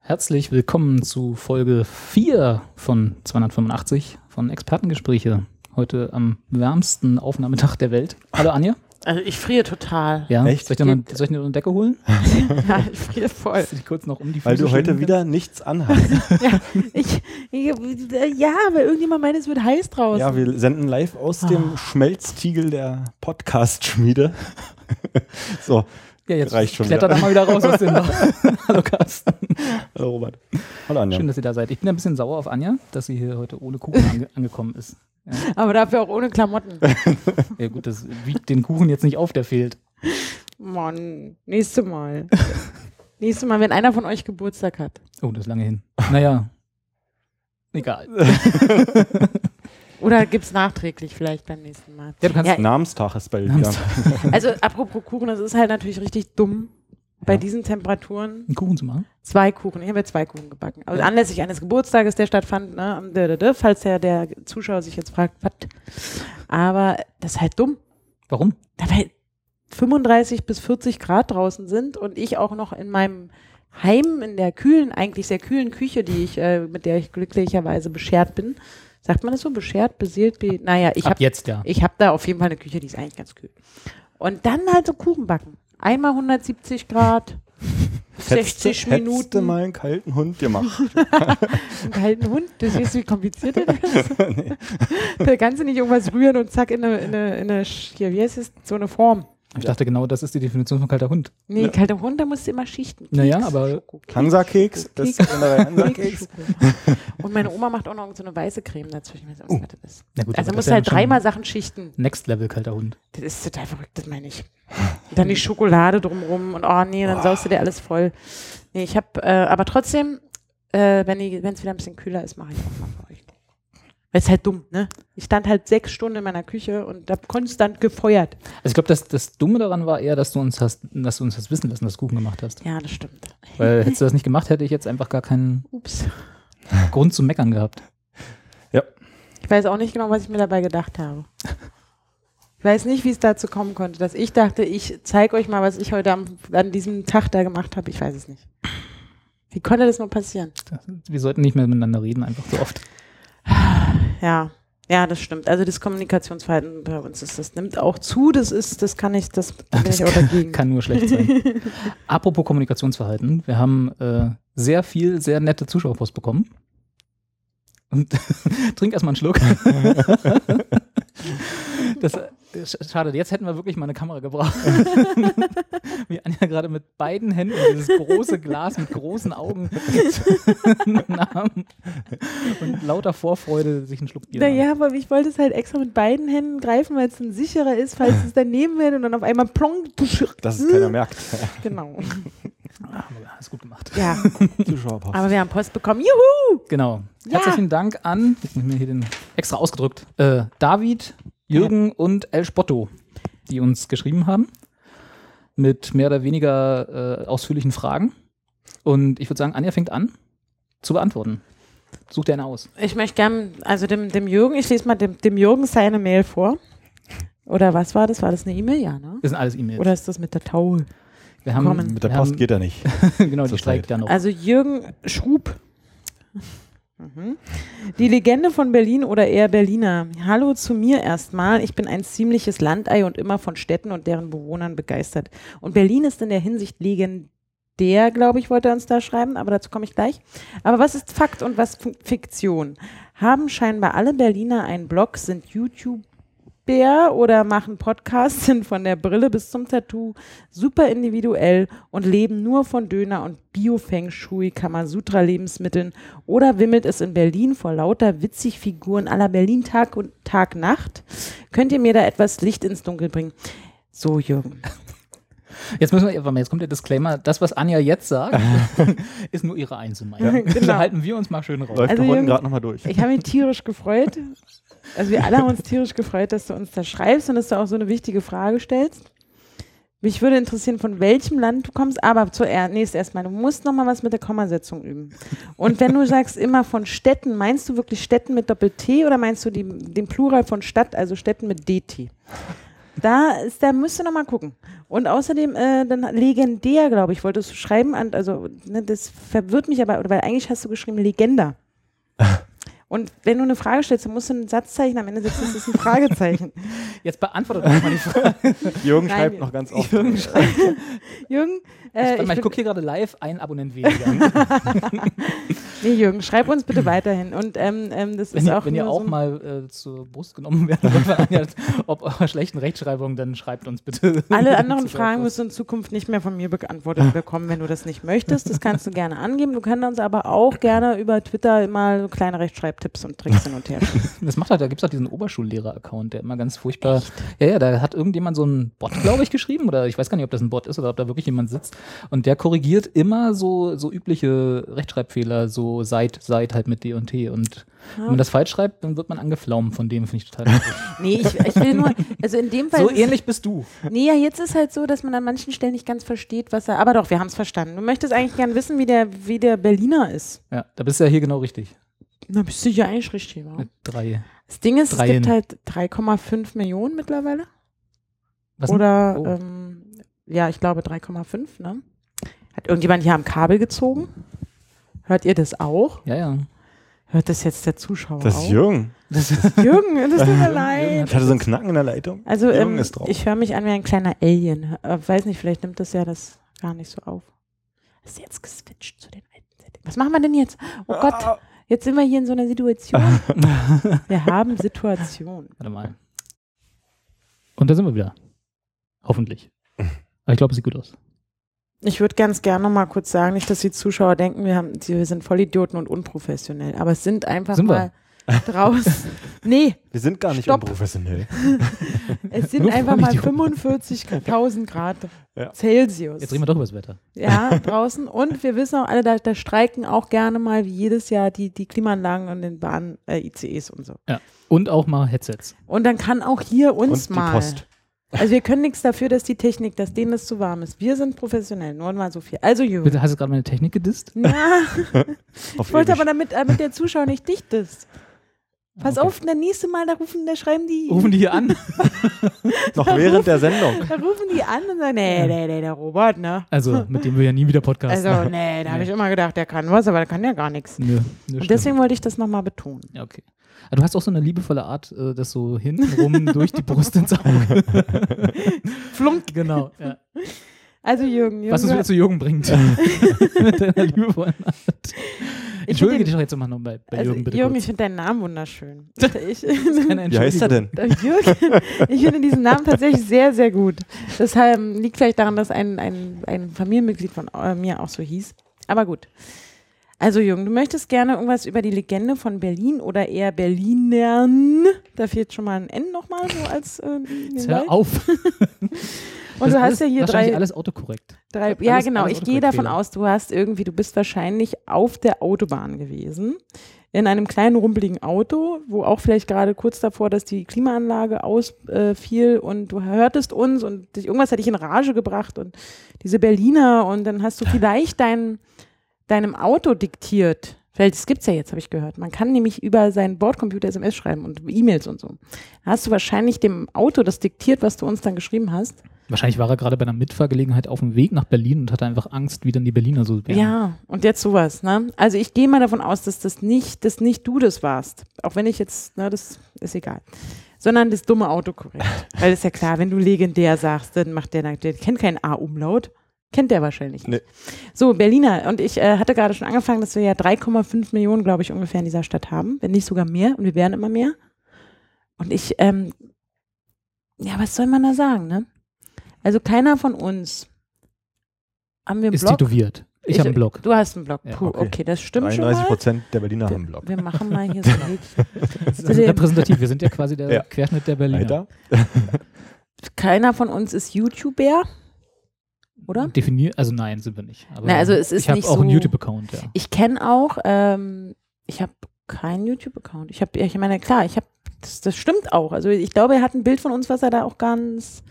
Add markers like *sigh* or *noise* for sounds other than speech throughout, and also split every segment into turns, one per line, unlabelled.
Herzlich willkommen zu Folge 4 von 285 von Expertengespräche. Heute am wärmsten Aufnahmetag der Welt. Hallo Anja.
Also ich friere total.
Ja,
Echt?
soll ich dir mal soll ich dir eine Decke holen?
Ja, ich friere voll.
Dass du dich kurz noch um die Füße
Weil du heute
schütteln
wieder
*laughs*
nichts anhast.
Ich, ich, ja, weil irgendjemand meint, es wird heiß draußen.
ja, wir senden live aus
Ah.
dem Schmelztiegel der Podcast-Schmiede. *laughs* so,
kannst? Ja, jetzt
reicht schon
kletter
wieder.
da mal wieder raus
*laughs*
aus dem Loch. Hallo Carsten.
hallo Robert. Hallo Anja.
Schön, dass ihr da seid. Ich bin ein bisschen sauer auf Anja, dass sie hier heute ohne Kuchen ange *laughs* angekommen ist.
Aber dafür auch ohne Klamotten.
Ja gut, das wiegt den Kuchen jetzt nicht auf, der fehlt.
Mann, nächstes Mal. Nächstes Mal, wenn einer von euch Geburtstag hat.
Oh, das ist lange hin. Naja.
*laughs*
Egal.
Oder gibt es nachträglich vielleicht beim nächsten Mal.
Ja, du kannst-
Namenstag ist bei dir.
Namenstag.
Also apropos Kuchen, das ist halt natürlich richtig dumm, bei diesen Temperaturen
Einen Kuchen zu machen.
Zwei Kuchen. Ich habe ja zwei Kuchen gebacken. Also anlässlich eines Geburtstages, der stattfand, ne, am dö, dö, dö, falls der, der Zuschauer sich jetzt fragt, was. Aber das ist halt dumm.
Warum?
Dabei 35 bis 40 Grad draußen sind und ich auch noch in meinem Heim, in der kühlen, eigentlich sehr kühlen Küche, die ich, äh, mit der ich glücklicherweise beschert bin. Sagt man das so? Beschert, beseelt, be naja, ich
Ab
habe
jetzt, ja.
ich habe da auf jeden Fall eine Küche, die ist eigentlich ganz kühl. Und dann halt so Kuchen backen. Einmal 170 Grad, 60
*laughs* Hättest du- Hättest du
Minuten.
mal einen kalten Hund
*laughs*
gemacht.
einen kalten Hund. Du siehst, wie kompliziert das
*laughs*
ist. Da kannst du nicht irgendwas rühren und zack in eine, in eine, in eine Sch- hier, wie heißt es, so eine Form.
Ich dachte genau, das ist die Definition von kalter Hund.
Nee,
Ja.
kalter Hund, da musst du immer schichten.
*laughs* Naja, aber-
Schoko, Keks,
Hansa-Keks, das ist generell
Keks,
Hansa-Keks.
Schoko. *laughs* Und meine Oma macht auch noch so eine weiße Creme dazwischen. Ich weiß nicht, was das ist.
Oh. Na gut,
also
aber das
musst
ist ja
halt
schon
dreimal Sachen schichten.
Next Level kalter Hund.
Das ist total verrückt, das meine ich. Und dann die Schokolade drumrum und oh nee, dann saust du dir alles voll. Nee, ich habe, äh, aber trotzdem, äh, wenn es wieder ein bisschen kühler ist, mache ich auch mal für euch. Weil es halt dumm, ne? Ich stand halt sechs Stunden in meiner Küche und habe konstant gefeuert.
Also ich glaube, das, das Dumme daran war eher, dass du uns hast, dass du uns hast wissen lassen, dass du Kuchen gemacht hast.
Ja, das stimmt.
Weil hättest du das nicht gemacht, hätte ich jetzt einfach gar keinen
Ups.
Grund zu meckern gehabt.
Ich weiß auch nicht genau, was ich mir dabei gedacht habe. Ich weiß nicht, wie es dazu kommen konnte, dass ich dachte, ich zeige euch mal, was ich heute am, an diesem Tag da gemacht habe. Ich weiß es nicht. Wie konnte das nur passieren?
Das- Wir sollten nicht mehr miteinander reden, einfach so oft.
Ja, ja, das stimmt. Also das Kommunikationsverhalten bei uns ist, das nimmt auch zu. Das ist, das kann ich, *laughs* das bin ich auch dagegen.
Kann nur schlecht sein. Apropos Kommunikationsverhalten, wir haben äh, sehr viel, sehr nette Zuschauerpost bekommen. Und *laughs* trink erstmal einen Schluck. das, äh, sch- schade, jetzt hätten wir wirklich mal eine Kamera gebraucht. Wie Anja gerade mit beiden Händen dieses große Glas mit großen Augen *laughs* nahm und lauter Vorfreude sich einen Schluck Bier nahm.
Naja, aber ich wollte es halt extra mit beiden Händen greifen, weil es dann sicherer ist, falls es daneben wird und dann auf einmal plonk. *laughs* tusch.
Dass es
*laughs*
keiner merkt.
Genau.
Ah, Hast gut gemacht.
*laughs* Ja,
Zuschauerpost.
aber wir haben Post bekommen. Juhu!
Genau.
Ja.
Herzlichen Dank an, jetzt muss ich mir hier den extra ausgedrückt, äh, David, Jürgen und El Spotto, die uns geschrieben haben mit mehr oder weniger äh, ausführlichen Fragen. Und ich würde sagen, Anja fängt an zu beantworten. Such dir eine aus.
Ich möchte gern, also dem, dem Jürgen, ich lese mal dem, dem Jürgen seine Mail vor. Oder was war das? War das eine E-Mail? Ja, ne?
Das sind alles E-Mails.
Oder ist das mit der Taul?
Wir haben,
kommen.
Mit der
wir
Post
haben,
geht er nicht.
*laughs* genau, die
zur
streikt
Zeit.
ja noch.
Also Jürgen Schrub. Mhm. Die Legende von Berlin oder eher Berliner. Hallo zu mir erstmal. Ich bin ein ziemliches Landei und immer von Städten und deren Bewohnern begeistert. Und Berlin ist in der Hinsicht legendär, glaube ich, wollte er uns da schreiben, aber dazu komme ich gleich. Aber was ist Fakt und was Fu- Fiktion? Haben scheinbar alle Berliner einen Blog, sind YouTube Bär oder machen Podcasts, *laughs* sind von der Brille bis zum Tattoo super individuell und leben nur von Döner und Bio-Feng Shui, Kamasutra Lebensmitteln oder wimmelt es in Berlin vor lauter witzig Figuren aller Berlin Tag und Tag Nacht? Könnt ihr mir da etwas Licht ins Dunkel bringen? So Jürgen.
Jetzt müssen wir, warte mal, jetzt kommt der Disclaimer. Das, was Anja jetzt
*laughs*
sagt, *laughs* ist nur ihre Einzelmeinung.
Ja. *laughs* Genau.
Da halten wir uns mal schön raus.
Läuft
Also
die Runden
Jürgen-
gerade nochmal durch.
Ich habe mich tierisch gefreut. Also wir alle haben uns tierisch gefreut, dass du uns da schreibst und dass du auch so eine wichtige Frage stellst. Mich würde interessieren, von welchem Land du kommst, aber zuerst erstmal, du musst nochmal was mit der Kommasetzung üben. Und wenn du sagst immer von Städten, meinst du wirklich Städten mit Doppel-T oder meinst du die, den Plural von Stadt, also Städten mit DT? Da, ist, da müsst ihr nochmal gucken. Und außerdem, äh, dann legendär, glaube ich, wolltest du schreiben, an- also ne, das verwirrt mich aber, oder weil eigentlich hast du geschrieben Legender. Und wenn du eine Frage stellst, dann musst du ein Satzzeichen am Ende setzen, das ist ein *laughs* Fragezeichen.
Jetzt beantwortet doch mal die Frage.
Jürgen
Nein,
schreibt
wir-
noch ganz oft.
Jürgen, äh,
Warte
ich
mal, ich
bin,
gucke hier gerade live, ein Abonnent
*laughs*
weniger.
nee, Jürgen, schreib uns bitte weiterhin. Und ähm, ähm, das
Wenn
ist
ihr,
auch
wenn ihr
nur
auch
so ein-
mal äh, zur Brust genommen *laughs* werdet, von Anja, ob eurer schlechten Rechtschreibung, dann schreibt uns bitte. *laughs*
Alle anderen
Zu
Fragen
Brust.
wirst du in Zukunft nicht mehr von mir *laughs* beantwortet bekommen, wenn du das nicht möchtest. Das kannst du gerne angeben. Du kannst uns aber auch gerne über Twitter immer so kleine Rechtschreibtipps und Tricks hin und her. schicken.
Das macht halt, da gibt es auch diesen Oberschullehrer-Account, der immer ganz furchtbar. Ja, ja, da hat irgendjemand so einen Bot, glaube ich, geschrieben. Oder ich weiß gar nicht, ob das ein Bot ist oder ob da wirklich jemand sitzt. Und der korrigiert immer so, so übliche Rechtschreibfehler, so seit, seit halt mit D und T. Und
Ah.
wenn man das falsch schreibt, dann wird man angeflaumt von dem, finde ich
*laughs*
total. lustig.
*laughs* Nee, ich, ich will nur, also in dem Fall.
so
ist es-
ähnlich bist du.
Nee, ja, jetzt ist halt so, dass man an manchen Stellen nicht ganz versteht, was er. Aber doch, wir haben es verstanden. Du möchtest eigentlich gern wissen, wie der, wie der Berliner ist.
Ja, da bist du ja hier genau richtig.
Na, bist du ja eigentlich richtig, wa?
Mit drei.
Das Ding ist,
Dreien.
es gibt halt 3,5 Millionen mittlerweile.
Was
Oder,
Oh.
ähm, ja, ich glaube 3,5, ne? Hat irgendjemand hier am Kabel gezogen? Hört ihr das auch?
Ja, ja.
Hört das jetzt der Zuschauer
Das ist
auch?
Jürgen.
*laughs* Jürgen, das tut mir leid.
Ich hatte so einen Knacken in der Leitung.
Also,
Jürgen
ähm,
ist drauf.
ich höre mich an wie ein kleiner Alien. Äh, weiß nicht, vielleicht nimmt das ja das gar nicht so auf. Ist jetzt geswitcht zu den alten Settings. Was machen wir denn jetzt? Oh Gott,
Ah,
jetzt sind wir hier in so einer
*laughs*
Situation. Wir haben Situation.
Warte mal. Und da sind wir wieder.
*laughs*
Hoffentlich. Aber ich glaube, es sieht gut aus.
Ich würde ganz gerne noch mal kurz sagen, nicht, dass die Zuschauer denken, wir, haben, wir sind Vollidioten und unprofessionell, aber es sind einfach
Sind wir.
mal
*laughs*
draußen. Nee,
wir sind gar nicht
Stopp.
unprofessionell.
es sind
Nur
einfach mal
Vollidioten.
45.000 Grad
Ja.
Celsius.
Jetzt reden wir doch über das Wetter.
ja, draußen. Und wir wissen auch alle, da, da streiken auch gerne mal wie jedes Jahr die, die Klimaanlagen und den Bahn, äh, ICEs und so.
Und auch mal Headsets.
Und dann kann auch hier uns
Und die
mal.
Post.
Also wir können nichts dafür, dass die Technik, dass denen das zu warm ist. Wir sind professionell, nur mal so viel. Also Jürgen.
Bitte, hast du gerade meine Technik gedisst?
Na,
Auf
Ich wollte
ewig.
aber damit, äh, damit der Zuschauer nicht dicht ist. Pass
Oh, Okay.
auf, das nächste Mal, da rufen, da schreiben die,
Rufen die hier *laughs* an?
noch während der Sendung.
da rufen die an und sagen, nee, nee, nee, der Robert, ne?
Also, mit dem wir ja nie wieder Podcast
Also, nee, da habe ich immer gedacht, der kann was, aber der kann ja gar nichts.
Nö, nö,
Und deswegen wollte ich das nochmal betonen.
stimmt. Ja, okay. Aber du hast auch so eine liebevolle Art, äh, das so *laughs* hintenrum durch die Brust ins Auge. *laughs* Flunk. Genau. Ja.
Also Jürgen, Jürgen,
Was uns wieder zu Jürgen *laughs* bringt. mit deiner liebevollen Art.
ich
Entschuldige
find
dich doch jetzt mal noch bei, bei
den, also,
Jürgen, bitte
Jürgen, ich
kurz.
finde deinen
*laughs*
Namen wunderschön. Ich, ich,
Keine
Wie heißt er
Entschuldigung.
denn?
Jürgen, *laughs* ich finde diesen Namen tatsächlich sehr, sehr gut. Deshalb liegt vielleicht daran, dass ein, ein, ein Familienmitglied von äh, mir auch so hieß. Aber gut. Also Jürgen, du möchtest gerne irgendwas über die Legende von Berlin oder eher Berlinern. Da fehlt schon mal ein N nochmal so als äh,
Jetzt
Hinweis.
hör auf.
Und du hast ja hier
wahrscheinlich
drei,
alles autokorrekt.
drei
Äh,
Ja
alles-
genau,
alles
ich gehe davon
Autokorrektfehler.
aus, du hast irgendwie, du bist wahrscheinlich auf der Autobahn gewesen. In einem kleinen rumpeligen Auto, wo auch vielleicht gerade kurz davor, dass die Klimaanlage ausfiel äh, fiel und du hörtest uns und dich, irgendwas hat dich in Rage gebracht und diese Berliner und dann
*laughs*
hast du vielleicht dein, deinem Auto diktiert. Vielleicht, das gibt's ja jetzt, habe ich gehört. Man kann nämlich über seinen Bordcomputer SMS schreiben und E-Mails und so. Hast du wahrscheinlich dem Auto das diktiert, was du uns dann geschrieben hast?
Wahrscheinlich war er gerade bei einer Mitfahrgelegenheit auf dem Weg nach Berlin und hatte einfach Angst, wie dann die Berliner so
Ja.
wären.
und jetzt sowas, ne? Also ich gehe mal davon aus, dass das nicht, dass nicht du das warst. Auch wenn ich jetzt, ne, das ist egal. Sondern das dumme Autokorrekt. Weil das ist ja klar, wenn du legendär sagst, dann macht der, der kennt keinen A-Umlaut. Kennt der wahrscheinlich nicht. So, Berliner. Und ich äh, hatte gerade schon angefangen, dass wir ja 3,5 Millionen, glaube ich, ungefähr in dieser Stadt haben. Wenn nicht sogar mehr. Und wir werden immer mehr. Und ich, ähm, ja, was soll man da sagen, ne? Also keiner von uns haben wir einen
Ist
Blog.
tätowiert. Ich, habe einen
*laughs*
Blog.
Du hast einen Blog.
Ja,
Puh, okay.
okay.
das stimmt schon
33
mal.
Prozent der Berliner haben einen Blog.
Wir machen mal hier so ein Häkchen.
*laughs* Das ist also repräsentativ. Wir sind ja quasi der
Ja.
Querschnitt der Berliner.
Alter?
Keiner von uns ist YouTuber. oder?
Definier, also nein, sind wir nicht. Aber
Na, also es ist
ich habe
nicht
auch einen
so-
YouTube-Account, ja.
Ich kenne auch, ähm, ich habe keinen YouTube-Account. Ich habe, ich meine, klar, ich habe, das, das stimmt auch. Also ich glaube, er hat ein Bild von uns, was er da auch ganz,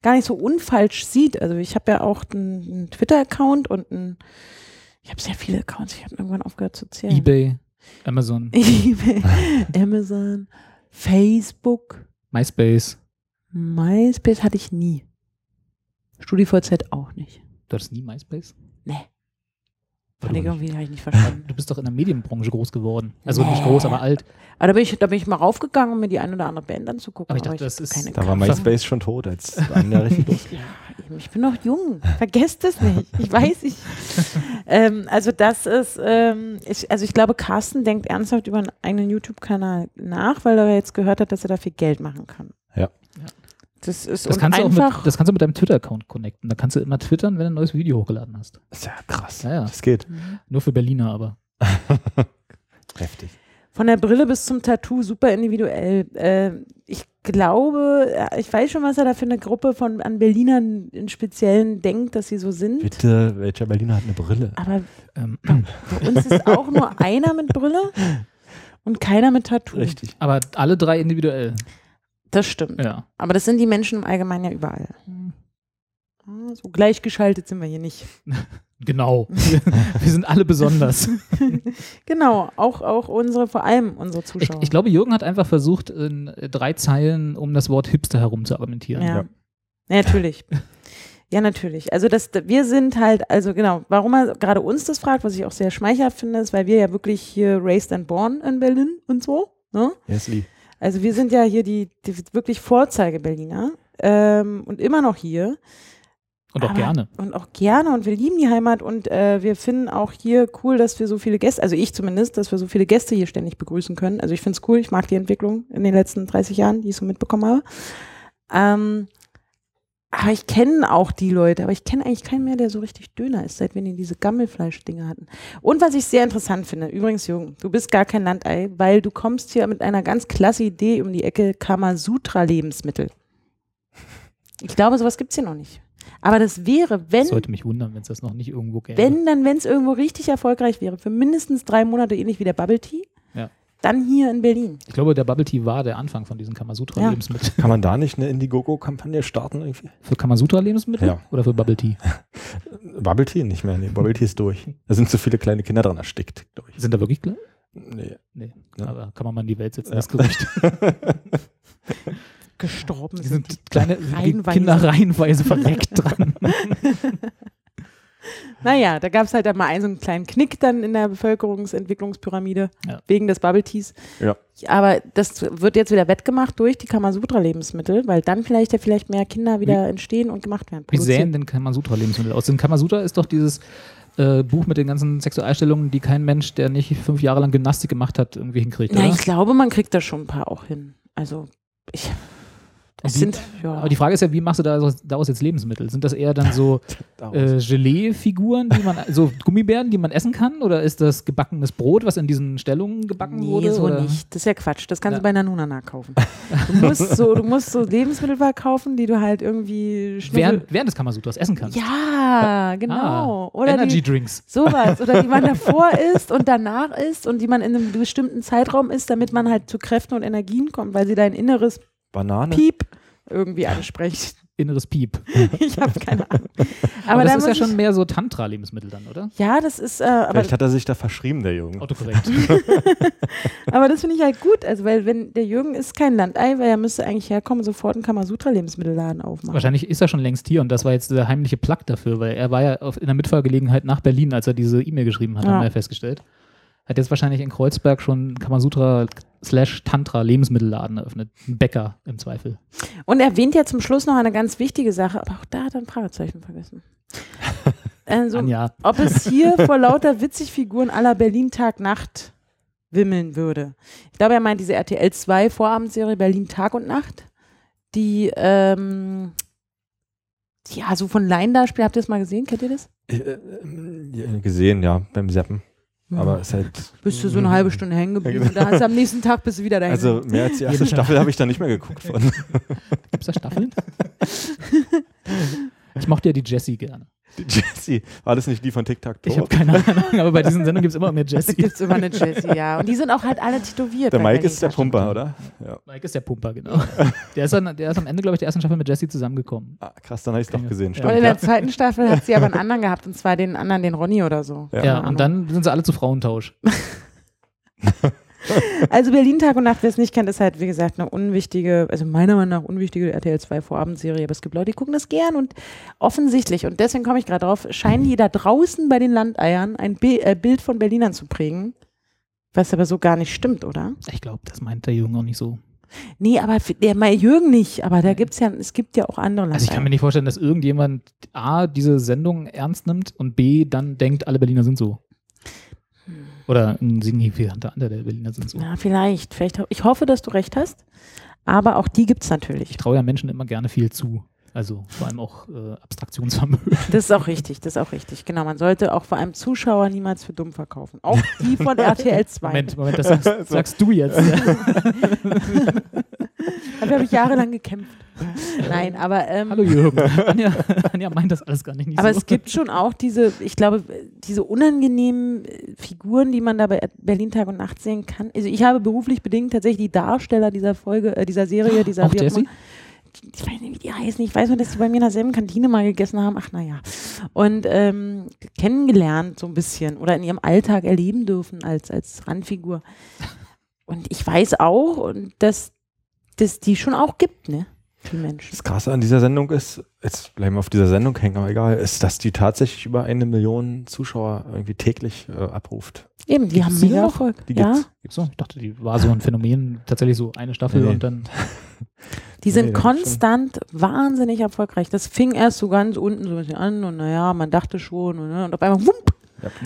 gar nicht so unfalsch sieht. Also ich habe ja auch einen, einen Twitter-Account und einen, ich habe sehr viele Accounts. Ich habe irgendwann aufgehört zu zählen.
Ebay, Amazon,
*laughs* eBay Amazon, Facebook,
MySpace.
MySpace hatte ich nie. StudiVZ auch nicht.
Du hattest nie MySpace?
Nee. Fand ich
Warum
irgendwie, habe ich nicht verstanden.
*laughs* Du bist doch in der Medienbranche groß geworden. Also
Nee.
nicht groß, aber alt.
Aber da bin ich, da bin ich mal raufgegangen, um mir die ein oder andere Band anzugucken.
Aber ich dachte, das
hab
ist-
Da war MySpace schon tot, als einer richtig losging.
Eben, Ich bin noch jung. Vergesst es nicht. Ich
*laughs*
weiß, ich. ähm, also das ist, ähm, ich, also ich glaube, Carsten denkt ernsthaft über einen eigenen YouTube-Kanal nach, weil er jetzt gehört hat, dass er da viel Geld machen kann.
Ja.
Ja.
Das ist
Das
und
kannst, du auch
einfach.
mit, das kannst du mit deinem Twitter-Account connecten. Da kannst du immer twittern, wenn du ein neues Video hochgeladen hast.
Das ist ja krass.
Ja, ja.
Das geht.
Nur für Berliner aber.
Heftig.
Von der Brille bis zum Tattoo super individuell. Äh, ich glaube, ja, ich weiß schon, was er da für eine Gruppe von an Berlinern in Speziellen denkt, dass sie so sind.
Bitte, welcher Berliner hat eine Brille?
Aber
Ähm,
bei uns ist
*laughs*
auch nur einer mit Brille und keiner mit Tattoo.
Richtig.
aber alle drei individuell.
Das stimmt.
Ja.
Aber das sind die Menschen im Allgemeinen ja überall. Ah, So gleichgeschaltet sind wir hier nicht.
Genau. *laughs* wir sind alle besonders.
Genau, auch, auch unsere, vor allem unsere
Ich,
Zuschauer.
ich glaube, Jürgen hat einfach versucht, in äh, drei Zeilen um das Wort Hipster herum zu argumentieren.
ja.
ja.
Ja, natürlich. Ja, natürlich. Also das, wir sind halt, also genau, warum er gerade uns das fragt, was ich auch sehr schmeichelhaft finde, ist, weil wir ja wirklich hier raised and born in Berlin und so. Ne?
Yes, Lee.
Also wir sind ja hier die, die wirklich Vorzeige-Berliner ähm, und immer noch hier.
Und auch
Aber-
gerne.
und auch gerne und wir lieben die Heimat und äh, wir finden auch hier cool, dass wir so viele Gäste, also ich zumindest, dass wir so viele Gäste hier ständig begrüßen können. Also ich finde es cool, ich mag die Entwicklung in den letzten 30 Jahren, die ich so mitbekommen habe. Ähm, aber ich kenne auch die Leute, aber ich kenne eigentlich keinen mehr, der so richtig Döner ist, seit wir die diese Gammelfleisch-Dinge hatten. Und was ich sehr interessant finde, übrigens Jürgen, du bist gar kein Landei, weil du kommst hier mit einer ganz klasse Idee um die Ecke Kamasutra-Lebensmittel. Ich glaube, sowas gibt es hier noch nicht. Aber das wäre, wenn
Das sollte mich wundern, wenn es das noch nicht irgendwo gäbe.
wenn dann, wenn es irgendwo richtig erfolgreich wäre, für mindestens drei Monate, ähnlich wie der Bubble Tea,
Ja.
dann hier in Berlin.
ich glaube, der Bubble Tea war der Anfang von diesen Kamasutra-Lebensmitteln.
Kann man da nicht eine Indiegogo-Kampagne starten? Irgendwie?
Für Kamasutra-Lebensmittel
Ja.
oder für Bubble Tea?
Bubble Tea nicht mehr. Nee, Bubble Tea ist durch. Da sind zu viele kleine Kinder dran erstickt, glaube ich.
Sind da wirklich gleich?
Nee.
Nee.
Ja.
Aber kann man mal in die Welt setzen,
Ja.
das Gerücht.
Gestorben
Die
*laughs*
sind kleine die
Reihenweise.
Kinder reihenweise verreckt dran.
Naja, da gab es halt dann mal einen, so einen kleinen Knick dann in der Bevölkerungsentwicklungspyramide
Ja.
wegen des Bubble Teas.
Ja.
Aber das wird jetzt wieder wettgemacht durch die Kamasutra-Lebensmittel, weil dann vielleicht ja vielleicht mehr Kinder wieder entstehen und gemacht werden.
Wie
produziert.
sehen denn Kamasutra-Lebensmittel aus? Denn Kamasutra ist doch dieses äh, Buch mit den ganzen Sexualstellungen, die kein Mensch, der nicht fünf Jahre lang Gymnastik gemacht hat, irgendwie hinkriegt,
Na,
oder?
ich glaube, man kriegt da schon ein paar auch hin. Also, ich. Es
die-
sind, ja.
Aber die Frage ist ja, wie machst du da- daraus jetzt Lebensmittel? Sind das eher dann
*laughs*
so äh, Gelee-Figuren, die man, so Gummibären, die man essen kann? Oder ist das gebackenes Brot, was in diesen Stellungen gebacken
Nee,
wurde?
so
oder?
nicht. Das ist ja Quatsch. Das kannst
Ja.
du bei Nanunana kaufen. Du musst so, du musst so Lebensmittel kaufen, die du halt irgendwie schnibbel-
Während, während des Kamasutras essen kannst.
Ja, genau.
Ah,
oder
Energy
die,
Drinks.
sowas. Oder die man davor isst und danach isst und die man in einem bestimmten Zeitraum isst, damit man halt zu Kräften und Energien kommt, weil sie dein inneres
Banane.
Piep irgendwie anspricht.
Inneres Piep.
*laughs* Ich habe keine Ahnung. Aber,
Aber,
da
das ist ja
muss ich-
schon mehr so Tantra-Lebensmittel dann, oder?
Ja, das ist, äh, aber
Vielleicht hat er sich da verschrieben, der Junge.
Autokorrekt.
Aber das finde ich halt gut, also weil wenn der Jürgen ist kein Landei, weil er müsste eigentlich herkommen und sofort einen Kamasutra-Lebensmittelladen aufmachen.
Wahrscheinlich ist er schon längst hier und das war jetzt der heimliche Plug dafür, weil er war ja auf, in der Mitfahrgelegenheit nach Berlin, als er diese E-Mail geschrieben hat,
Ja.
haben wir ja festgestellt. Hat jetzt wahrscheinlich in Kreuzberg schon Kamasutra slash Tantra Lebensmittelladen eröffnet. Ein Bäcker im Zweifel.
Und er erwähnt ja zum Schluss noch eine ganz wichtige Sache, aber auch da hat er ein
*laughs*
Fragezeichen vergessen. Also,
Anja,
ob es hier vor lauter witzig Figuren aller Berlin Tag Nacht wimmeln würde. Ich glaube, er meint diese RTL 2 Vorabendserie Berlin Tag und Nacht, die ähm, ja, so von Laien da spielt. Habt ihr das mal gesehen? Kennt ihr das?
Ich, äh, ähm, ja, gesehen, ja, beim Seppen. Aber es ist halt.
Hm. bist du so eine halbe Stunde hängen geblieben und da hast du am nächsten Tag bist du wieder dahin.
Also mehr als die erste Staffel habe ich da nicht mehr geguckt von. *laughs*
*laughs* gibt's da Staffeln? ich mochte ja die Jessie gerne.
Die Jessie, war das nicht die von TikTok
Ich habe *laughs* keine Ahnung, aber bei diesen Sendungen gibt es immer mehr *laughs*
Es
Jesse.
gibt immer eine Jessie, ja. Und die sind auch halt alle tätowiert.
Der
bei
Mike
Berlin
ist der
Taschen.
Pumper, oder? Ja.
Mike ist der Pumper, genau. Der ist, dann, der ist am Ende, glaube ich, der ersten Staffel mit Jesse zusammengekommen.
Ah, krass, dann habe ich es doch
Ja.
gesehen.
Ja.
Und
Stimmt.
in
Ja.
der zweiten Staffel hat sie aber einen anderen gehabt, und zwar den anderen, den Ronny oder so.
Ja, und dann sind sie alle zu Frauentausch.
Also Berlin Tag und Nacht, wer es nicht kennt, ist halt, wie gesagt, eine unwichtige, also meiner Meinung nach unwichtige RTL 2 Vorabendserie. Aber es gibt Leute, die gucken das gern und offensichtlich, und deswegen komme ich gerade drauf, scheinen die da draußen bei den Landeiern ein Bi äh, Bild von Berlinern zu prägen. Was aber so gar nicht stimmt, oder?
Ich glaube, das meint der Jürgen auch nicht so.
Nee, aber f- der Mai Jürgen nicht, aber da gibt's ja, es gibt ja auch andere Landeier.
Also ich kann mir nicht vorstellen, dass irgendjemand A, diese Sendung ernst nimmt und B, dann denkt, alle Berliner sind so. Oder ein signifikanter Anteil der Berliner sind so.
ja, vielleicht, vielleicht. ho- Ich hoffe, dass du recht hast, aber auch die gibt's natürlich.
Ich traue ja Menschen immer gerne viel zu. Also vor allem auch äh, Abstraktionsvermögen.
Das ist auch richtig, das ist auch richtig. Genau, man sollte auch vor allem Zuschauer niemals für dumm verkaufen. Auch
*laughs*
die von RTL 2.
Moment, Moment, das
*laughs*
sagst, sagst du jetzt.
Dafür habe ich jahrelang gekämpft.
*laughs*
Nein, aber, ähm,
Hallo Jürgen. Anja, Anja meint das alles gar nicht. nicht
aber
so.
es gibt schon auch diese, ich glaube, diese unangenehmen äh, Figuren, die man da bei Berlin Tag und Nacht sehen kann. Also ich habe beruflich bedingt tatsächlich die Darsteller dieser Folge, äh, dieser Serie, dieser
Ah, Auch
wie
Jessie?
immer- ich weiß nicht, wie die heißen. Ich weiß nur, dass die bei mir in derselben Kantine mal gegessen haben. Ach naja. Und ähm, kennengelernt so ein bisschen oder in ihrem Alltag erleben dürfen als, als Randfigur. Und ich weiß auch, und dass das die schon auch gibt, ne? Die Menschen.
Das Krasse an dieser Sendung ist, jetzt bleiben wir auf dieser Sendung hängen, aber egal, ist, dass die tatsächlich über eine Million Zuschauer irgendwie täglich äh, abruft.
Eben, die
Gibt's
haben
die
mega
noch?
Erfolg.
Die
ja,
gibt's.
So, ich dachte, die war so ein Phänomen, tatsächlich so eine Staffel
Nee.
und dann.
die sind
Nee, das stimmt.
konstant wahnsinnig erfolgreich. Das fing erst so ganz unten so ein bisschen an und naja, man dachte schon und, ne, und auf einmal, wump,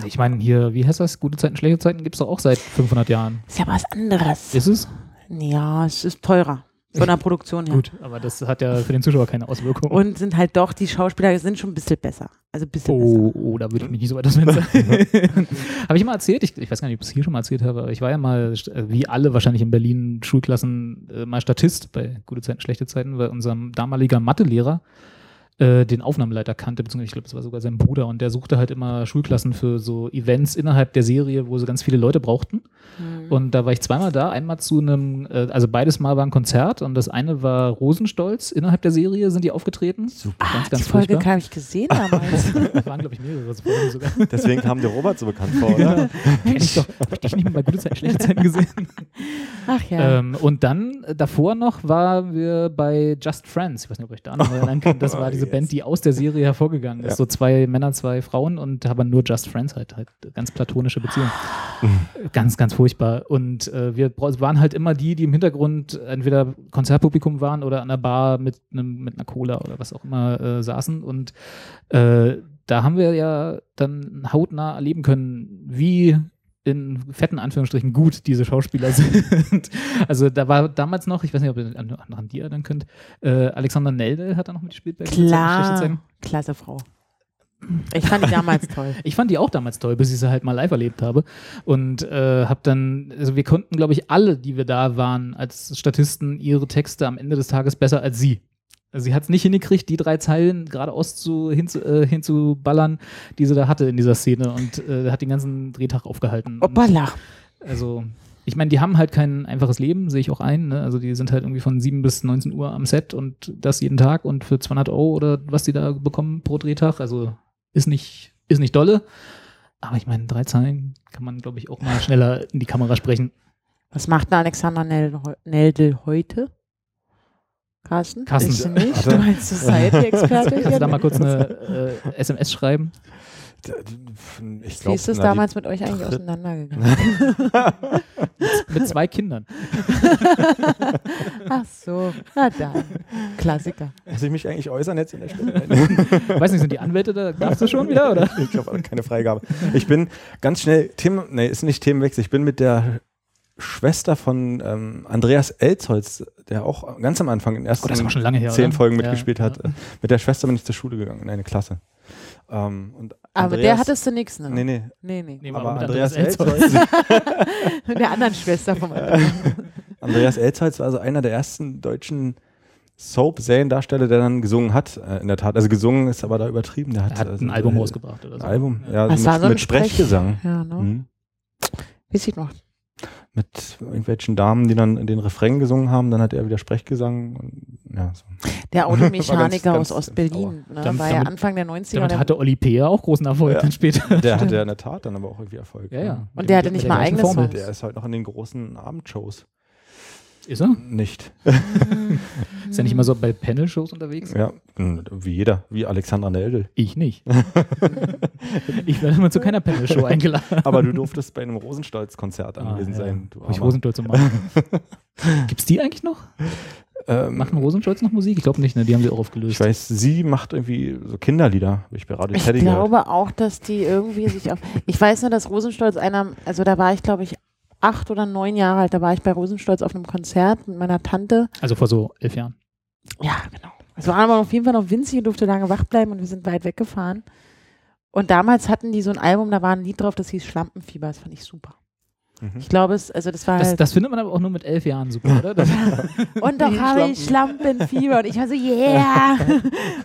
Ich meine, hier, wie heißt das? Gute Zeiten, schlechte Zeiten gibt es doch auch seit 500 Jahren.
ist ja was anderes.
Ist es?
Ja, es ist teurer von der Produktion her.
Gut, aber das hat ja für den Zuschauer keine Auswirkung.
Und sind halt doch, die Schauspieler sind schon ein bisschen besser. Also ein bisschen besser.
Oh, oh, da würde ich mich nicht so weit aus dem Fenster. *laughs* habe ich mal erzählt, ich, ich weiß gar nicht, ob ich es hier schon mal erzählt habe, aber ich war ja mal, äh, wie alle wahrscheinlich in Berlin Schulklassen, äh, mal Statist bei gute Zeiten, schlechte Zeiten, weil unser damaliger Mathelehrer äh, den Aufnahmeleiter kannte, beziehungsweise ich glaube, es war sogar sein Bruder und der suchte halt immer Schulklassen für so Events innerhalb der Serie, wo so ganz viele Leute brauchten.
Mhm.
Und da war ich zweimal da, einmal zu einem, äh, also beides Mal war ein Konzert und das eine war Rosenstolz, innerhalb der Serie sind die aufgetreten. Super.
Ah, die Folge habe ich
*laughs*
gesehen *laughs* damals.
Da waren, glaube ich, mehrere so Folgen sogar.
Deswegen kam der Robert so bekannt vor, oder?
Kenn ich doch. Hab ich dich nicht mal bei gute Zeiten, schlechte Zeiten gesehen.
Ach ja.
Ähm, und dann äh, davor noch waren wir bei Just Friends. Ich weiß nicht, ob ihr euch da noch erinnern könnt.
*laughs*
Das war diese
Oh, Yes.
Band, die aus der Serie hervorgegangen ist.
Ja.
So zwei Männer, zwei Frauen und aber nur Just Friends halt. halt ganz platonische
*laughs*
Beziehung. ganz, ganz furchtbar. Und äh, wir bra- waren halt immer die, die im Hintergrund entweder Konzertpublikum waren oder an der Bar mit, einem, mit einer Cola oder was auch immer äh, saßen. Und äh, da haben wir ja dann hautnah erleben können, wie in fetten Anführungsstrichen gut diese Schauspieler *laughs* sind. Also da war damals noch, ich weiß nicht, ob ihr an, noch an die erinnern könnt, äh, Alexander Nelde hat da noch mitgespielt. Bei Gute Zeiten, Schlechte
Klar.
Zeiten.
Klasse Frau. Ich fand die damals
*laughs*
toll.
Ich fand die auch damals toll, bis ich sie halt mal live erlebt habe. Und äh, habe dann, also wir konnten, glaube ich, alle, die wir da waren, als Statisten, ihre Texte am Ende des Tages besser als sie. Also sie hat es nicht hingekriegt, die drei Zeilen geradeaus zu, hinzu, äh, hinzuballern, die sie da hatte in dieser Szene und äh, hat den ganzen Drehtag aufgehalten. Und-
Hoppala.
Also, ich meine, die haben halt kein einfaches Leben, sehe ich auch ein. Ne? Also, die sind halt irgendwie von 7 bis 19 Uhr am Set und das jeden Tag und für 200 Euro oder was die da bekommen pro Drehtag. Also, ist nicht, ist nicht dolle. Aber ich meine, drei Zeilen kann man, glaube ich, auch mal schneller in die Kamera sprechen.
Was macht denn Alexander Nel- Neldel heute? Carsten?
Carsten.
Willst du nicht?
Warte.
Du als
*laughs*
Society-Experte.
Kannst du da mal
hier?
kurz eine äh, SMS schreiben?
Ich
Wie
glaube,
ist es
*laughs*
damals mit euch eigentlich
dritte-
auseinandergegangen?
*laughs*
Mit zwei Kindern.
Ach so, na dann. Klassiker.
Muss ich mich eigentlich äußern jetzt in
*laughs*
der Stelle?
Weiß nicht, sind die Anwälte da? Darfst du schon wieder, oder?
*laughs* ich glaube, keine Freigabe. Ich bin ganz schnell, Themen, nee, ist nicht Themenwechsel, ich bin mit der Schwester von ähm, Andreas Elzholz, der auch ganz am Anfang in den ersten
Oh, das war schon lange her.
zehn
oder?
Folgen
Ja,
mitgespielt
ja.
hat. Mit der Schwester bin ich zur Schule gegangen, in eine Klasse. Ähm, und
Aber
Andreas,
der hattest du nichts, ne?
Nee, nee,
nee. nee.
Nee,
aber
mit
Andreas
Elzholz.
Elzholz, *laughs*
Mit der anderen Schwester vom Andreas.
Andreas Elzholz war also einer der ersten deutschen Soap-Seriendarsteller, der dann gesungen hat, äh, in der Tat. Also gesungen ist aber da übertrieben. Der hat,
Er hat
also,
ein Album
äh,
rausgebracht oder
Ein
so.
Album, ja,
Das
mit,
war so ein
mit Sprechgesang.
Ja, ne?
Mhm.
Weiß ich noch.
Mit irgendwelchen Damen, die dann den Refrain gesungen haben, dann hat er wieder Sprechgesang. Und, ja,
*laughs*
so.
Der Automechaniker
War ganz-
aus
ganz
Ostberlin. Ne?
Damit-
war ja
damit-
Anfang der 90er.
Damit
der-
hatte Olli Peer auch großen Erfolg
Ja.
dann später.
Der hatte ja in der Tat dann aber auch irgendwie Erfolg. ne?
Ja, ja.
Und der hatte
Mit
nicht
der
mal
gleichen
eigene
Formel.
Songs.
Der ist halt noch in den großen Abendshows
Ist er?
nicht.
Ist er nicht immer so bei Panel-Shows unterwegs?
Ja, wie jeder, wie Alexandra Neldel.
Ich
*laughs*
nicht. *laughs* ich werde immer zu keiner Panel-Show eingeladen. *laughs*
Aber du durftest bei einem Rosenstolz-Konzert anwesend
Ah, ja.
sein. Du
Hab ich
Armer.
Rosenstolz zu
*laughs*
machen. Gibt's die eigentlich noch?
ähm,
Machen Rosenstolz noch Musik? Ich glaube nicht, ne? Die haben sie auch
ich
aufgelöst.
weiß, sie macht irgendwie so Kinderlieder, habe ich bei Radio
Ich
Teddy gehört.
glaube auch, dass die irgendwie sich auf. Ich weiß nur, dass Rosenstolz einer, also da war ich, glaube ich, acht oder neun Jahre alt, da war ich bei Rosenstolz auf einem Konzert mit meiner Tante.
Also vor so elf Jahren.
Ja, genau. Es war aber auf jeden Fall noch winzig und durfte lange wach bleiben und wir sind weit weggefahren. Und damals hatten die so ein Album, da war ein Lied drauf, das hieß Schlampenfieber. Das fand ich super.
Mhm.
Ich glaube, es, also das war
Das,
halt.
das findet man aber auch nur mit elf Jahren super, oder?
*laughs*
Das,
und doch habe ich Schlampenfieber. Und ich war so,
*laughs*
yeah!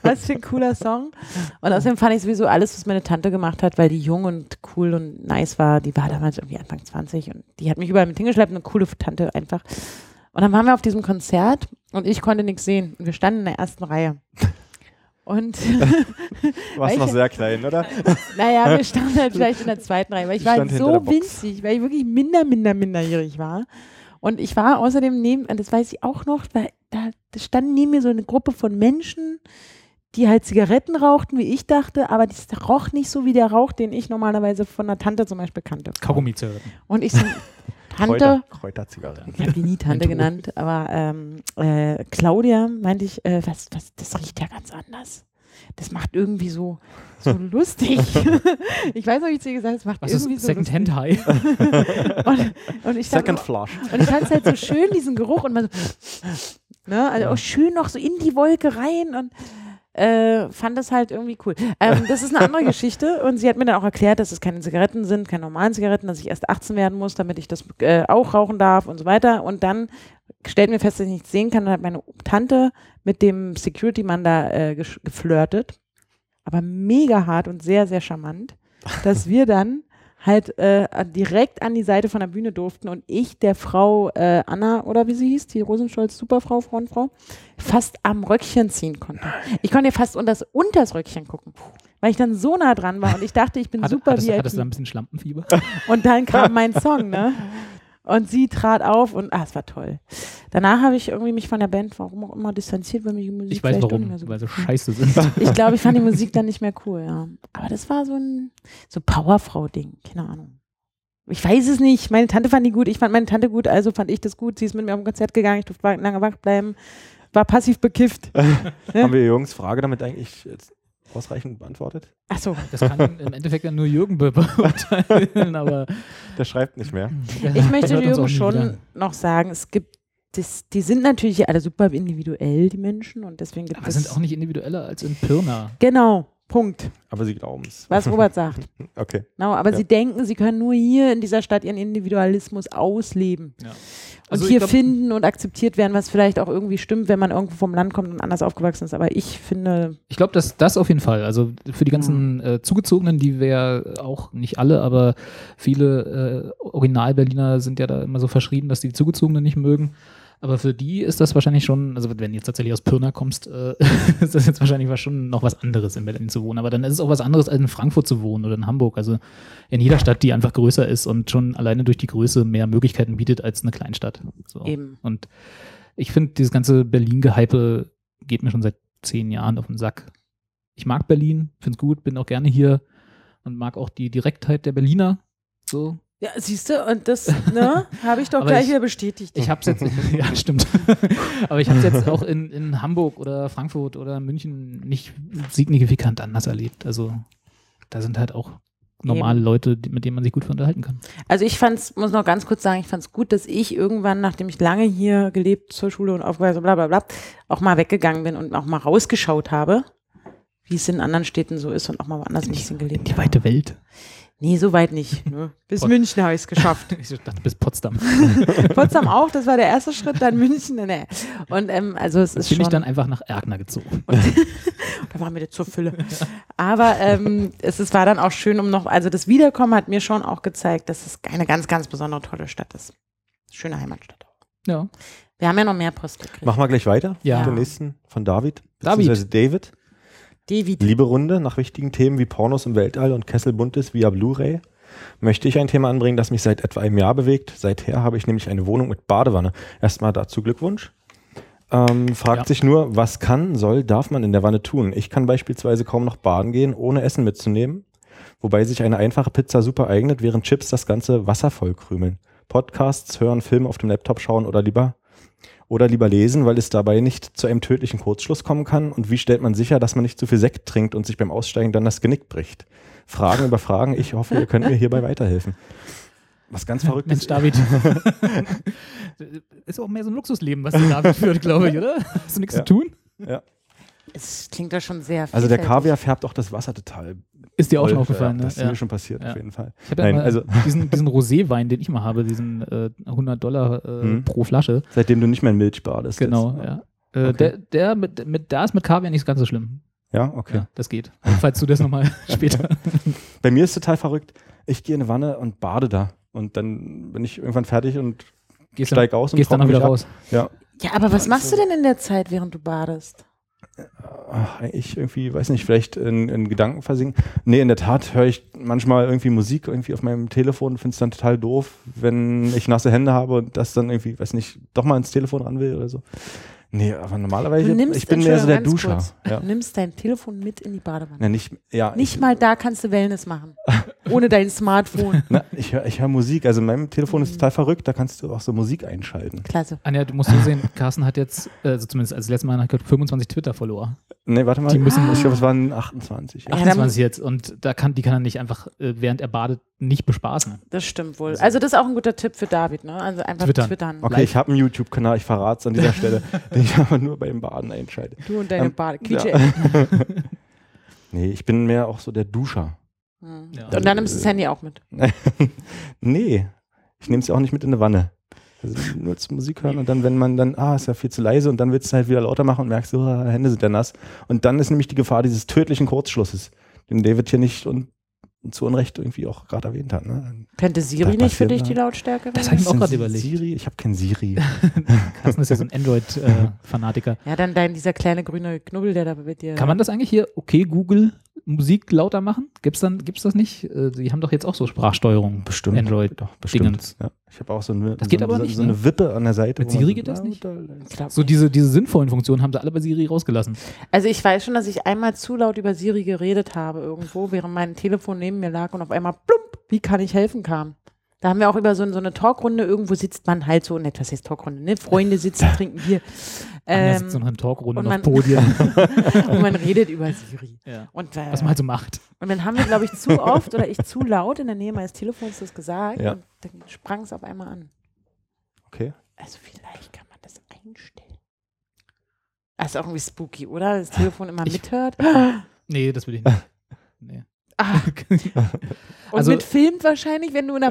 was für ein cooler Song. Und außerdem fand ich sowieso alles, was meine Tante gemacht hat, weil die jung und cool und nice war. Die war damals irgendwie Anfang 20 und die hat mich überall mit hingeschleppt. Eine coole Tante einfach. Und dann waren wir auf diesem Konzert und ich konnte nichts sehen. Und wir standen in der ersten Reihe.
*laughs*
Und *laughs*
Du warst noch
Welche?
sehr klein, oder?
Naja, wir
*laughs*
standen halt vielleicht in der zweiten Reihe, weil ich
Ich
war halt
stand hinter der
so
Box.
winzig, weil ich wirklich minder, minder, minderjährig war. Und ich war außerdem neben, und das weiß ich auch noch, da, da stand neben mir so eine Gruppe von Menschen, die halt Zigaretten rauchten, wie ich dachte, aber das roch nicht so wie der Rauch, den ich normalerweise von einer Tante zum Beispiel kannte.
Kaugummi zerrütten.
Und
*laughs*
ich so, Tante,
Kräuter, Kräuterzigaretten.
ich habe die nie Tante
Ein Tuch.
genannt, aber ähm, äh, Claudia meinte ich, äh, was, was, das riecht ja ganz anders. Das macht irgendwie so, so
*laughs*
lustig. *laughs* ich weiß noch, wie ich zu ihr gesagt habe, es macht
Was
irgendwie
ist
so
Second Hand High?
lustig. *laughs* Und, und ich
Second
fand
Flush.
es halt so schön, diesen Geruch und man
*laughs*
so, ne, also auch schön noch so in die Wolke rein und äh, fand das halt irgendwie cool. Ähm, das ist
*laughs*
eine andere Geschichte und sie hat mir dann auch erklärt, dass es keine Zigaretten sind, keine normalen Zigaretten, dass ich erst 18 werden muss, damit ich das äh, auch rauchen darf und so weiter. Und dann stellten wir fest, dass ich nichts sehen kann. Dann hat meine Tante mit dem Security-Mann da äh, gesch- geflirtet, aber mega hart und sehr, sehr charmant,
*laughs*
dass wir dann halt äh, direkt an die Seite von der Bühne durften und ich der Frau äh, Anna oder wie sie hieß, die Rosenstolz Superfrau, Frauenfrau, fast am Röckchen ziehen konnte. Ich konnte ihr fast unter das, unter das Röckchen gucken, weil ich dann so nah dran war und ich dachte, ich bin
Hat,
super
hattest,
VIP.
hattest du da ein bisschen Schlampenfieber?
Und dann kam
*laughs*
mein Song, ne? Und sie trat auf und ah, es war toll. Danach habe ich irgendwie mich von der Band, warum auch immer, distanziert, weil mich die Musik
Ich weiß
vielleicht doch
warum,
nicht mehr so
weil sie scheiße sind.
Ich glaube, ich fand die Musik dann nicht mehr
*laughs*
cool, ja. Aber das war so ein so Powerfrau-Ding, keine Ahnung. Ich weiß es nicht. Meine Tante fand die gut, ich fand meine Tante gut, also fand ich das gut. Sie ist mit mir auf ein Konzert gegangen, ich durfte wa- lange wach bleiben, war passiv bekifft.
Haben wir Jungs Frage damit eigentlich jetzt ausreichend beantwortet?
Achso,
Das kann im Endeffekt dann nur Jürgen be- *laughs* beurteilen, aber
Der schreibt nicht mehr.
Mhm.
Ich möchte
hört uns auch
Jürgen
nie wieder.
schon noch sagen, es gibt, das, die sind natürlich alle super individuell, die Menschen, und deswegen gibt
Aber
es.
sind auch nicht individueller als in Pirna.
genau, Punkt,
Aber sie glauben es.
*laughs*
was Robert sagt.
Okay.
Genau, aber
Ja.
sie denken, sie können nur hier in dieser Stadt ihren Individualismus ausleben und
Also ich
hier
glaub-
finden und akzeptiert werden, was vielleicht auch irgendwie stimmt, wenn man irgendwo vom Land kommt und anders aufgewachsen ist. Aber ich finde,
Ich glaube, dass das auf jeden Fall, also für die ganzen äh, Zugezogenen, die wir ja auch, nicht alle, aber viele äh, Original-Berliner sind ja da immer so verschrieben, dass die Zugezogenen nicht mögen. Aber für die ist das wahrscheinlich schon, also wenn du jetzt tatsächlich aus Pirna kommst, äh, *laughs* ist das jetzt wahrscheinlich was- schon noch was anderes in Berlin zu wohnen. Aber dann ist es auch was anderes, als in Frankfurt zu wohnen oder in Hamburg. Also in jeder Stadt, die einfach größer ist und schon alleine durch die Größe mehr Möglichkeiten bietet als eine Kleinstadt. So.
Eben.
Und ich finde, dieses ganze Berlin-Gehype geht mir schon seit zehn Jahren auf den Sack. Ich mag Berlin, finde es gut, bin auch gerne hier und mag auch die Direktheit der Berliner. So.
ja, siehst du, und das
*laughs*
ne, habe ich doch
Aber
gleich
ich-
wieder bestätigt.
Ich habe es jetzt, *laughs* ja, stimmt. Aber ich habe es jetzt auch in, in Hamburg oder Frankfurt oder München nicht signifikant anders erlebt. Also da sind halt auch normale Leute, die, mit denen man sich gut unterhalten kann.
Also ich fand's, muss noch ganz kurz sagen, ich fand's gut, dass ich irgendwann, nachdem ich lange hier gelebt, zur Schule und aufgewachsen, bla bla bla, auch mal weggegangen bin und auch mal rausgeschaut habe, wie es in anderen Städten so ist und auch mal woanders ein bisschen gelebt
Die weite Welt.
habe. Nee, so weit nicht. Ne? *laughs* Bis
Pot-
München habe ich es geschafft.
*laughs*
*laughs*
Ich dachte, bis Potsdam.
Potsdam auch, das war der erste Schritt, dann München. dann, äh. Und ähm, also es ist
Bin ich
schon,
dann einfach nach Erkner gezogen.
da war mir das zur Fülle. Aber ähm, es, es war dann auch schön, um noch, also das Wiederkommen hat mir schon auch gezeigt, dass es eine ganz, ganz besondere tolle Stadt ist. Schöne Heimatstadt auch.
Ja.
Wir haben ja noch mehr Post gekriegt.
Machen wir gleich weiter
Ja.
mit dem nächsten von David.
David.
beziehungsweise David.
David.
Liebe Runde, nach wichtigen Themen wie Pornos im Weltall und Kesselbuntes via Blu-ray möchte ich ein Thema anbringen, das mich seit etwa einem Jahr bewegt. Seither habe ich nämlich eine Wohnung mit Badewanne. Erstmal dazu Glückwunsch. Ähm, fragt
Ja.
sich nur, was kann, soll, darf man in der Wanne tun? Ich kann beispielsweise kaum noch baden gehen, ohne Essen mitzunehmen. Wobei sich eine einfache Pizza super eignet, während Chips das ganze Wasser vollkrümeln. Podcasts hören, Filme auf dem Laptop schauen oder lieber oder lieber lesen, weil es dabei nicht zu einem tödlichen Kurzschluss kommen kann? Und wie stellt man sicher, dass man nicht zu viel Sekt trinkt und sich beim Aussteigen dann das Genick bricht? Fragen über Fragen. Ich hoffe, ihr könnt mir hierbei weiterhelfen. Was ganz verrückt
Mensch,
ist.
David. *laughs* ist auch mehr so ein Luxusleben, was der David führt, glaube ich, oder? Hast du nichts
Ja.
zu tun?
Es klingt ja schon sehr
Also der
vielfältig.
Kaviar färbt auch das Wasser total.
Ist dir auch schon
Voll,
aufgefallen,
ja,
ne?
Das ist mir schon passiert,
Ja.
auf jeden Fall.
Ich habe ja
Nein,
mal
also-
diesen, diesen Roséwein, den ich mal habe, diesen äh, 100 Dollar äh,
Hm.
pro Flasche.
Seitdem du nicht mehr in Milch badest.
Genau,
Jetzt. ne?
ja. Äh,
Okay.
Der, der mit, mit, da ist mit Kaviar nicht ganz so schlimm.
Ja, okay.
Ja, das geht. Falls du das nochmal *laughs*
*laughs*
später.
Bei mir ist total verrückt. Ich gehe in eine Wanne und bade da. Und dann bin ich irgendwann fertig und
Gehst dann,
steig aus und
gehst dann
trockne
noch wieder
mich ab.
raus.
Ja,
Ja, aber was machst du denn in der Zeit, während du badest?
ach, ich irgendwie, weiß nicht, vielleicht in, in Gedanken versinken. Nee, in der Tat höre ich manchmal irgendwie Musik irgendwie auf meinem Telefon, finde es dann total doof, wenn ich nasse Hände habe und das dann irgendwie, weiß nicht, doch mal ins Telefon ran will oder so. Nee, aber normalerweise,
Du nimmst-
ich bin mehr so der
Entschuldigung,
Duscher.
ganz
Ja.
Du nimmst dein Telefon mit in die Badewanne.
Na, nicht, ja,
Nicht
ich,
mal da kannst du Wellness
*laughs*
machen. Ohne dein Smartphone.
Na, ich höre ich hör Musik, also mein Telefon
Mhm.
ist total verrückt, da kannst du auch so Musik einschalten.
Klasse.
Anja, du musst so sehen, Carsten hat jetzt, äh, also zumindest als letztes Mal hat er 25 Twitter-Follower.
Nee, warte mal,
Die müssen-
ich glaube, es waren 28. Ja.
Ja, dann-
28 jetzt. Und da kann, die kann er nicht einfach, äh, während er badet, nicht bespaßen.
Das stimmt wohl. Also das ist auch ein guter Tipp für David, ne? Also einfach
Twittern.
twittern.
Okay,
Live.
ich habe einen YouTube-Kanal, ich verrate es an
*laughs*
dieser Stelle, den ich aber nur beim Baden einschalte.
Du und deine
Ähm,
Bade.
ja. *laughs*
Quietsche.
*laughs*
Nee, ich bin mehr auch so der Duscher.
Hm.
Ja.
Und dann
äh,
nimmst du das Handy auch mit.
Nee, ich nehme es ja auch nicht mit in eine Wanne. Also nur zum Musik hören und dann, wenn man dann, ah, ist ja viel zu leise und dann willst du halt wieder lauter machen und merkst, so, ah, Hände sind ja nass. Und dann ist nämlich die Gefahr dieses tödlichen Kurzschlusses, den David hier nicht und zu Unrecht irgendwie auch gerade erwähnt hat. Ne?
Könnte Siri
Da
nicht für
passiert
dich
da-
die Lautstärke
Das
regeln?
hab ich mir auch
Ist denn
gerade überlegt.
Siri? Ich habe keinen Siri.
Carsten ist ja so ein Android-Fanatiker.
*laughs* Ja, dann dein, dieser kleine grüne Knubbel, der da mit dir...
Kann man das eigentlich hier, okay, Google, Musik lauter machen? Gibt's dann, gibt's das nicht? Äh, die haben doch jetzt auch so Sprachsteuerung.
Bestimmt.
Android.
Doch, bestimmt.
Dingens.
Ja. Ich habe auch so eine,
Das
so,
geht aber
so,
nicht,
so eine
ne?
Wippe an der Seite.
Mit
wo man
Siri
so-
geht das nicht?
Ich glaub
So
nicht.
diese, diese sinnvollen Funktionen haben sie alle bei Siri rausgelassen.
Also ich weiß schon, dass ich einmal zu laut über Siri geredet habe irgendwo, während mein Telefon neben mir lag und auf einmal plump, wie kann ich helfen kam. Da haben wir auch über so, so eine Talkrunde, irgendwo sitzt man halt so, ne, das heißt Talkrunde, ne, Freunde
*laughs*
sitzen, trinken Bier.
Anja sitzt
Ähm,
so noch in Talkrunden
und
auf
man-
Podien.
*laughs* und man redet über Siri.
ja.
Und, äh,
Was man halt so macht.
und dann haben wir, glaube
*laughs*
ich, zu oft oder ich zu laut in der Nähe meines Telefons das gesagt
Ja.
und dann sprang es auf einmal an.
Okay.
Also vielleicht kann man das einstellen. Das ist auch irgendwie spooky, oder? Das Telefon immer
Ich-
mithört.
Nee, das will ich nicht. Nee.
Ah. Und
*laughs* Also-
also, mitfilmt wahrscheinlich, wenn du in der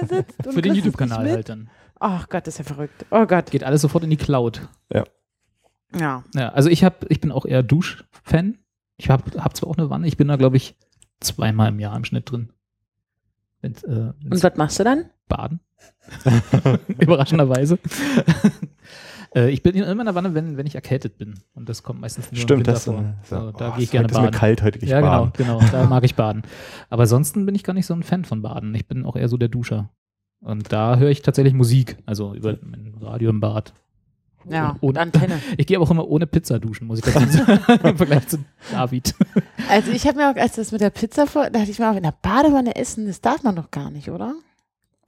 *laughs*
sitzt. Und
Für den
kriegst es
YouTube-Kanal
nicht mit.
halt dann.
Ach Gott, das ist ja verrückt. Oh Gott.
Geht alles sofort in die Cloud.
Ja.
Ja, also ich hab, ich bin auch eher Dusch-Fan. Ich hab, hab zwar auch eine Wanne, ich bin da, glaube ich, zweimal im Jahr im Schnitt drin. Mit, äh,
Und
mit
was machst du dann?
Baden. *laughs*
*laughs*
Überraschenderweise. äh, ich bin immer in der Wanne, wenn, wenn ich erkältet bin. Und das kommt meistens nur im
Stimmt,
Winter
das
vor.
äh,
so, da
oh,
gehe ich
heute
gerne
ist mir
baden.
kalt, heute gehe ich
ja,
baden.
genau, genau. Da mag
*laughs*
ich baden. Aber ansonsten bin ich gar nicht so ein Fan von Baden. Ich bin auch eher so der Duscher. Und da höre ich tatsächlich Musik, also über mein Radio im Bad.
Ja,
Und- *laughs*
und Antenne.
Ich gehe aber auch immer ohne Pizza duschen, muss ich dazu sagen, *laughs* im Vergleich zu David.
Also ich habe mir auch, als das mit der Pizza vor, dachte ich mir auch, in der Badewanne essen, das darf man doch gar nicht, oder?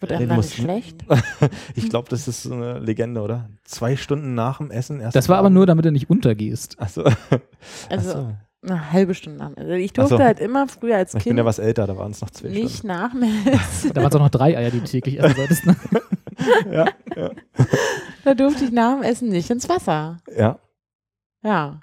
Wird
Nee,
einem
du
dann
musst-
nicht schlecht?
Ich glaube, das ist so eine Legende, oder? Zwei Stunden nach dem Essen erst.
Das war aber nur, damit du nicht untergehst.
*laughs* Achso.
Also
Achso.
eine halbe Stunde am Ende. Ich durfte
Ach so.
halt immer früher als
Ich bin ja
Kind
was älter, da waren es noch zwei
nicht nach mir
*laughs*
essen.
Da waren es auch noch drei Eier, die du täglich essen solltest. ne?
Stunden. Ja, ja.
Da durfte ich nach dem Essen nicht ins Wasser.
ja.
Ja.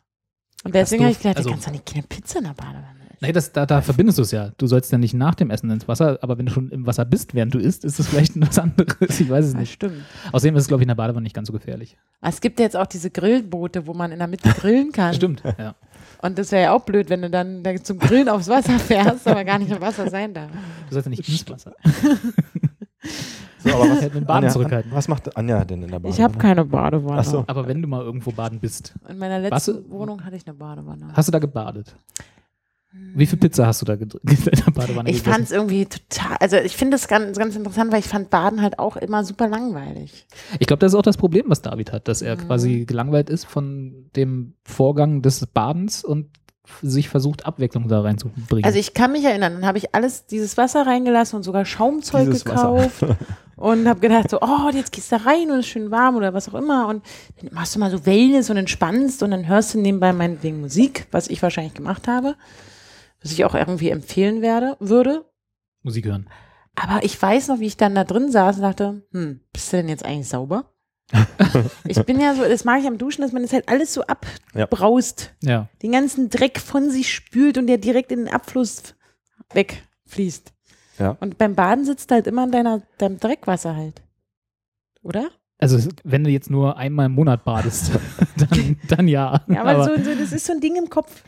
Und deswegen habe ich
doof.
gedacht,
Also-
du kannst doch nicht keine Pizza in der Badewanne essen.
Nee, das, da, da verbindest du es ja. Du sollst ja nicht nach dem Essen ins Wasser, aber wenn du schon im Wasser bist, während du isst, ist es vielleicht was anderes. Ich weiß es
Das
nicht.
stimmt.
Außerdem ist es, glaube ich, in der Badewanne nicht ganz so gefährlich.
Aber es gibt ja jetzt auch diese Grillboote, wo man in der Mitte grillen kann.
Stimmt, ja.
Und das wäre ja auch blöd, wenn du dann da zum Grillen aufs Wasser fährst, aber gar nicht im Wasser sein darf.
Du sollst ja nicht ins Wasser.
So, aber was,
Halt mit dem *laughs* Baden
Anja,
zurückhalten.
was macht Anja denn in der Badewanne?
Ich habe keine Badewanne.
Ach so.
Aber wenn du mal irgendwo baden bist,
In meiner letzten
Was?
Wohnung hatte ich eine Badewanne.
hast du da gebadet? Wie viel Pizza hast du da gedr- *laughs* in der Badewanne
Ich fand es irgendwie total, also ich finde das ganz, ganz interessant, weil ich fand Baden halt auch immer super langweilig.
Ich glaube, das ist auch das Problem, was David hat, dass
Mhm.
er quasi gelangweilt ist von dem Vorgang des Badens und f- sich versucht, Abwechslung da reinzubringen.
Also ich kann mich erinnern, dann habe ich alles dieses Wasser reingelassen und sogar Schaumzeug
Dieses
gekauft und habe gedacht so, oh, jetzt gehst du rein und es ist schön warm oder was auch immer und dann machst du mal so Wellness und entspannst und dann hörst du nebenbei meinetwegen Musik, was ich wahrscheinlich gemacht habe, was ich auch irgendwie empfehlen werde, würde.
Musik hören.
Aber ich weiß noch, wie ich dann da drin saß und dachte, hm, bist du denn jetzt eigentlich sauber?
*laughs*
ich bin ja so, das mag ich am Duschen, dass man das halt alles so
Ja.
abbraust
Ja.
den ganzen Dreck von sich spült und der direkt in den Abfluss wegfließt.
Ja.
Und beim Baden sitzt du halt immer in deiner, deinem Dreckwasser halt. Oder?
Also es- wenn du jetzt nur einmal im Monat badest, *laughs* dann, dann ja.
Ja, aber, so, so, das ist so ein Ding
*laughs*
im Kopf.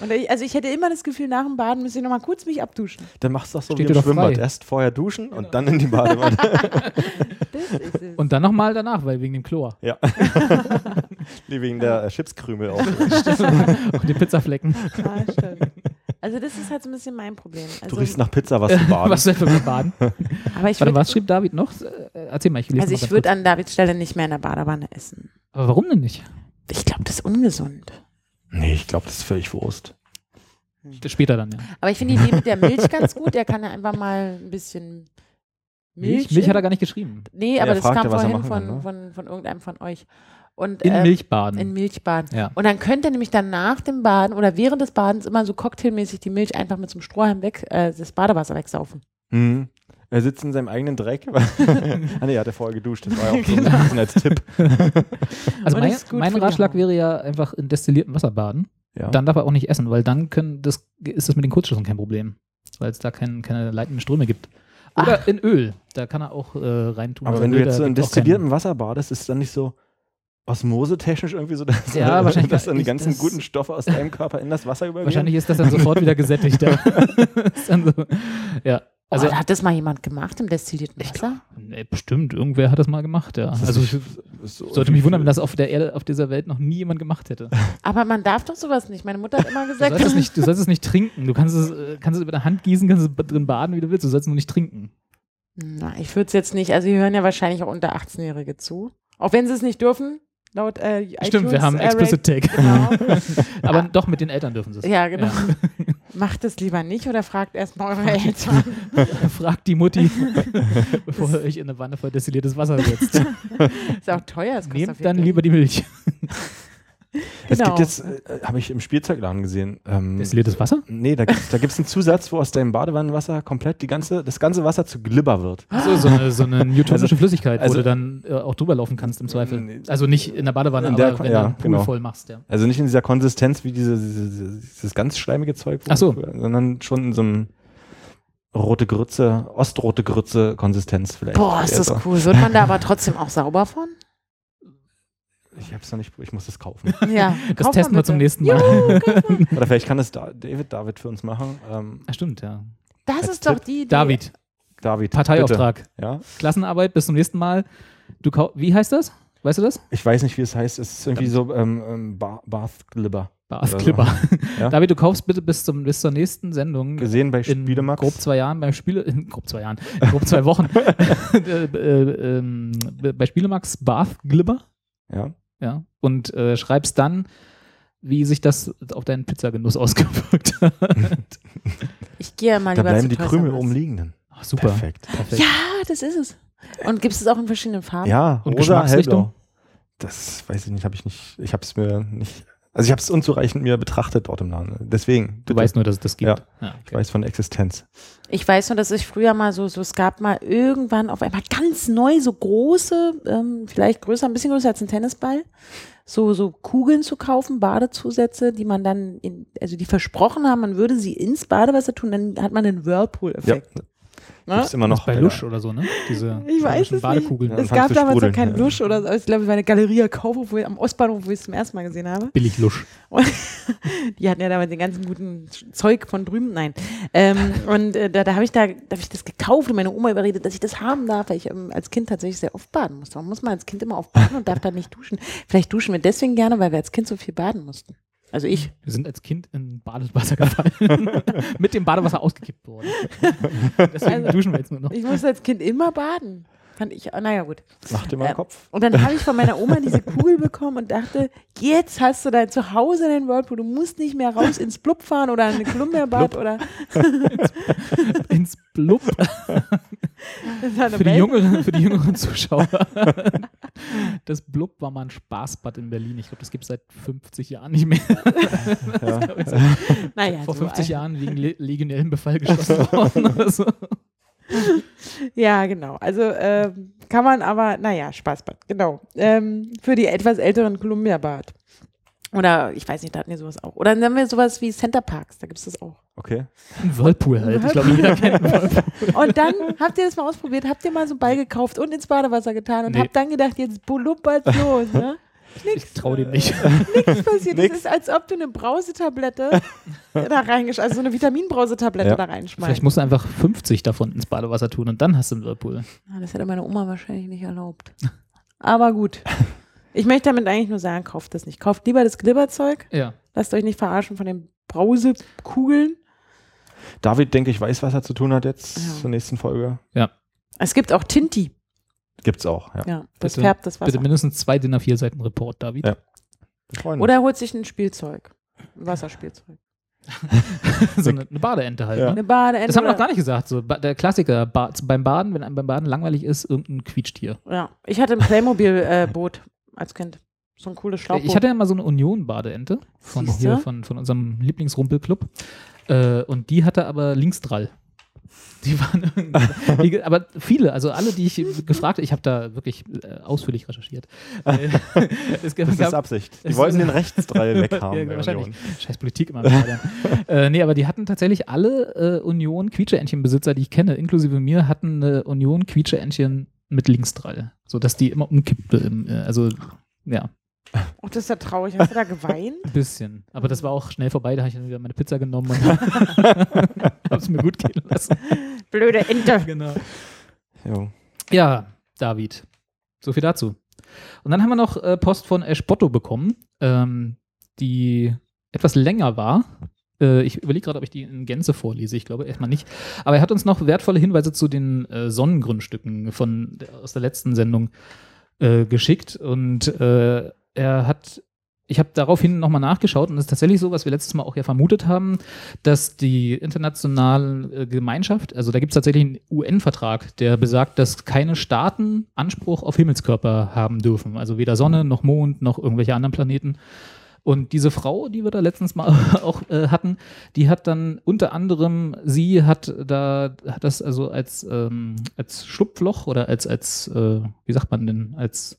Und ich, also ich hätte immer das Gefühl, nach dem Baden müsste ich nochmal kurz mich abduschen.
*laughs* Dann machst du das so
Steht dir
wie im
doch
Schwimmbad.
frei.
Erst vorher duschen
Genau.
und dann in
*laughs*
die Badewanne.
Das ist es.
und dann nochmal danach, weil wegen dem Chlor
ja. Die wegen der äh, Chipskrümel auch.
Also
und den Pizzaflecken.
Ah, stimmt. also das ist halt so ein bisschen mein Problem. Also,
Du riechst nach Pizza, was du
*laughs* Was
badest.
denn für ein Baden?
aber ich
Warte, was
würde
schrieb David noch? Äh, Erzähl mal, ich lese
also
mal
ich
ganz
würd
kurz.
an Davids Stelle nicht mehr in der Badewanne essen.
Aber warum denn nicht?
Ich glaube, das ist ungesund.
Nee, ich glaube, das ist völlig Wurst.
Hm.
Später dann, ja.
Aber ich finde die Idee mit der Milch ganz gut. Der kann ja einfach mal ein bisschen Milch.
Milch, Milch hat er gar nicht geschrieben.
Nee, aber
er
das
fragte,
kam
was er
vorhin
machen
von,
kann, ne?
von, von irgendeinem von euch. Und,
In
ähm,
Milch baden.
In Milch baden.
Ja.
Und dann könnt ihr nämlich dann nach dem Baden oder während des Badens immer so cocktailmäßig die Milch einfach mit so einem Strohhalm weg, äh, das Badewasser wegsaufen. Oh,
Mhm. Er sitzt in seinem eigenen Dreck. *laughs* ah nee, er hat ja vorher geduscht. Das war ja auch so
Genau.
ein bisschen als Tipp.
also
Aber das
mein,
ist gut
mein
für die
Ratschlag
Haut.
wäre ja einfach in destilliertem Wasser baden.
Ja.
Dann darf er auch nicht essen, weil dann können das, ist das mit den Kurzschlüssen kein Problem, weil es da kein, keine leitenden Ströme gibt. Oder in Öl, da kann er auch äh, reintun.
Aber
Also
wenn du
Öl,
jetzt
da
so in
gibt's auch
destilliertem Wasser badest, ist dann nicht so osmosetechnisch irgendwie so, dass, *laughs*
Ja, wahrscheinlich
dass dann die
nicht,
ganzen
das-
guten Stoffe aus deinem Körper in das Wasser übergehen.
kein, wahrscheinlich ist das dann sofort wieder gesättigt.
*laughs*
ja. Ist dann so, ja,
Also
also
oh, hat das mal jemand gemacht im destillierten Wasser?
nee, bestimmt, irgendwer hat das mal gemacht. Ja.
Das ist
Also ich
so
sollte mich wundern, wenn das auf der Erde, auf dieser Welt noch nie jemand gemacht hätte.
Aber man darf doch sowas nicht. Meine Mutter hat
*laughs*
immer
Du
gesagt,
sollst es nicht, du sollst es nicht trinken. Du kannst es, äh, kannst es über der Hand gießen, kannst es drin baden, wie du willst. Du sollst es nur nicht trinken.
na, ich würde es jetzt nicht. Also, hier hören ja wahrscheinlich auch unter 18-Jährige zu. Auch wenn sie es nicht dürfen, laut äh,
Stimmt, wir
iTunes,
haben
äh, Rate-
Explicit
*laughs*
Tag.
Genau.
Aber doch, mit den Eltern dürfen sie es. *laughs*
Ja, genau. Macht es lieber nicht oder fragt erstmal eure Eltern.
*laughs* Fragt die
*laughs*
Mutti, bevor ihr euch in eine Wanne voll destilliertes Wasser setzt.
Ist auch teuer. Es kostet auf
Nehmt
jeden
dann
Fall-
lieber die Milch.
Es
Genau.
gibt jetzt, äh, habe ich im Spielzeugladen gesehen. Ähm,
Destilliertes Wasser?
nee, da gibt es da gibt's einen Zusatz, wo aus deinem Badewannenwasser komplett die ganze, das ganze Wasser zu Glibber wird.
So, so eine, so
*laughs*
eine newtonische
Also-
Flüssigkeit,
also- Mm,
wo du dann äh, auch drüber laufen kannst im Zweifel.
Nee.
Also nicht in der Badewanne,
In der
aber
Ko-
wenn
ja,
du einen Pool
genau.
voll machst. Ja.
Also nicht in dieser Konsistenz wie diese, diese, diese, dieses ganz schleimige Zeug, wo-
Ach so.
sondern schon in so einem rote Grütze, ostrote Grütze Konsistenz vielleicht.
Boah, ist das cool. Wird man da aber trotzdem auch sauber von?
Ich hab's noch nicht, ich muss das kaufen.
Ja.
Das testen wir zum nächsten Mal. *laughs*
Oder vielleicht kann es da, David, David für uns machen. Ähm,
Ah, stimmt, ja.
Das
Als
ist doch
Tipp.
die Idee.
David,
David,
Parteiauftrag.
Bitte. Ja,
Klassenarbeit, bis zum nächsten Mal. Du kau- Wie heißt das? Weißt du das?
ich weiß nicht, wie es heißt. Es ist irgendwie so ähm, ähm, Ba- Bath Glibber.
Bath
so.
Clipper.
Ja.
*laughs* David, du kaufst bitte bis, zum, bis zur nächsten Sendung
Gesehen bei
in
Spielemax.
grob zwei Jahren beim Spiele in grob zwei Jahren in grob zwei Wochen
*laughs*
äh, äh, ähm, bei Spielemax Bath Glibber
Ja.
ja und äh, schreibst dann wie sich das auf deinen Pizzagenuss *laughs* ausgewirkt
*laughs*
hat.
Ich gehe ja mal
Da
lieber
bleiben
zu
die Krümel
Toys R Us.
oben liegenden.
Ach, Ah, super.
Perfekt.
Perfekt.
Ja, das ist es. Und gibt es auch in verschiedenen Farben?
Ja,
Und
rosa,
Geschmacksrichtung?
hellblau. Das weiß ich nicht, habe ich nicht, ich habe es mir nicht Also ich habe es unzureichend mir betrachtet dort im Laden. Deswegen.
Du weißt nur, dass es das gibt.
Ja.
Ah,
Ich
okay.
weiß von der Existenz.
Ich weiß nur, dass ich früher mal so, so es gab mal irgendwann auf einmal ganz neu so große, ähm, vielleicht größer, ein bisschen größer als ein Tennisball, so, so Kugeln zu kaufen, Badezusätze, die man dann, in, also die versprochen haben, man würde sie ins Badewasser tun, dann hat man einen
Ja.
Whirlpool-Effekt. ne?
Gibt's immer noch.
Noch Ah, bei Lusch oder so, ne? Diese
*laughs* Ich weiß
komischen
es nicht.
Badekugeln.
Ja.
Es
fangst
gab
du
damals noch
sprudeln,
keinen
ja.
Lusch oder so. Also Ich glaube, es war eine Galeria Kaufhof, wo ich, am Ostbahnhof, wo ich es zum ersten Mal gesehen habe.
Billig Lusch.
*laughs* Die hatten ja damals den ganzen guten Zeug von drüben. Nein. Ähm, und äh, da, da habe ich da, da hab ich das gekauft und meine Oma überredet, dass ich das haben darf, weil ich ähm, als Kind tatsächlich sehr oft baden musste. Man muss man als Kind immer oft baden und darf dann nicht duschen. Vielleicht duschen wir deswegen gerne, weil wir als Kind so viel baden mussten. Also ich.
Wir sind als Kind in Badewasser
*laughs*
gefallen. Mit dem Badewasser ausgekippt worden. Deswegen
Also-
duschen wir jetzt nur noch.
Ich musste als Kind immer baden. Fand ich, naja gut.
Mach dir mal
Äh,
einen Kopf.
Und dann habe ich von meiner Oma diese Kugel bekommen und dachte, jetzt hast du dein Zuhause in den Whirlpool, du musst nicht mehr raus ins Blub fahren oder in eine Kolumbiabad
*laughs*
oder
Ins Blub.
in eine
Für die,
Welt-
jüngeren, für die *laughs* jüngeren Zuschauer. Das Blub war mal ein Spaßbad in Berlin. Ich glaube, das gibt es seit 50 Jahren nicht mehr.
Ja.
Naja,
Vor
so
50
ein-
Jahren wegen le legionellen Befall *laughs* geschlossen worden. oder so.
Ja, genau. Also ähm, kann man aber, naja, Spaßbad, genau. Ähm, für die etwas älteren Kolumbiabad. Oder ich weiß nicht, da hatten wir sowas auch. Oder dann haben wir sowas wie Center Parks, da gibt es das auch.
Okay.
Ein Whirlpool halt. Ich glaube, *laughs* jeder kennt einen Whirlpool. *laughs*
Und dann habt ihr das mal ausprobiert, habt ihr mal so einen Ball gekauft und ins Badewasser getan und
Nee.
habt dann gedacht, jetzt bulubbert's los, ne?
Ich traue dem nicht.
nichts passiert. Es
Nix.
ist, als ob du eine Brausetablette *laughs* da reingeschmeißt, also so eine Vitaminbrausetablette
Ja.
da
Vielleicht
reinschmeißt.
musst du einfach 50 davon ins Badewasser tun und dann hast du einen Whirlpool.
Ah, Das hätte meine Oma wahrscheinlich nicht erlaubt. *laughs* Aber gut. Ich möchte damit eigentlich nur sagen, kauft das nicht. Kauft lieber das Glibberzeug.
Ja.
Lasst euch nicht verarschen von den Brausekugeln.
David, denke ich, weiß, was er zu tun hat jetzt
Ja.
zur nächsten Folge.
Es gibt auch Tinti.
Gibt's auch, ja.
Ja, das
Bitte-
färbt das
Bitte
Wasser.
mindestens zwei DIN A4 Seiten Report, David.
Ja. Wir freuen uns.
Oder holt sich ein Spielzeug. Ein Wasserspielzeug.
*laughs* so eine, eine Badeente halt.
Ja.
Ne?
Eine Badeente.
Das haben wir noch
oder-
gar nicht gesagt. So, ba- der Klassiker ba beim Baden, wenn einem beim Baden langweilig ist, irgendein Quietschtier.
Ja, ich hatte ein Playmobil-Boot äh, als Kind. So ein cooles Schlauchboot.
Äh, Ich hatte ja mal so eine Union-Badeente von,
Siehste?
hier, von, von unserem Lieblingsrumpelclub. Äh, und die hatte aber Linksdrall. Die waren, irgendwie- die, ge- aber viele, also alle, die ich gefragt habe, ich habe da wirklich äh, ausführlich recherchiert. Äh, *laughs* es gab,
das ist
gab-
Absicht. Die
es-
wollten den Rechtsdreil
Ja,
weghaben. bei
wahrscheinlich.
Union.
Scheiß Politik immer. wieder. äh, nee, aber die hatten tatsächlich alle äh, Union Quietscheentchen-Besitzer, die ich kenne, inklusive mir, hatten eine Union Quietscheentchen mit Linksdrall, so dass die immer umkippte. Im, äh, also ja,
Oh, das ist ja traurig. Hast du da geweint?
ein bisschen. Aber das war auch schnell vorbei. Da habe ich dann wieder meine Pizza genommen und *laughs* habe es mir gut gehen lassen.
Blöde Ente.
Genau.
Jo.
Ja, David. So viel dazu. Und dann haben wir noch äh, Post von Eschbotto bekommen, ähm, die etwas länger war. Äh, ich überlege gerade, ob ich die in Gänze vorlese. Ich glaube erstmal nicht. Aber er hat uns noch wertvolle Hinweise zu den äh, Sonnengrundstücken von, der- aus der letzten Sendung äh, geschickt. Und äh, er hat. Ich habe daraufhin nochmal nachgeschaut und es ist tatsächlich so, was wir letztes Mal auch ja vermutet haben, dass die internationale äh, Gemeinschaft, also da gibt es tatsächlich einen UN-Vertrag, der besagt, dass keine Staaten Anspruch auf Himmelskörper haben dürfen. Also weder Sonne noch Mond noch irgendwelche anderen Planeten. Und diese Frau, die wir da letztens mal *laughs* auch äh, hatten, die hat dann unter anderem, sie hat da, hat das also als, ähm, als Schlupfloch oder als, als äh, wie sagt man denn, als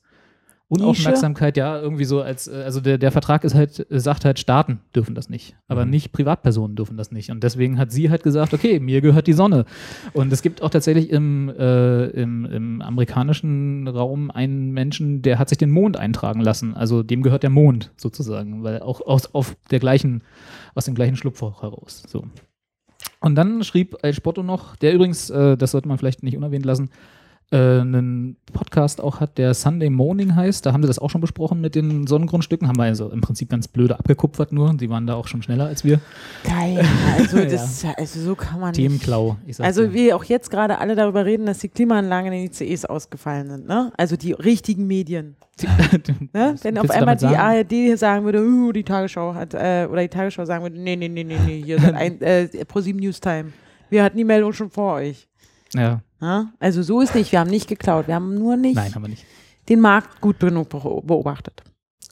Unaufmerksamkeit, ja, irgendwie so als, äh, also der, der Vertrag ist halt, äh, sagt halt, Staaten dürfen das nicht, aber
Mhm.
nicht Privatpersonen dürfen das nicht. Und deswegen hat sie halt gesagt, okay, mir gehört die Sonne. Und es gibt auch tatsächlich im, äh, im, im amerikanischen Raum einen Menschen, der hat sich den Mond eintragen lassen. Also dem gehört der Mond sozusagen, weil auch aus, auf der gleichen, aus dem gleichen Schlupfloch heraus. So. Und dann schrieb El Spotto noch, der übrigens, äh, das sollte man vielleicht nicht unerwähnt lassen, äh, einen Podcast auch hat, der Sunday Morning heißt. Da haben sie das auch schon besprochen mit den Sonnengrundstücken. Haben wir also im Prinzip ganz blöde abgekupfert nur. Die waren da auch schon schneller als wir.
Geil.
*laughs*
Also,
Ja.
das, ist ja- also so kann man nicht.
Themenklau. Ich sag's
Also
dir.
wie auch jetzt gerade alle darüber reden, dass die Klimaanlagen in den ICEs ausgefallen sind, ne? Also die richtigen Medien. Ne? Wenn auf
Willst du
einmal
damit
die
sagen?
ARD sagen würde, "Uh, die Tagesschau hat, äh, oder die Tagesschau sagen würde, nee, nee, nee, nee, nee, hier
*laughs*
sind ein, äh, ProSieben News Time. Wir hatten die Meldung schon vor euch.
*laughs* Ja,
Ne? Also so ist nicht, wir haben nicht geklaut, wir haben nur nicht
nein, haben wir nicht.
den Markt gut genug beo- beobachtet.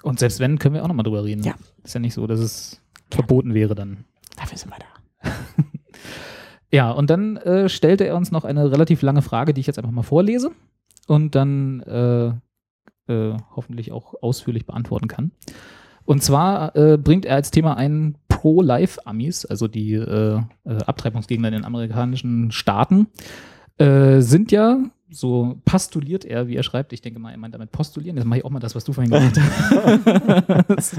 Und selbst wenn, können wir auch nochmal drüber reden.
Ja.
Ist ja nicht so, dass es verboten wäre dann.
Dafür sind wir da.
Ja, und dann äh, stellte er uns noch eine relativ lange Frage, die ich jetzt einfach mal vorlese und dann äh, äh, hoffentlich auch ausführlich beantworten kann. Und zwar äh, bringt er als Thema ein Pro-Life-Amis, also die äh, äh, Abtreibungsgegner in den amerikanischen Staaten, äh, sind ja, so postuliert er, wie er schreibt, ich denke mal, er meint damit postulieren, das mache ich auch mal das, was du vorhin gemacht hast,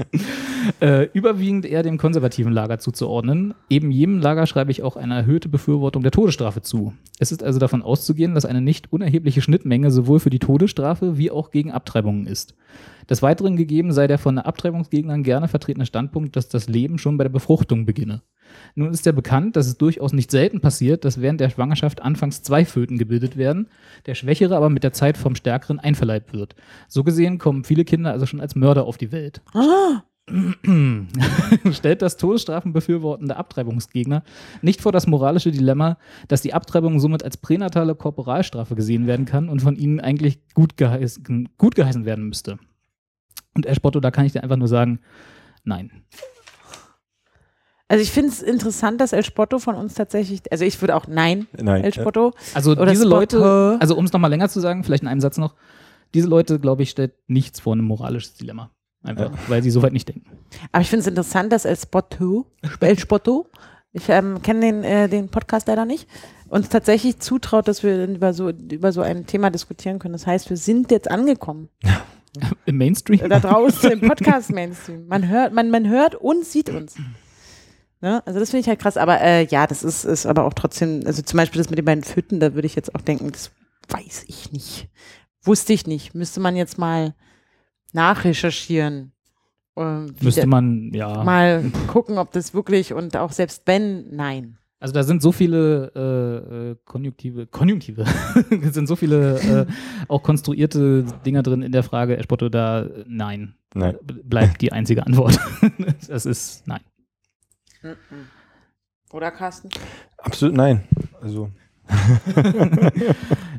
äh, überwiegend eher dem konservativen Lager zuzuordnen. Eben jedem Lager schreibe ich auch eine erhöhte Befürwortung der Todesstrafe zu. Es ist also davon auszugehen, dass eine nicht unerhebliche Schnittmenge sowohl für die Todesstrafe wie auch gegen Abtreibungen ist. Des Weiteren gegeben sei der von Abtreibungsgegnern gerne vertretene Standpunkt, dass das Leben schon bei der Befruchtung beginne. Nun ist ja bekannt, dass es durchaus nicht selten passiert, dass während der Schwangerschaft anfangs zwei Föten gebildet werden, der Schwächere aber mit der Zeit vom Stärkeren einverleibt wird. So gesehen kommen viele Kinder also schon als Mörder auf die Welt.
Ah!
*laughs* Stellt das Todesstrafen befürwortende Abtreibungsgegner nicht vor das moralische Dilemma, dass die Abtreibung somit als pränatale Korporalstrafe gesehen werden kann und von ihnen eigentlich gut, geheißen, gut geheißen werden müsste. Und Eschbotto, da kann ich dir einfach nur sagen, nein.
Also ich finde es interessant, dass El Spotto von uns tatsächlich, also ich würde auch nein,
Nein. äh,
El Spotto.
Also
Oder
diese
Spot-
Leute, also um es nochmal länger zu sagen, vielleicht in einem Satz noch, diese Leute, glaube ich, stellt nichts vor einem moralisches Dilemma. Einfach, weil sie soweit nicht denken.
Aber ich finde es interessant, dass El Spotto, El Spotto, ich ähm, kenne den, äh, den Podcast leider nicht, uns tatsächlich zutraut, dass wir über so, über so ein Thema diskutieren können. Das heißt, wir sind jetzt angekommen. äh,
Im Mainstream.
da draußen im Podcast-Mainstream. Man hört, man, man hört und sieht uns. Ne? Also das finde ich halt krass. Aber äh, ja, das ist, ist aber auch trotzdem, also zum Beispiel das mit den beiden Föten, da würde ich jetzt auch denken, das weiß ich nicht. Wusste ich nicht. Müsste man jetzt mal nachrecherchieren. Ähm, wie
Müsste
da-
man, ja.
mal gucken, ob das wirklich und auch selbst wenn, nein.
Also da sind so viele äh, äh, Konjunktive, Konjunktive, *laughs* es sind so viele äh, auch konstruierte Dinger drin in der Frage, Espotto, da äh, nein,
Nein.
B- bleibt die einzige Antwort. *laughs* das ist
*laughs*
nein.
Oder Carsten?
Absolut nein. Also,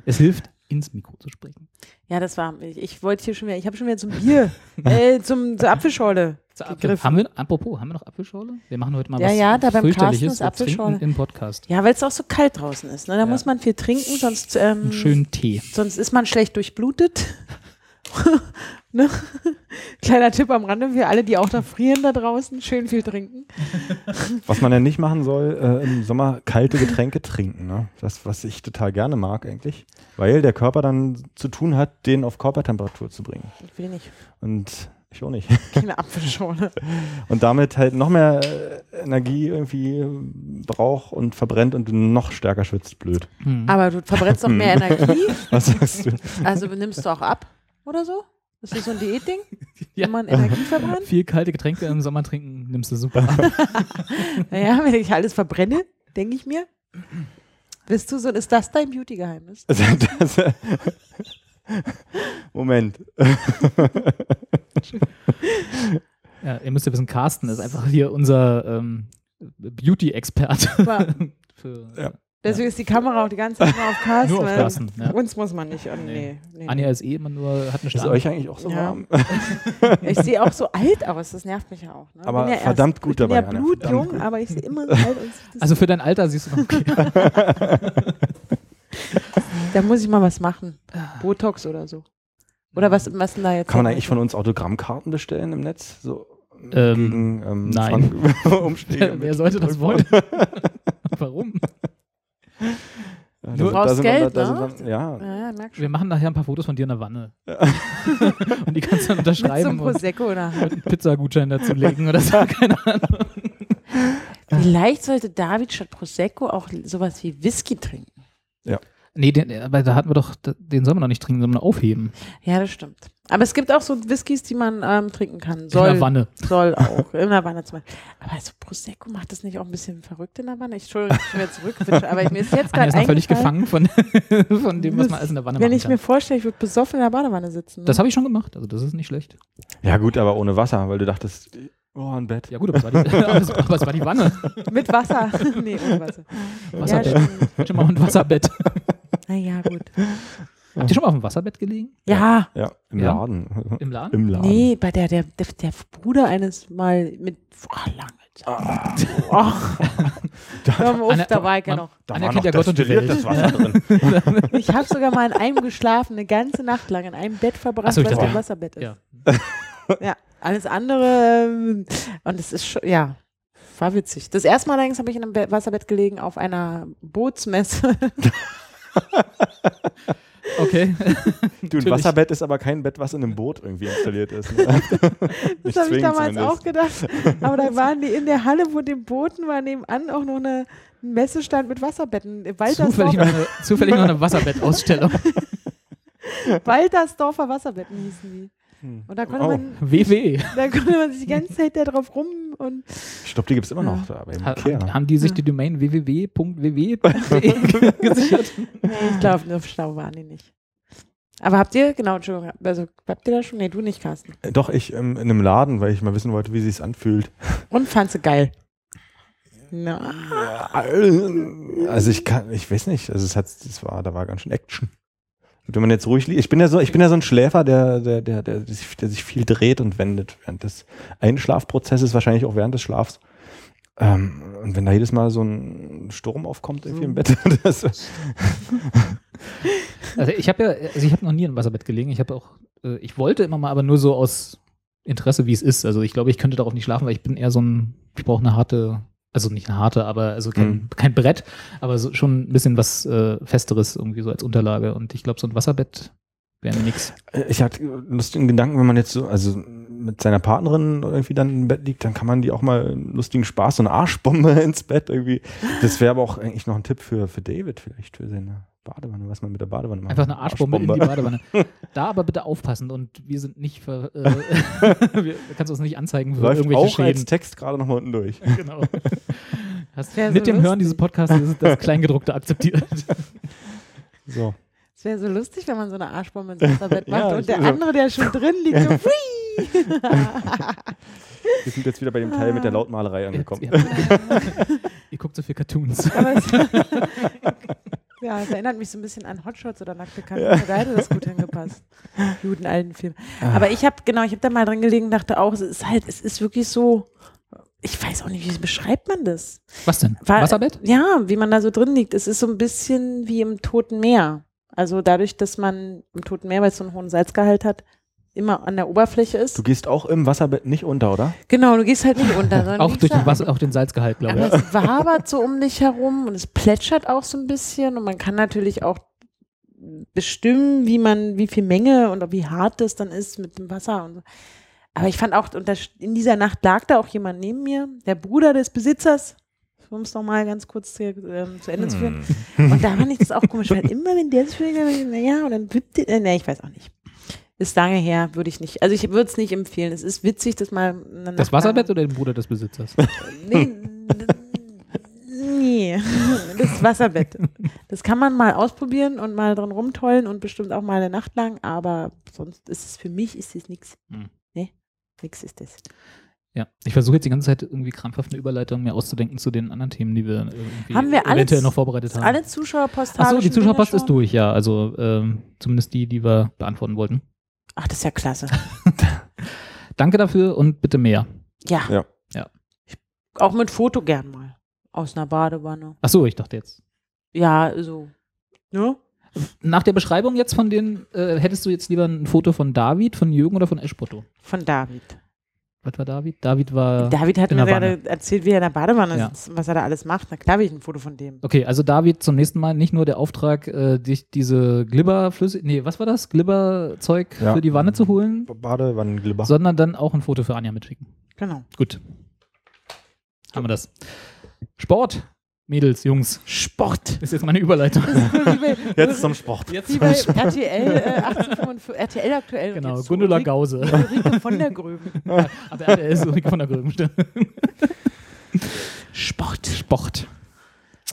Es hilft, ins Mikro zu sprechen.
Ja, das war, ich, ich wollte hier schon wieder, ich habe schon wieder zum Bier, äh, zum, zur Apfelschorle
Zur Apfel-
gegriffen.
Haben wir, apropos, haben wir noch Apfelschorle? Wir machen heute mal
Ja,
was
ja, da beim Carsten
fürchterliches
ist
wir trinken
Apfelschorle.
im Podcast.
Ja, weil es auch so kalt draußen ist. Ne? Da
Ja.
muss man viel trinken, sonst, ähm,
Einen schönen Tee.
sonst ist man schlecht durchblutet. *laughs* ne? Kleiner Tipp am Rande für alle, die auch da frieren da draußen. Schön viel trinken.
was man ja nicht machen soll, äh, im Sommer kalte Getränke trinken. Ne? Das, was ich total gerne mag eigentlich. Weil der Körper dann zu tun hat, den auf Körpertemperatur zu bringen.
Ich will nicht.
Und ich auch nicht.
Keine Apfelschorle.
Und damit halt noch mehr äh, Energie irgendwie braucht und verbrennt und du noch stärker schwitzt. Blöd.
Aber du verbrennst noch mehr Energie,
Was sagst du? *laughs*
also nimmst du auch ab oder so. Ist das so ein Diätding?
*laughs* Ja.
Wenn man Energie
*laughs*
verbrennt?
Viel kalte Getränke im Sommer trinken, nimmst du super
*laughs*
ab.
Naja, wenn ich alles verbrenne, denke ich mir. Bist du so, ist das dein Beauty-Geheimnis?
Also, das, äh, *laughs* Moment.
Ja, ihr müsst ja wissen, Carsten ist einfach hier unser ähm, Beauty-Experte. *laughs*
Aber
Für-
Ja.
Deswegen ist die Kamera auch die ganze Zeit nur auf Carsten.
Nur auf
weil
Carsten, ja.
Uns muss man nicht. Oh, nee.
Nee.
Nee.
Anja ist eh immer nur, hat eine
Ist
starke-
euch eigentlich auch so
Ja.
warm? *laughs*
Ich sehe auch so alt aus, das nervt mich ja auch. Ne?
Aber
Bin ja
verdammt gut
ich bin
dabei,
Ja
Anna,
blutjung,
verdammt gut.
aber ich sehe
*laughs*
immer so alt aus. Das-
Also für dein Alter siehst du noch okay.
da muss ich mal was machen.
Ah.
Botox oder so. *laughs* Oder was, was denn da jetzt?
Kann man eigentlich von uns Autogrammkarten bestellen im Netz? So
Ähm,
gegen ähm,
nein.
Frank- *laughs* Umschläge.
*laughs* Wer sollte das
*laughs*
wollen? Warum?
Ja,
Du
da-
brauchst
da sind wir-
Geld,
da sind
ne?
wir- Ja,
Ja, ja, merk schon.
Wir machen nachher ein paar Fotos von dir in der Wanne. *laughs* und die kannst du dann
*laughs* Mit so einem
unterschreiben und
Prosecco oder
einen Pizzagutschein dazu legen oder so. *laughs* Keine Ahnung. Ah.
Vielleicht sollte David statt Prosecco auch sowas wie Whisky trinken.
Nee, den, aber da hatten wir doch, den sollen wir noch nicht trinken, sondern aufheben.
Ja, das stimmt. Aber es gibt auch so Whiskys, die man ähm, trinken kann.
In
Soll,
der Wanne. *laughs*
soll auch. In der Wanne zum Beispiel. Aber so Prosecco macht das nicht auch ein bisschen verrückt in der Wanne? Ich entschuldige, ich bin jetzt zurückgewischt, aber ich, mir ist
*laughs*
jetzt
Anja
gerade
ist noch völlig
eingefallen,
gefangen von, von *laughs* dem, was man alles in der Wanne
Wenn
machen
ich
kann.
mir vorstelle, ich würde besoffen in der Badewanne sitzen. Ne?
das habe ich schon gemacht, also das ist nicht schlecht.
ja, gut, aber ohne Wasser, weil du dachtest, oh, ein Bett.
Ja gut, aber es war die, *laughs* aber es,
*laughs*
aber es war die Wanne.
*laughs* Mit Wasser. *laughs*
*laughs*
nee, ohne Wasser.
Wasserbett.
Ja, stimmt.
Schon mal ein Wasserbett.
Naja, gut.
Habt ihr schon mal auf dem Wasserbett gelegen?
Ja.
Ja, im
Ja.
Laden. *laughs*
Im Laden?
Im Laden.
Nee, bei der, der, der, der Bruder eines Mal mit. Ach, lange Zeit.
*laughs*
Ach, hör mal auf,
Ah. Eine-
da war ich ja
man-
noch.
Da
Einer
war
kennt ja
noch
Gott und die Welt.
destilliertes
*laughs*
Wasser drin.
Ich habe sogar mal in einem geschlafen, eine ganze Nacht lang, in einem Bett verbracht,
Ach so, ich
weil es
dachte-
ein Wasserbett ist.
Ja.
Ja, alles andere. ähm, Und es ist schon, ja, war witzig. Das erste Mal allerdings habe ich in einem Be Wasserbett gelegen auf einer Bootsmesse.
Okay.
Du, ein
Natürlich.
Wasserbett ist aber kein Bett, was in einem Boot irgendwie installiert ist.
*laughs*
Ne?
Das
*laughs* Nicht
habe ich
zwingend
damals
zumindest.
auch gedacht. Aber
*laughs*
da waren die in der Halle, wo den Booten war, nebenan auch noch eine ein Messestand mit Wasserbetten.
Zufällig noch,
Waltersdorfer,
eine, zufällig noch eine Wasserbettausstellung.
Waltersdorfer Wasserbetten hießen die. Und da konnte,
Oh.
man,
WW.
da konnte man sich die ganze Zeit da drauf rum und
Ich glaube, die gibt es immer noch da beim
Ha,
Ikea.
haben die sich die Domain www.ww.de gesichert?
Ah.
ich glaube, nur schlau waren die nicht. Aber habt ihr, genau, Entschuldigung, also habt ihr da schon? Nee, du nicht, Carsten.
Äh, Doch, ich ähm, in einem Laden, weil ich mal wissen wollte, wie sie es anfühlt.
Und fandst du geil. Na.
Also ich kann, ich weiß nicht, also es hat, es war, da war ganz schön Action. Und wenn man jetzt ruhig liegt, ich bin ja so, ich bin ja so ein Schläfer, der, der, der, der, der, sich, der sich viel dreht und wendet während des Einschlafprozesses, wahrscheinlich auch während des Schlafs. Ähm, und wenn da jedes Mal so ein Sturm aufkommt irgendwie im Bett, *laughs* das,
Also ich habe ja, also ich habe noch nie im Wasserbett gelegen. Ich habe auch, äh, ich wollte immer mal, aber nur so aus Interesse, wie es ist. Also ich glaube, ich könnte darauf nicht schlafen, weil ich bin eher so ein, ich brauche eine harte, also nicht eine harte, aber also kein,
Mhm.
kein Brett, aber so, schon ein bisschen was äh, Festeres irgendwie so als Unterlage. Und ich glaube, so ein Wasserbett wäre mir nix.
Äh, Ich hatte lustigen Gedanken, wenn man jetzt so, also mit seiner Partnerin irgendwie dann im Bett liegt, dann kann man die auch mal einen lustigen Spaß, so eine Arschbombe *laughs* ins Bett irgendwie. Das wäre aber auch eigentlich noch ein Tipp für, für David, vielleicht für seine Badewanne, was man mit der Badewanne macht.
Einfach eine Arschbombe, in die Badewanne.
*laughs*
Da aber bitte aufpassen und wir sind nicht, ver, äh, *laughs* wir, kannst uns nicht anzeigen für
Läuft
irgendwelche
auch als
Schäden.
Text gerade nochmal unten durch.
Genau.
*laughs*
Hast,
Wär so
mit dem
lustig.
Hören dieses Podcasts ist das Kleingedruckte
*laughs*
akzeptiert.
So.
Es wäre so lustig, wenn man so eine Arschbombe ins
*laughs*
Wasserbett
Ja,
macht
ich
und der
so.
andere, der schon drin liegt,
*laughs*
so hui.
Wir sind jetzt wieder bei dem Teil mit der Lautmalerei angekommen.
Ihr, habt- *laughs* ihr guckt so viel Cartoons.
*laughs* Aber es, *laughs* ja, es erinnert mich so ein bisschen an Hotshots oder nackte Kanone. Da hätte das gut
*laughs*
hingepasst. Guten alten Film.
Ah.
Aber ich habe genau, ich habe da mal drin gelegen, dachte auch, es ist halt, es ist wirklich so. Ich weiß auch nicht, wie beschreibt man das?
Was denn?
War-
Wasserbett?
Ja, wie man da so drin liegt. Es ist so ein bisschen wie im Toten Meer. Also dadurch, dass man im Toten Meer, weil es so einen hohen Salzgehalt hat, immer an der Oberfläche ist.
Du gehst auch im Wasserbett nicht unter, oder?
Genau, du gehst halt nicht unter.
*laughs*
sondern
Auch
liegst
durch
da
den Wasser, auch den Salzgehalt, glaube
Aber es wabert so um dich herum und es plätschert auch so ein bisschen und man kann natürlich auch bestimmen, wie man, wie viel Menge und wie hart das dann ist mit dem Wasser und so. Aber ich fand auch, und das, in dieser Nacht lag da auch jemand neben mir, der Bruder des Besitzers, um es nochmal ganz kurz zu, ähm, zu Ende zu führen.
Hm.
Und da fand ich das auch komisch, weil immer wenn der sich will, naja, und dann wippt der, äh, nee, ich weiß auch nicht. Ist lange her, würde ich nicht. Also ich würde es nicht empfehlen. Es ist witzig, dass mal eine
ich. Das
Nacht lang-
Wasserbett oder den Bruder des Besitzers?
Nee, nee, das Wasserbett. Das kann man mal ausprobieren und mal dran rumtollen und bestimmt auch mal eine Nacht lang, aber sonst ist es für mich ist es nichts.
Hm.
Nee, nix ist das.
Ja. Ich versuche jetzt die ganze Zeit irgendwie krampfhaft eine Überleitung mir auszudenken zu den anderen Themen, die wir irgendwie
Haben wir
eventuell
alles-
noch vorbereitet haben.
Alle Zuschauerpost
Achso, die Zuschauerpost ist durch, ja. Also ähm, zumindest die, die wir beantworten wollten.
Ach, das ist ja klasse.
Danke dafür und bitte mehr.
Ja.
Ja.
Ja.
Ich- Auch mit Foto gern mal. Aus einer Badewanne.
Achso, ich dachte jetzt.
Ja, so. Ne?
Nach der Beschreibung jetzt von den, äh, hättest du jetzt lieber ein Foto von David, von Jürgen oder von Eschbotto?
Von David.
Was war David? David war.
David hat
in
mir
der Wanne.
gerade erzählt, wie er in der Badewanne
Ja.
sitzt und was er da alles macht. Na klar, will ich ein Foto von dem.
Okay, also David zum nächsten Mal nicht nur der Auftrag, äh, dich diese Glibberflüssig, nee, was war das? Glibberzeug
Ja.
für die Wanne zu holen,
Badewannenglibber.
sondern dann auch ein Foto für Anja mitschicken.
Genau.
Gut. Haben wir das. Sport, Mädels, Jungs,
Sport.
ist jetzt meine Überleitung.
*laughs*
Jetzt zum Sport.
Wie bei RTL, äh, 1855, RTL aktuell.
*laughs*
und
genau,
jetzt
Gundula
Ulrike-
*laughs* Gause.
Ulrike von der Gröben.
Ach, der RTL ist Ulrike von der Gröben. Sport. Sport.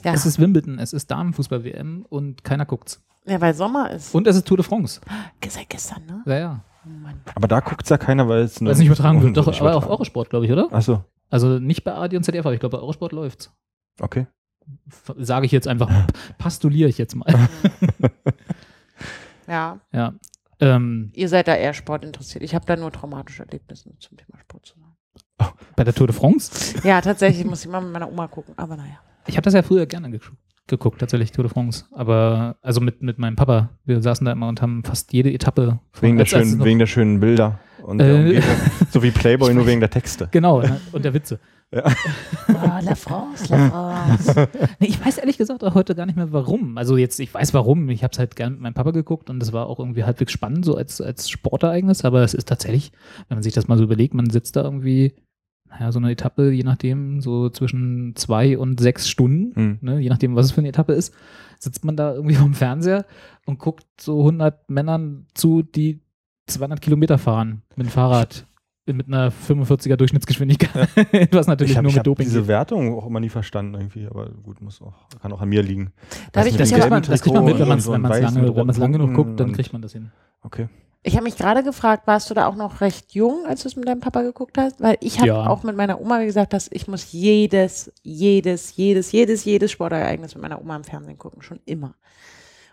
Ja.
Es ist Wimbledon, es ist Damenfußball-WM und keiner guckt's.
Ja, weil Sommer ist.
Und es ist Tour de France.
Seit gestern, ne?
Ja, ja.
Oh Mann.
Aber da guckt ja keiner, weil es
Weil es nicht übertragen wird. Doch,
Nicht
aber auf
übertragen.
Eurosport, glaube ich, oder?
Ach so,
Also nicht bei ARD und ZDF, aber ich glaube, bei Eurosport läuft's.
okay. *laughs*
F- Sage ich jetzt einfach, pastuliere ich jetzt mal.
Ja.
Ja. Ähm,
Ihr seid da eher sportinteressiert. Ich habe da nur traumatische Erlebnisse zum Thema Sport zu sagen.
bei der Tour de France.
Ja, tatsächlich muss ich mal mit meiner Oma gucken, aber naja.
Ich habe das ja früher gerne ge geguckt, tatsächlich, Tour de France. Aber, also mit, mit meinem Papa. Wir saßen da immer und haben fast jede Etappe. von-
Wegen der,
als- als es
schönen,
noch-
wegen der schönen Bilder. Und
Äh.
der
*laughs*
Umgebung. so wie Playboy, nur wegen der Texte.
Genau, ne? und der Witze.
Oh, La France, La France.
*laughs* Nee, ich weiß ehrlich gesagt auch heute gar nicht mehr warum. Also jetzt, ich weiß warum. Ich habe es halt gern mit meinem Papa geguckt und das war auch irgendwie halbwegs spannend, so als, als Sportereignis. Aber es ist tatsächlich, wenn man sich das mal so überlegt, man sitzt da irgendwie, naja, so eine Etappe, je nachdem, so zwischen zwei und sechs Stunden,
Hm.
ne, je nachdem, was es für eine Etappe ist, sitzt man da irgendwie *laughs* vom Fernseher und guckt so 100 Männern zu, die 200 Kilometer fahren mit dem Fahrrad. Mit einer 45er Durchschnittsgeschwindigkeit, *laughs* was natürlich
Ich habe
nur mit
hab
Doping
diese
geht.
Wertung auch immer nie verstanden irgendwie, aber gut, muss auch, kann auch an mir liegen.
Da hab ich
mit
Das
dem
kriegt,
mich
gelben
man, das kriegt
Trikot
man mit, wenn man
und
es
so
wenn
einem
man's
weißen
lange,
mit
wenn man's
roten
lange genug
Punkten
guckt, dann
und-
kriegt man das hin.
Okay.
Ich habe mich gerade gefragt, warst du da auch noch recht jung, als du es mit deinem Papa geguckt hast? Weil ich habe
Ja.
auch mit meiner Oma gesagt, dass ich muss jedes, jedes, jedes, jedes, jedes Sportereignis mit meiner Oma im Fernsehen gucken, schon immer.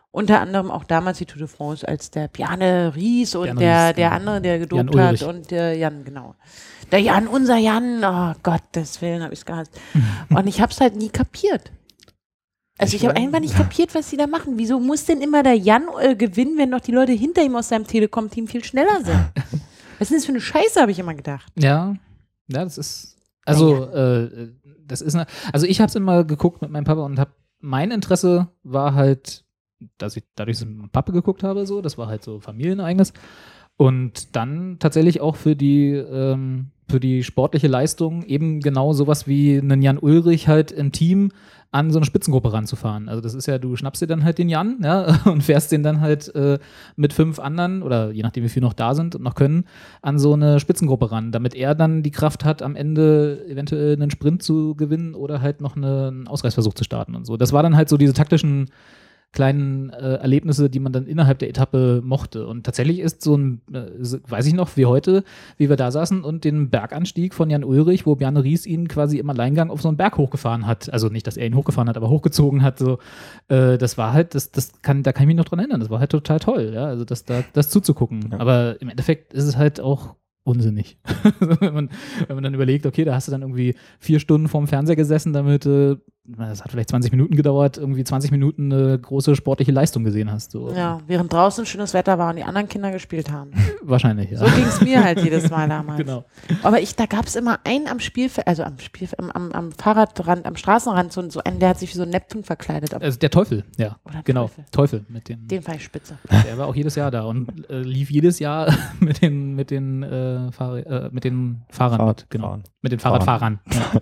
Unter anderem auch damals die Tour de France, als der Bjarne Ries und
Bjarne
der,
Ries,
der
genau.
andere, der gedopt
Jan
hat
Ulrich.
und der Jan, genau. Der Jan, unser Jan, oh Gottes Willen, habe ich es gehasst. und ich habe es halt nie kapiert. Also ich habe einfach nicht kapiert, was sie da machen. Wieso muss denn immer der Jan äh, gewinnen, wenn doch die Leute hinter ihm aus seinem Telekom-Team viel schneller sind? Was ist denn das für eine Scheiße, habe ich immer gedacht.
Ja, ja, das ist. Also, äh, das ist eine, Also, ich habe es immer geguckt mit meinem Papa und hab, mein Interesse war halt, dass ich dadurch, dass ich mit Papa geguckt habe, so, das war halt so Familienereignis. Und dann tatsächlich auch für die, ähm, für die sportliche Leistung eben genau sowas wie einen Jan Ulrich halt im Team an so eine Spitzengruppe ranzufahren. Also das ist ja, du schnappst dir dann halt den Jan, ja, *laughs* und fährst den dann halt äh, mit fünf anderen oder je nachdem, wie viel noch da sind und noch können, an so eine Spitzengruppe ran, damit er dann die Kraft hat, am Ende eventuell einen Sprint zu gewinnen oder halt noch eine, einen Ausreißversuch zu starten und so. Das war dann halt so diese taktischen kleinen äh, Erlebnisse, die man dann innerhalb der Etappe mochte. Und tatsächlich ist so ein, äh, so- weiß ich noch, wie heute, wie wir da saßen und den Berganstieg von Jan Ulrich, wo Bjarne Ries ihn quasi im Alleingang auf so einen Berg hochgefahren hat. Also nicht, dass er ihn hochgefahren hat, aber hochgezogen hat. So, äh, das war halt, das, das kann, da kann ich mich noch dran erinnern. Das war halt total toll, ja. Also das, da, das zuzugucken.
Ja.
Aber im Endeffekt ist es halt auch unsinnig. *laughs* Also wenn, man, wenn man dann überlegt, okay, da hast du dann irgendwie vier Stunden vorm Fernseher gesessen, damit, äh, na, das hat vielleicht 20 Minuten gedauert, irgendwie 20 Minuten eine große sportliche Leistung gesehen hast. So.
Ja, während draußen schönes Wetter war und die anderen Kinder gespielt haben.
Wahrscheinlich, ja.
So ging es mir halt jedes Mal damals.
genau.
Aber ich, da gab es immer einen am Spielfeld, also am Spielfeld, am, am, am Fahrradrand, am Straßenrand, so, so einen, der hat sich wie so ein Neptun verkleidet. Aber
Also der Teufel, ja.
Oder
genau,
Teufel.
Teufel. mit dem.
den fand ich spitze.
Der war auch jedes Jahr da und äh, lief jedes Jahr *laughs* mit den, mit den, äh, Fahr äh, mit den Fahrern.
Fahrrad-
mit, genau.
Fahren.
Mit den Fahrradfahrern. Ja.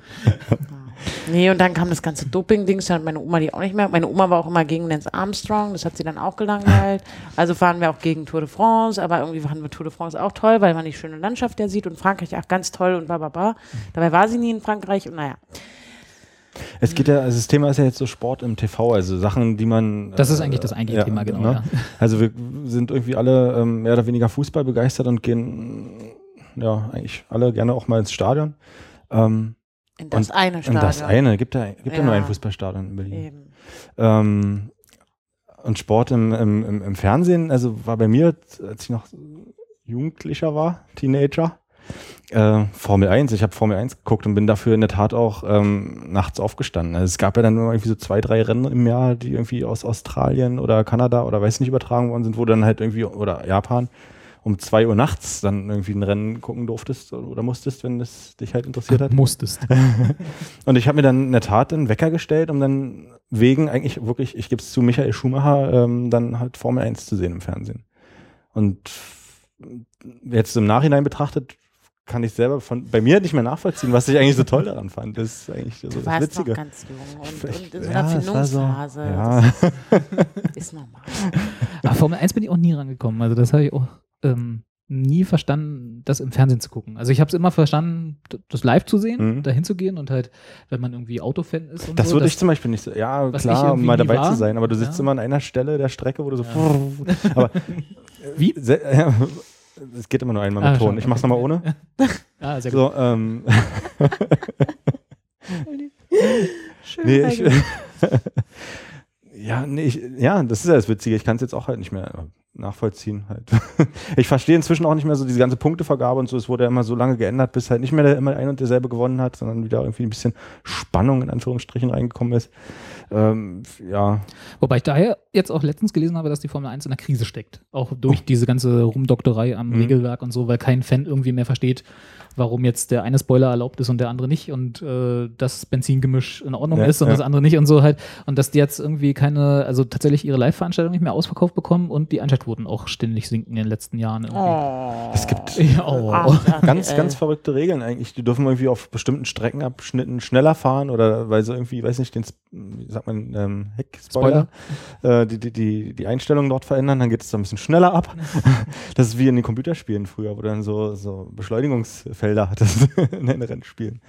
Nee, und dann kam das ganze Doping-Dings, dann hat meine Oma die auch nicht mehr. Meine Oma war auch immer gegen Lance Armstrong, das hat sie dann auch gelangweilt. Also fahren wir auch gegen Tour de France, aber irgendwie fanden wir Tour de France auch toll, weil man die schöne Landschaft ja sieht und Frankreich auch ganz toll und bla bla bla. Dabei war sie nie in Frankreich und naja.
Es geht ja, also das Thema ist ja jetzt so Sport im TV, also Sachen, die man. äh,
Das ist eigentlich das eigentliche Thema, genau, ja.
Also wir sind irgendwie alle ähm, mehr oder weniger Fußball begeistert und gehen mm, ja eigentlich alle gerne auch mal ins Stadion. Ähm,
In das eine
und
Stadion.
das eine, gibt ja, gibt ja.
Ja.
nur ein Fußballstadion in Berlin.
Eben.
Ähm, und Sport im, im, im, im Fernsehen, also war bei mir, als ich noch Jugendlicher war, Teenager, äh, Formel 1. Ich habe Formel 1 geguckt und bin dafür in der Tat auch ähm, nachts aufgestanden. Also es gab ja dann nur irgendwie so zwei, drei Rennen im Jahr, die irgendwie aus Australien oder Kanada oder weiß nicht übertragen worden sind, wo dann halt irgendwie, oder Japan, um zwei Uhr nachts dann irgendwie ein Rennen gucken durftest oder musstest, wenn es dich halt interessiert hat.
Musstest.
Und ich habe mir dann in der Tat einen Wecker gestellt, um dann wegen eigentlich wirklich, ich gebe es zu Michael Schumacher, ähm, dann halt Formel 1 zu sehen im Fernsehen. Und jetzt im Nachhinein betrachtet, kann ich selber von bei mir nicht mehr nachvollziehen, was ich eigentlich so toll daran fand. Das ist eigentlich so
Du
Also das
warst noch
Witzige.
ganz jung und, und
Ich-
in so
ja,
einer
es war so-
Findungsphase.
Ja,
Das ist normal.
*laughs* Aber Formel 1 bin ich auch nie rangekommen. Also das habe ich auch ähm, nie verstanden, das im Fernsehen zu gucken. Also ich habe es immer verstanden, d- das live zu sehen,
Mhm.
dahin zu gehen und halt, wenn man irgendwie Autofan ist und
das
so.
würde
das-
ich zum Beispiel nicht so. Ja,
Was ich
klar, um
irgendwie
mal
nie
dabei
war.
zu sein, aber du
Ja.
sitzt immer an einer Stelle der Strecke, wo du so. *laughs* Aber
Wie?
se- *laughs* ja, es geht immer nur einmal mit
Ah,
Ton.
schon,
Ich mach's
okay.
nochmal ohne.
ah, sehr gut.
So, ähm. nee, *laughs* ich, ja, nee, ich, ja, das ist ja das Witzige. Ich kann es jetzt auch halt nicht mehr. nachvollziehen halt. *laughs* Ich verstehe inzwischen auch nicht mehr so diese ganze Punktevergabe und so. Es wurde ja immer so lange geändert, bis halt nicht mehr der, immer ein und derselbe gewonnen hat, sondern wieder irgendwie ein bisschen Spannung in Anführungsstrichen reingekommen ist. Ähm, ja,
Wobei ich daher jetzt auch letztens gelesen habe, dass die Formel 1 in der Krise steckt. Auch durch diese ganze Rumdoktorei am
Oh. Mhm.
Regelwerk und so, weil kein Fan irgendwie mehr versteht, warum jetzt der eine Spoiler erlaubt ist und der andere nicht und äh, das Benzingemisch in Ordnung
Ja,
ist und
ja.
das andere nicht und so halt. Und dass die jetzt irgendwie keine, also tatsächlich ihre Live-Veranstaltung nicht mehr ausverkauft bekommen und die Einschaltquoten auch ständig sinken in den letzten Jahren. Irgendwie.
Oh. Ah.
es gibt
Ja, oh.
*laughs* ganz,
Äh,
ganz verrückte Regeln eigentlich. Die dürfen irgendwie auf bestimmten Streckenabschnitten schneller fahren oder weil sie irgendwie, weiß nicht, den, Sp- wie sagt man, ähm, Heck-Spoiler, äh, die, die, die, die Einstellungen dort verändern, dann geht es da ein bisschen
*laughs*
schneller ab. Das ist wie in den Computerspielen früher, wo du dann so, so Beschleunigungsfelder hattest *laughs* in den Rennspielen.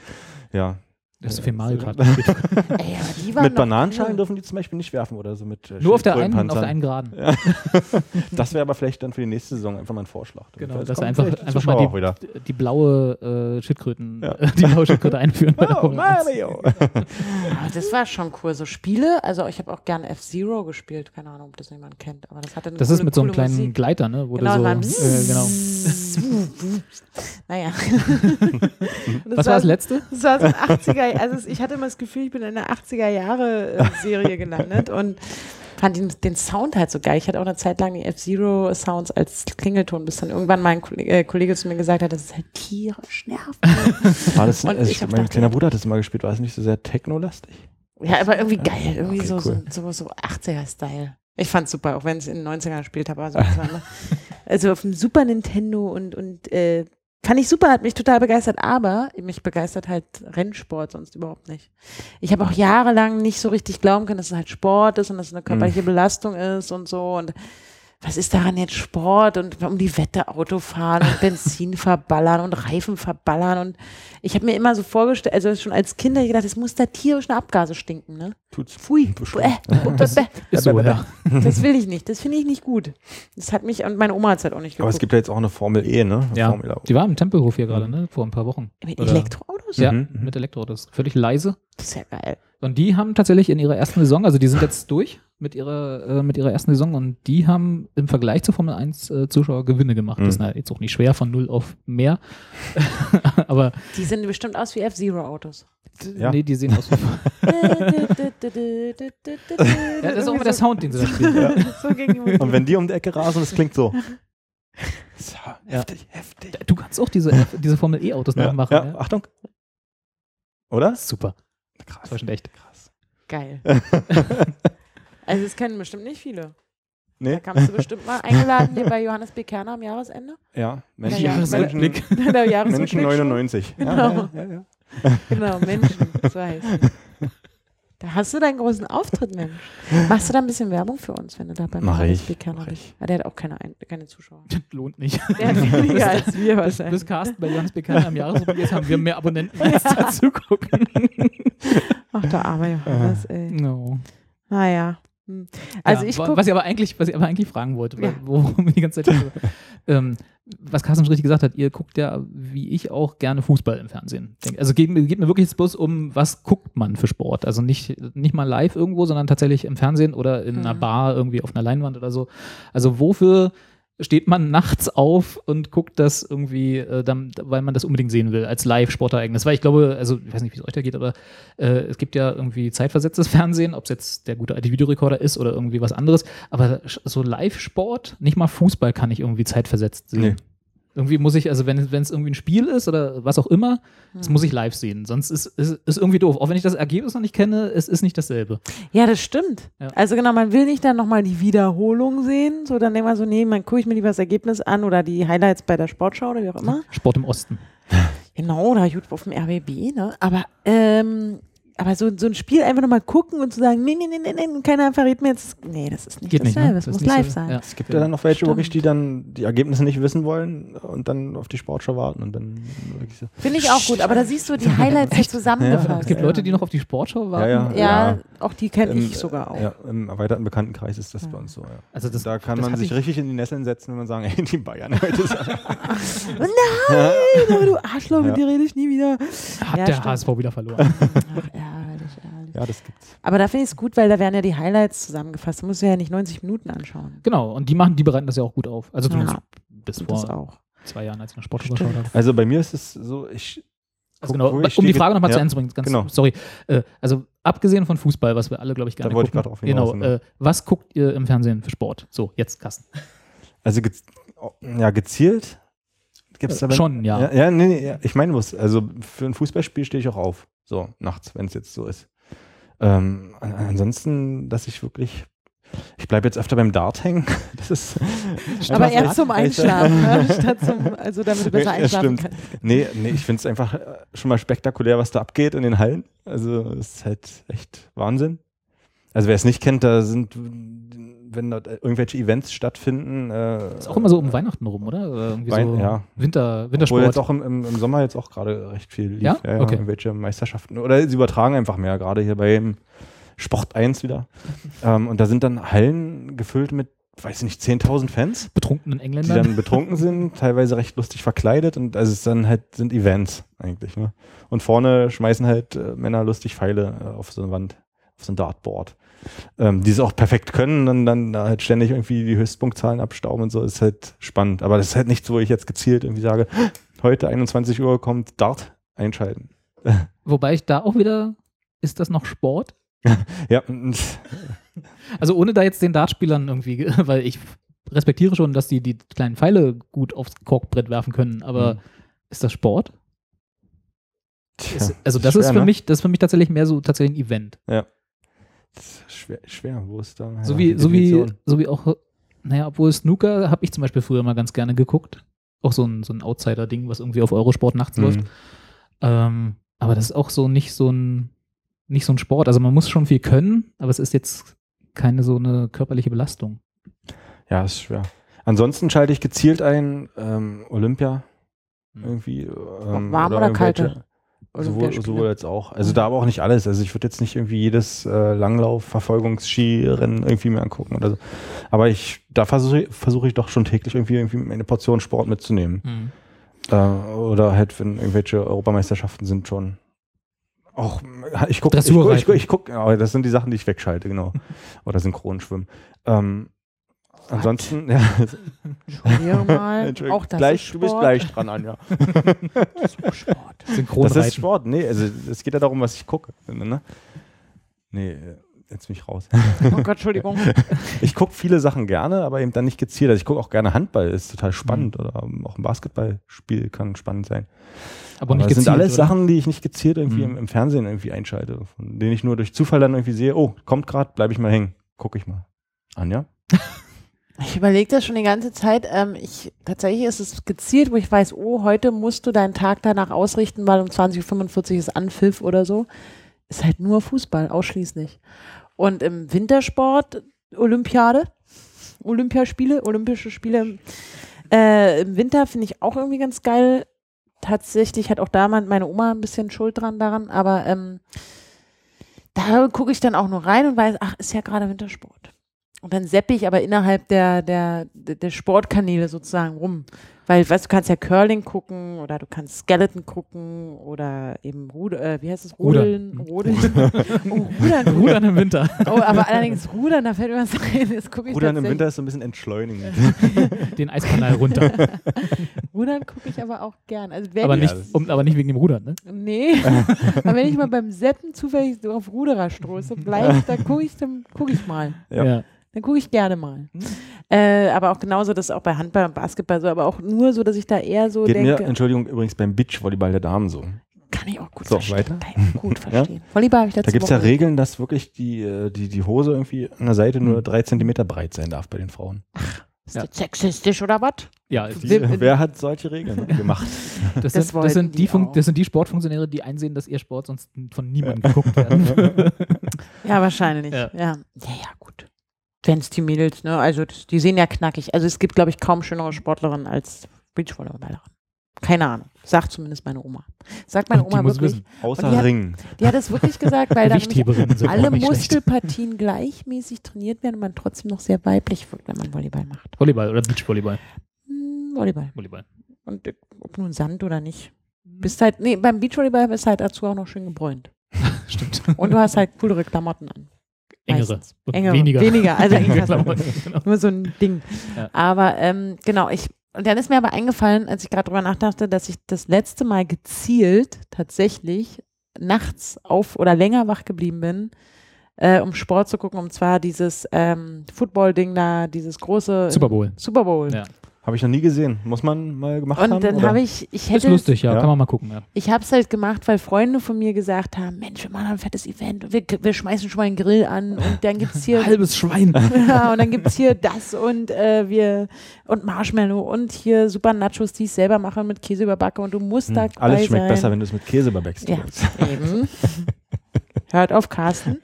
Ja.
Das ist so viel Mario Kart.
Ey, aber äh, die waren
Mit
noch
Bananenschalen
cool.
dürfen die zum Beispiel nicht werfen oder so mit äh,
Nur auf der, einen, auf
Schildkrötenpanzern.
der einen Geraden.
Das wäre aber vielleicht dann für die nächste Saison einfach mal ein Vorschlag.
Genau,
Vielleicht
dass
kommen
einfach,
vielleicht die
einfach
Zuschauer auch
mal
wieder.
die, die blaue äh, Schildkröten,
Ja.
*laughs* die blaue Schildkröte einführen bei der
Oh,
Formel 1. *laughs*
Mario!
Aber Ah, das war schon cool. So Spiele, also ich habe auch gerne F-Zero gespielt. Keine Ahnung, ob das jemand kennt. Aber das hatte eine
Das
coole,
ist mit so einem
coole
kleinen
Musik.
Gleiter, ne? Wo
Genau,
du
beim
so, äh, genau. *laughs*
Naja.
Was war das letzte?
Das war so ein 80er, also es- ich hatte immer das Gefühl, ich bin in einer 80er Jahre äh, Serie gelandet und fand den, den Sound halt so geil. Ich hatte auch eine Zeit lang die F-Zero Sounds als Klingelton, bis dann irgendwann mein Kolle- äh, Kollege zu mir gesagt hat, das ist halt tierisch nervig.
War das,
Und
also
ich
ich
hab
mein
gedacht,
kleiner
ja.
Bruder hat das mal gespielt. War es nicht so sehr techno-lastig?
Ja, aber irgendwie geil, irgendwie
Okay,
so,
cool.
so, so, so 80er-Style. Ich fand's super, auch wenn es in den 90ern gespielt habe. Also,
*laughs*
also auf dem Super Nintendo und, und äh, fand ich super, hat mich total begeistert, aber mich begeistert halt Rennsport sonst überhaupt nicht. Ich habe auch jahrelang nicht so richtig glauben können, dass es halt Sport ist und dass es eine
Hm.
körperliche Belastung ist und so und was ist daran jetzt Sport und um die Wette Auto fahren und Benzin verballern und Reifen verballern und ich habe mir immer so vorgestellt, also schon als Kind hab ich gedacht, es muss da tierisch eine Abgase stinken, ne?
Tut's.
Pfui,
Bestimmt.
*laughs* bäh, bäh, bäh.
Ist so, ja.
das will ich nicht, das finde ich nicht gut. Das hat mich, und meine Oma hat es halt auch nicht
Aber es
geguckt.
gibt ja jetzt auch eine Formel E, ne?
ja.
Formula.
Die war im Tempelhof hier gerade, ne? Vor ein paar Wochen.
Mit
Oder-
Elektroautos?
Ja,
Mhm, mhm.
mit Elektroautos. Völlig leise.
Das ist ja geil.
Und die haben tatsächlich in ihrer ersten Saison, also die sind jetzt durch mit ihrer, äh, mit ihrer ersten Saison und die haben im Vergleich zur Formel 1 äh, Zuschauer Gewinne gemacht.
Mhm.
Das ist na, jetzt auch nicht schwer, von null auf mehr. *laughs* Aber
Die sehen bestimmt aus wie F-Zero-Autos. *laughs*
Ja.
nee, die sehen
*laughs*
aus wie. Ja,
das
das ist auch immer der Sound, den sie da spielen.
*laughs* So gegen die Musik.
Und wenn die um die Ecke rasen, das klingt
*laughs*
so. so
heftig,
heftig.
Du kannst auch diese, diese Formel E-Autos
Ja,
halt
nachmachen.
ja.
ne?
Ja.
Achtung. Oder?
Super. *laughs*
Krass.
Das war schon echt.
Krass.
Geil. Also das kennen bestimmt nicht viele.
*laughs* Nee?
Kamst du bestimmt mal eingeladen
*laughs*
hier bei Johannes B. Kerner am Jahresende?
Ja.
Der
Menschen, Menschen,
Jahresrückblick.
*laughs* Der Jahresrückblick
Menschen
schon?
99.
Genau.
Ja, ja,
*laughs*
ja,
Genau, Menschen, so heißt es. Da hast du deinen großen Auftritt, Mensch. Machst du da ein bisschen Werbung für uns, wenn du da beim
Mach
Johannes
ich,
B. Kerner
mach
bist? Ja, der hat auch keine, Ein- keine
*laughs*
Zuschauer.
Das lohnt nicht.
*laughs* Der hat weniger als wir wahrscheinlich.
Bis Carsten bei Johannes Bekannt am Jahresrückblick ist, haben wir mehr Abonnenten als *laughs* da zugucken.
Ach, der arme Johannes, ey.
No.
Naja. Hm. Also
ja,
ich
wa-
gucke.
was ich aber eigentlich, was ich aber eigentlich fragen wollte,
Ja.
ja. worum wir die ganze Zeit ähm, was Carsten schon richtig gesagt hat, ihr guckt ja, wie ich auch, gerne Fußball im Fernsehen. Denk- Also geht, mir- geht mir wirklich jetzt bloß um, was guckt man für Sport? Also nicht, nicht mal live irgendwo, sondern tatsächlich im Fernsehen oder in einer
Mhm.
Bar, irgendwie auf einer Leinwand oder so. Also wofür steht man nachts auf und guckt das irgendwie, äh, dann, weil man das unbedingt sehen will, als Live-Sportereignis. Weil ich glaube, also ich weiß nicht, wie es euch da geht, aber äh, es gibt ja irgendwie zeitversetztes Fernsehen, ob es jetzt der gute alte Videorekorder ist oder irgendwie was anderes. Aber sch- so Live-Sport, nicht mal Fußball kann ich irgendwie zeitversetzt sehen.
Nee.
Irgendwie muss ich, also wenn wenn es irgendwie ein Spiel ist oder was auch immer, das muss ich live sehen. Sonst ist es ist, ist irgendwie doof. Auch wenn ich das Ergebnis noch nicht kenne, es ist nicht dasselbe.
Ja, das stimmt.
Ja.
Also genau, man will nicht dann nochmal die Wiederholung sehen. So, dann denkt man so, nee, man gucke ich mir lieber das Ergebnis an oder die Highlights bei der Sportschau oder wie auch immer.
Sport im Osten.
Genau, oder YouTube auf dem RBB, ne? Aber, ähm, aber so, so ein Spiel einfach nochmal gucken und zu sagen, nee, nee, nee, nee, nee, keiner verrät mir jetzt, nee, das ist nicht
Geht nicht.
dasselbe,
Ne?
das,
ist
muss
nicht
live
so-
sein.
Ja.
Es gibt ja dann noch welche,
Stimmt.
wirklich, die dann die Ergebnisse nicht wissen wollen und dann auf die Sportschau warten und dann wirklich so.
Finde ich auch gut, aber da
*laughs*
siehst du die Highlights jetzt zusammengefasst.
Ja,
Äh, Es gibt Leute, die noch auf die Sportschau warten.
Ja,
ja,
Ja.
auch die kenne
Im,
ich sogar auch.
Ja, im erweiterten Bekanntenkreis ist das bei uns so, ja.
Also das,
Da kann
das
man
hatte
sich
ich-
richtig in die Nesseln setzen, wenn man sagen, *laughs* ey, die Bayern heute ist
*laughs*
Oh Nein, aber du Arschloch, mit
Ja.
dir
*laughs*
rede ich nie wieder.
Hat
Ja,
der *laughs*
stimmt.
HSV wieder verloren.
Ach, ehrlich, ehrlich.
Ja, das gibt's.
Aber da finde ich es gut, weil da werden ja die Highlights zusammengefasst. Da musst du ja nicht 90 Minuten anschauen.
Genau, und die machen, die bereiten das ja auch gut auf. Also zumindest
Ja.
bis
Und das
vor
auch.
zwei Jahren, als ich noch Sportschau geschaut habe.
Also bei mir ist es so, ich.
Also
guck,
genau,
wo
um
ich
die
stehe,
Frage nochmal zu
ja.
Ende zu bringen, ganz,
Genau.
sorry. Äh, also abgesehen von Fußball, was wir alle, glaube ich, gerne
Da wollte ich
gucken.
gerade
genau,
drauf hinaus, ne?
äh, was guckt ihr im Fernsehen für Sport? So, jetzt Kassen.
Also gez oh, ja, gezielt gibt's
Äh,
aber.
schon, ja.
Ja, ja, nee, nee, ja. ich meine, was- also für ein Fußballspiel stehe ich auch auf. So, nachts, wenn es jetzt so ist. Ähm, an- ansonsten, dass ich wirklich. Ich bleibe jetzt öfter beim Dart hängen. *laughs* Das ist.
Aber
einfach-
eher zum
weil ich-
Einschlafen, ne?
*laughs*
statt zum, also damit du besser
Ja,
einschlafen
stimmt.
kannst.
Nee, nee ich finde es einfach äh, schon mal spektakulär, was da abgeht in den Hallen. Also es ist halt echt Wahnsinn. Also wer es nicht kennt, da sind, wenn dort irgendwelche Events stattfinden. Äh,
Ist auch immer so um Weihnachten rum, oder? Äh, Irgendwie
Wein-
so
ja.
Winter,
Obwohl
Wintersport.
jetzt auch im, im, im Sommer jetzt auch gerade recht viel lief.
Ja?
Ja,
Okay.
Irgendwelche Meisterschaften. Oder sie übertragen einfach mehr, gerade hier beim Sport
*laughs*
1 wieder. ähm, und da sind dann Hallen gefüllt mit, weiß ich nicht, 10.000 Fans,
betrunkenen
die
Engländern.
dann
*laughs*
betrunken sind, teilweise recht lustig verkleidet. Und also es ist dann halt sind Events eigentlich. Ne? Und vorne schmeißen halt äh, Männer lustig Pfeile äh, auf so eine Wand, auf so ein Dartboard. Ähm, die es auch perfekt können und dann da halt ständig irgendwie die Höchstpunktzahlen abstauben und so, ist halt spannend. Aber das ist halt nichts, wo ich jetzt gezielt irgendwie sage, heute 21 Uhr kommt Dart einschalten.
Wobei ich da auch wieder, ist das noch Sport?
Ja, *laughs* und
Also ohne da jetzt den Dartspielern irgendwie, *laughs* weil ich respektiere schon, dass die die kleinen Pfeile gut aufs Korkbrett werfen können, aber
Mhm.
ist das Sport?
tja,
Ist, also das ist
schwer,
für
ne?
mich, das ist für mich tatsächlich mehr so tatsächlich ein Event.
Das ist Schwer, schwer, wo ist da?
so
ja,
wie,
die
so wie,
Definition.
so wie auch, naja, obwohl Snooker habe ich zum Beispiel früher mal ganz gerne geguckt. Auch so ein, so ein Outsider-Ding, was irgendwie auf Eurosport nachts läuft.
Mhm.
Ähm, aber das ist auch so nicht so ein nicht so ein Sport. Also man muss schon viel können, aber es ist jetzt keine so eine körperliche Belastung.
Ja, ist schwer. Ansonsten schalte ich gezielt ein, ähm, Olympia
Mhm.
irgendwie. Ähm,
warm oder kalte
irgendwelche- Sowohl,
Olympiaspiele.
sowohl als auch. Also da aber auch nicht alles. Also ich würde jetzt nicht irgendwie jedes äh, Langlauf, Verfolgungsskirennen irgendwie mir angucken oder so. Aber ich, da versuche ich- versuche ich doch schon täglich irgendwie, irgendwie eine Portion Sport mitzunehmen.
Mhm.
Äh, oder halt, wenn irgendwelche Europameisterschaften sind schon. Auch, ich gucke, ich, guck,
Dressurreiten.
ich, guck, ich guck, aber das sind die Sachen, die ich
*laughs*
wegschalte, genau. Oder Synchronschwimmen. Ähm, ansonsten, *laughs* ja, *laughs*
Entschuldigung mal.
Entschuldigung.
Auch das
gleich,
ist
du
Sport.
bist gleich dran, *laughs* Anja.
*laughs*
Sport.
Synchronreiten.
Das ist Sport, nee, also es geht ja darum, was ich gucke. Ne? Nee, jetzt mich *laughs* raus.
Oh Gott,
*laughs*
Entschuldigung.
Ich gucke viele Sachen gerne, aber eben dann nicht gezielt. Also ich gucke auch gerne Handball, ist total spannend. Oder ähm, auch ein Basketballspiel kann spannend sein.
aber
Aber
nicht
das
gezielt,
sind alles
oder?
Sachen, die ich nicht gezielt irgendwie
Mhm.
im, im Fernsehen irgendwie einschalte, von denen ich nur durch Zufall dann irgendwie sehe, oh, kommt gerade, bleibe ich mal hängen, gucke ich mal. Anja?
Ich überlege das schon die ganze Zeit. Ähm, ich, tatsächlich ist es gezielt, wo ich weiß, oh, heute musst du deinen Tag danach ausrichten, weil um 20.45 Uhr ist Anpfiff oder so. Ist halt nur Fußball, ausschließlich. Und im Wintersport, Olympiade, Olympiaspiele, Olympische Spiele. Äh, Im Winter finde ich auch irgendwie ganz geil. Tatsächlich hat auch da mein- meine Oma ein bisschen Schuld dran daran, aber ähm, da gucke ich dann auch nur rein und weiß, ach, ist ja gerade Wintersport. Und dann seppe ich aber innerhalb der, der, der der Sportkanäle sozusagen rum. Weil, weißt du, kannst ja Curling gucken oder du kannst Skeleton gucken oder eben Ruder, äh, wie heißt es?
Rudern.
Rodeln. Rodeln. Oh, Rudern.
Rudern im Winter.
Oh, aber allerdings Rudern, da fällt mir was ein. Das gucke ich
Rudern im
tatsächlich-
Winter ist so ein bisschen entschleunigend.
*laughs* Den Eiskanal *laughs* runter.
Rudern gucke ich aber auch gern. Also wenn
aber,
ich,
nicht,
das-
um, aber nicht wegen dem Rudern, ne?
Nee,
*laughs*
aber wenn ich mal beim Seppen zufällig so auf Ruderer stoße, gleich, dann gucke ich, dann guck ich mal.
Ja.
Dann gucke ich gerne mal.
Hm.
Äh, aber auch genauso, das ist auch bei Handball und Basketball so, aber auch nur so, dass *laughs* ich da eher so
Geht mir,
denke,
Entschuldigung, übrigens beim Beachvolleyball der Damen so.
kann ich auch gut
So,
verstehen.
weiter.
Kann ich auch gut verstehen. Volleyball habe ich
Da
letzte
gibt es ja
Woche
Regeln, dass wirklich die, äh, die, die Hose irgendwie an der Seite
Hm.
nur drei Zentimeter breit sein darf bei den Frauen. Äh,
Ist das sexistisch oder was?
Ja,
Die-
die, äh,
in-
wer hat solche *laughs* Regeln gemacht?
das,
das
sind, das,
wollten
sind die
die
Fun-
auch.
das sind die Sportfunktionäre, die einsehen, dass ihr Sport sonst von niemandem geguckt *laughs* werden.
Ja, wahrscheinlich.
Ja.
Ja, ja, ja, gut. Wenn es die Mädels, ne? Also das, die sehen ja knackig. Also es gibt, glaube ich, kaum schönere Sportlerinnen als Beachvolleyballerin. Keine Ahnung. Sagt zumindest meine Oma. Sagt meine
Und die
Oma
muss
wirklich.
wissen.
Außer
Und die hat-
Ringen.
Die hat es wirklich gesagt, weil dann nämlich
Gewichtheberinnen sind
alle
auch nicht schlecht.
Muskelpartien gleichmäßig trainiert werden und man trotzdem noch sehr weiblich wirkt, wenn man Volleyball macht.
Volleyball oder Beachvolleyball.
Hm, Volleyball. *laughs*
Volleyball. Mhm.
Und äh, ob nun Sand oder nicht. Bist halt, nee, beim Beachvolleyball bist halt dazu auch noch schön gebräunt.
Stimmt.
Und du hast halt coolere Klamotten an.
Engere.
Meistens.
Und
Engere.
Weniger.
*laughs*
Weniger, also
Weniger
jedenfalls
Klamotten, genau.
nur so ein Ding.
Ja.
Aber ähm, genau, ich. Und dann ist mir aber eingefallen, als ich gerade drüber nachdachte, dass ich das letzte Mal gezielt tatsächlich nachts auf oder länger wach geblieben bin, äh, um Sport zu gucken, und zwar dieses ähm, Football-Ding da, dieses große
Super Bowl.
Super Bowl.
Ja.
Habe ich noch nie gesehen. Muss man mal gemacht haben?
Und dann
oder?
habe ich, ich
Ist
hätte es-
lustig, ja.
Ja.
Kann man mal gucken. Ja.
Ich habe es halt gemacht, weil Freunde von mir gesagt haben, Mensch, wir machen ein fettes Event und wir, wir schmeißen schon mal einen Grill an und dann
*laughs*
gibt's hier
Halbes Schwein.
*laughs* ja, und dann gibt's hier das und äh, wir und Marshmallow und hier super Nachos, die ich selber mache mit Käse überbacke und du musst da
Hm. Alles
dabei
schmeckt
sein.
besser, wenn du es mit Käse überbackst.
Ja. Eben. Hört auf, Carsten.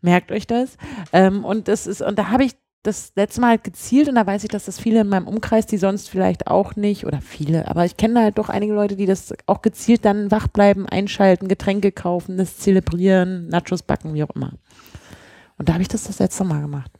Merkt euch das. Ähm, und das ist, und da habe ich das letzte Mal halt gezielt und da weiß ich, dass das viele in meinem Umkreis, die sonst vielleicht auch nicht, oder viele, aber ich kenne da halt doch einige Leute, die das auch gezielt dann wach bleiben, einschalten, Getränke kaufen, das zelebrieren, Nachos backen, wie auch immer. Und da habe ich das das letzte Mal gemacht.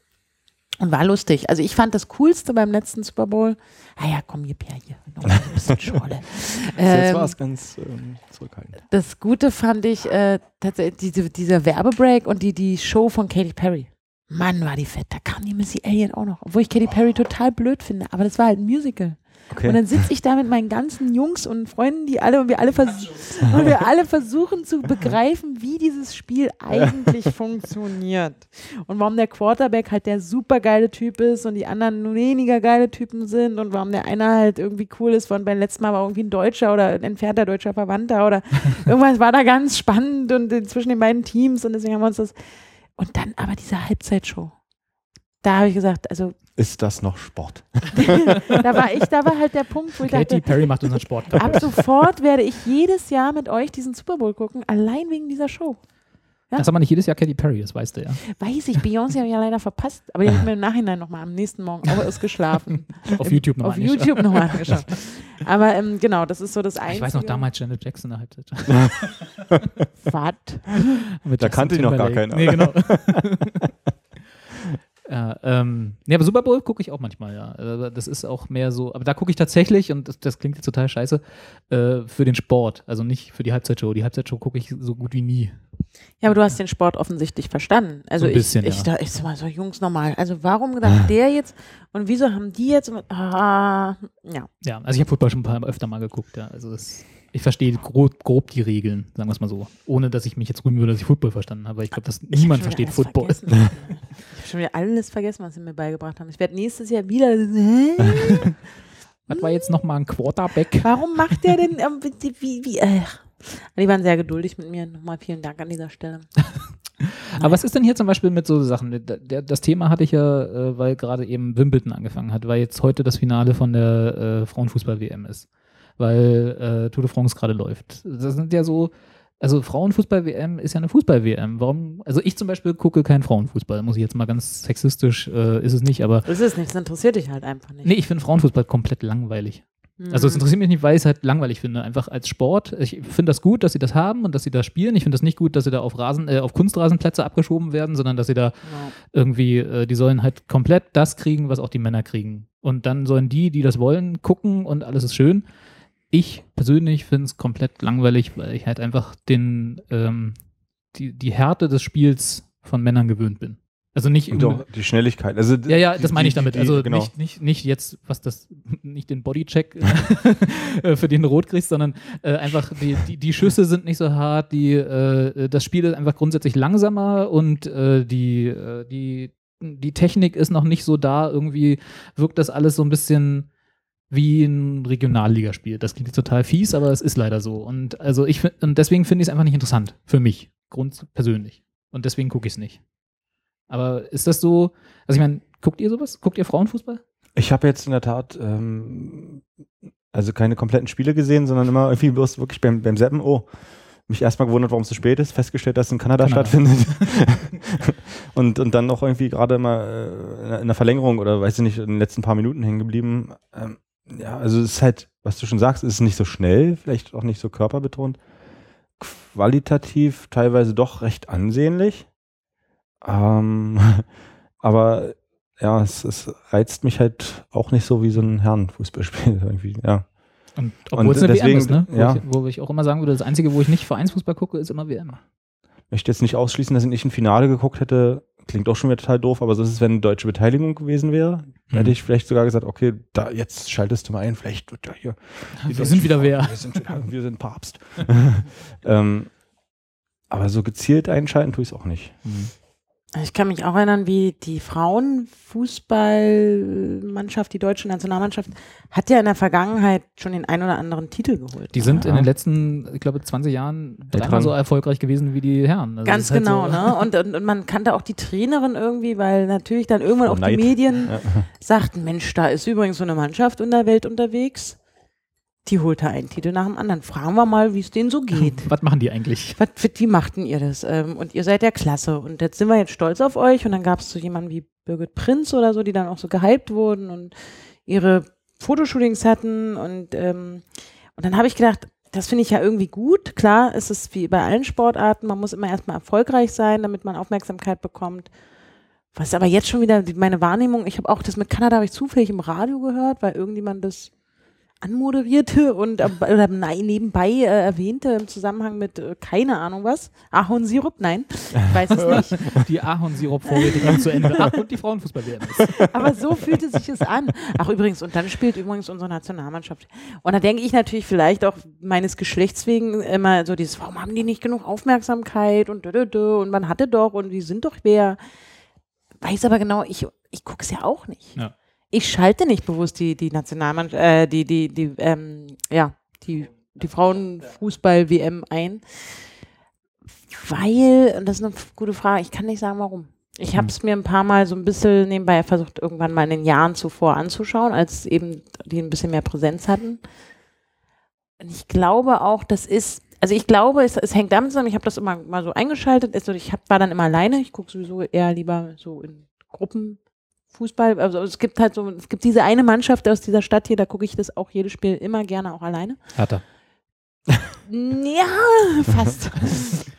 Und war lustig. Also ich fand das Coolste beim letzten Super Bowl, ah ja, komm, gib her hier, noch ein bisschen Schorle.
Jetzt
Ähm,
war es ganz ähm, zurückhaltend.
das Gute fand ich äh, tatsächlich diese, dieser Werbebreak und die, die Show von Katy Perry. Mann, war die fett. Da kam die Missy Elliott auch noch. Obwohl ich Katy Perry total blöd finde. Aber das war halt ein Musical.
Okay.
Und dann sitze ich da mit meinen ganzen Jungs und Freunden, die alle und wir alle, vers und wir alle versuchen zu begreifen, wie dieses Spiel eigentlich funktioniert. Und warum der Quarterback halt der supergeile Typ ist und die anderen weniger geile Typen sind und warum der eine halt irgendwie cool ist, von beim letzten Mal war irgendwie ein Deutscher oder ein entfernter deutscher Verwandter oder irgendwas war da ganz spannend und in- zwischen den beiden Teams und deswegen haben wir uns das. Und dann aber diese Halbzeitshow. Da habe ich gesagt, also
Ist das noch Sport?
da war ich, da war halt der Punkt, wo ich dachte,
Katy Perry macht unseren Sport.
Ab sofort werde ich jedes Jahr mit euch diesen Super Bowl gucken, allein wegen dieser Show.
Das haben wir nicht jedes Jahr Katy Perry, das weißt du ja.
Weiß ich, Beyoncé habe ich ja leider verpasst, aber die habe ich mir im Nachhinein nochmal am nächsten Morgen
*laughs*
auch ausgeschlafen.
Auf YouTube nochmal.
Auf
nicht. *laughs*
YouTube nochmal angeschaut. Aber ähm, genau, das ist so das Einzige.
Ich weiß noch damals Janet Jackson in der Halbzeit.
Was?
Mit
Da
Justin
kannte die noch gar
Timberlake.
keiner.
Nee, genau. *laughs* Ja, ähm, nee, aber Super Bowl gucke ich auch manchmal, ja. Also Das ist auch mehr so, aber da gucke ich tatsächlich, und das, das klingt jetzt total scheiße, äh, für den Sport, also nicht für die Halbzeitshow. Die Halbzeitshow gucke ich so gut wie nie.
Ja, aber du hast den Sport offensichtlich verstanden. Also
So ein bisschen,
ich, ich,
ja. Ah.
da, ich sag mal so, Jungs, normal. Also warum gedacht der jetzt und wieso haben die jetzt? Und, ah, ja.
Ja, also ich habe Football schon ein paar, öfter mal geguckt, ja. Also das, ich verstehe grob, grob die Regeln, sagen wir es mal so. Ohne, dass ich mich jetzt rühmen würde, dass ich Football verstanden habe, weil ich glaube, dass
Ich hab
niemand
schon wieder
versteht
alles
Football. *laughs*
vergessen. Ich habe schon wieder alles vergessen, was sie mir beigebracht haben. Ich werde nächstes Jahr wieder. Hä?
Was war jetzt nochmal ein Quarterback?
Warum macht der denn, ähm, wie, wie, wie äh. Die waren sehr geduldig mit mir. Nochmal vielen Dank an dieser Stelle.
Aber was ist denn hier zum Beispiel mit so Sachen? Da- der- Das Thema hatte ich ja, äh, weil gerade eben Wimbledon angefangen hat, weil jetzt heute das Finale von der äh, Frauenfußball-WM ist. Weil äh, Tour de France gerade läuft. Das sind ja so, also Frauenfußball-WM ist ja eine Fußball-WM. Warum? Also ich zum Beispiel gucke keinen Frauenfußball, muss ich jetzt mal ganz sexistisch, äh, ist es nicht, aber
Das ist nichts, interessiert dich halt einfach nicht. Hm.
nee, ich finde Frauenfußball komplett langweilig. Also
Mhm.
es interessiert mich nicht, weil ich es halt langweilig finde, einfach als Sport. Ich finde das gut, dass sie das haben und dass sie da spielen. Ich finde das nicht gut, dass sie da auf Rasen, äh, auf Kunstrasenplätze abgeschoben werden, sondern dass sie da
Ja.
irgendwie, äh, die sollen halt komplett das kriegen, was auch die Männer kriegen. Und dann sollen die, die das wollen, gucken und alles ist schön. Ich persönlich finde es komplett langweilig, weil ich halt einfach den, ähm, die, die Härte des Spiels von Männern gewöhnt bin. Also nicht
Und auch die Schnelligkeit. Also,
ja, ja, das meine ich damit. Also
genau.
nicht, nicht, nicht jetzt, was das, *laughs* nicht den Bodycheck, äh, *laughs* für den du rot kriegst, sondern äh, einfach die, die, die Schüsse sind nicht so hart, die, äh, das Spiel ist einfach grundsätzlich langsamer und äh, die, äh, die, die Technik ist noch nicht so da. Irgendwie wirkt das alles so ein bisschen wie ein Regionalligaspiel. Das klingt jetzt total fies, aber es ist leider so. Und also ich fin- und deswegen finde ich es einfach nicht interessant. Für mich. Grund persönlich. Und deswegen gucke ich es nicht. Aber ist das so, also ich meine, guckt ihr sowas? Guckt ihr Frauenfußball?
Ich habe jetzt in der Tat ähm, also keine kompletten Spiele gesehen, sondern immer irgendwie bloß wirklich beim, beim Seppen, oh, mich erstmal gewundert, warum es so spät ist, festgestellt, dass es in Kanada,
Kanada.
stattfindet. *laughs* und, und dann auch irgendwie gerade mal äh, in der- in der Verlängerung oder weiß ich nicht, in den letzten paar Minuten hängen geblieben. Ähm, ja, also es ist halt, was du schon sagst, es ist nicht so schnell, vielleicht auch nicht so körperbetont. Qualitativ teilweise doch recht ansehnlich. Ähm, *laughs* aber ja, es, es reizt mich halt auch nicht so wie so ein Herrenfußballspiel *laughs* irgendwie, ja.
Und obwohl es eine
deswegen-
WM ist, ne? Wo,
ja.
ich, wo ich auch immer sagen würde, das Einzige, wo ich nicht Vereinsfußball gucke, ist immer WM.
möchte jetzt nicht ausschließen, dass ich nicht ein Finale geguckt hätte. Klingt auch schon wieder total doof, aber so ist es, wenn deutsche Beteiligung gewesen wäre,
Mhm.
hätte ich vielleicht sogar gesagt, okay, da jetzt schaltest du mal ein, vielleicht wird ja hier. die
Wir sind
Deutschen-
wieder wer.
*laughs* Wir sind, wieder- wir sind Papst. *laughs* ähm, aber so gezielt einschalten tue ich es auch nicht.
Mhm.
Ich kann mich auch erinnern, wie die Frauenfußballmannschaft, die deutsche Nationalmannschaft, hat ja in der Vergangenheit schon den ein oder anderen Titel geholt.
Die sind
Ja.
in den letzten, ich glaube, 20 Jahren dreimal
dran.
so erfolgreich gewesen wie die Herren. Also
Ganz
es ist halt
genau,
so,
ne? Und, und, und man kannte auch die Trainerin irgendwie, weil natürlich dann irgendwann
Frau
auch die
Neid.
Medien
Ja.
sagten, Mensch, da ist übrigens so eine Mannschaft in der Welt unterwegs. Die holte einen Titel nach dem anderen. Fragen wir mal, wie es denen so geht.
Was machen die eigentlich?
Was, wie machten ihr das? Ähm, Und ihr seid ja klasse. Und jetzt sind wir jetzt stolz auf euch. Und dann gab es so jemanden wie Birgit Prinz oder so, die dann auch so gehypt wurden und ihre Fotoshootings hatten. Und, ähm, und dann habe ich gedacht, das finde ich ja irgendwie gut. Klar, es ist wie bei allen Sportarten, man muss immer erstmal erfolgreich sein, damit man Aufmerksamkeit bekommt. Was aber jetzt schon wieder die- meine Wahrnehmung, ich habe auch das mit Kanada habe ich zufällig im Radio gehört, weil irgendjemand das anmoderierte und ab- oder nei- nebenbei äh, erwähnte im Zusammenhang mit äh, keine Ahnung was. Ahornsirup? Nein, ich weiß es nicht.
Die Ahornsirup-Vorräte gehen zu Ende. Ach, und die Frauenfußball-WM ist.
Aber so fühlte sich es an. Ach übrigens, und dann spielt übrigens unsere Nationalmannschaft. Und da denke ich natürlich vielleicht auch meines Geschlechts wegen immer so dieses, warum haben die nicht genug Aufmerksamkeit und dö, dö, dö, und man hatte doch und die sind doch wer. Weiß aber genau, ich, ich gucke es ja auch nicht.
Ja.
Ich schalte nicht bewusst die, die Nationalmannschaft, äh, die, die, die, ähm, ja, die, die Frauenfußball-WM ein. Weil, und das ist eine f- gute Frage, ich kann nicht sagen, warum. Ich habe es mir ein paar Mal so ein bisschen nebenbei versucht, irgendwann mal in den Jahren zuvor anzuschauen, als eben die ein bisschen mehr Präsenz hatten. Und ich glaube auch, das ist, also ich glaube, es, es hängt damit zusammen, ich habe das immer mal so eingeschaltet, also ich hab, war dann immer alleine, ich gucke sowieso eher lieber so in Gruppen. Fußball, also es gibt halt so, es gibt diese eine Mannschaft aus dieser Stadt hier, da gucke ich das auch jedes Spiel immer gerne auch alleine.
Hertha.
Ja,
*laughs*
fast.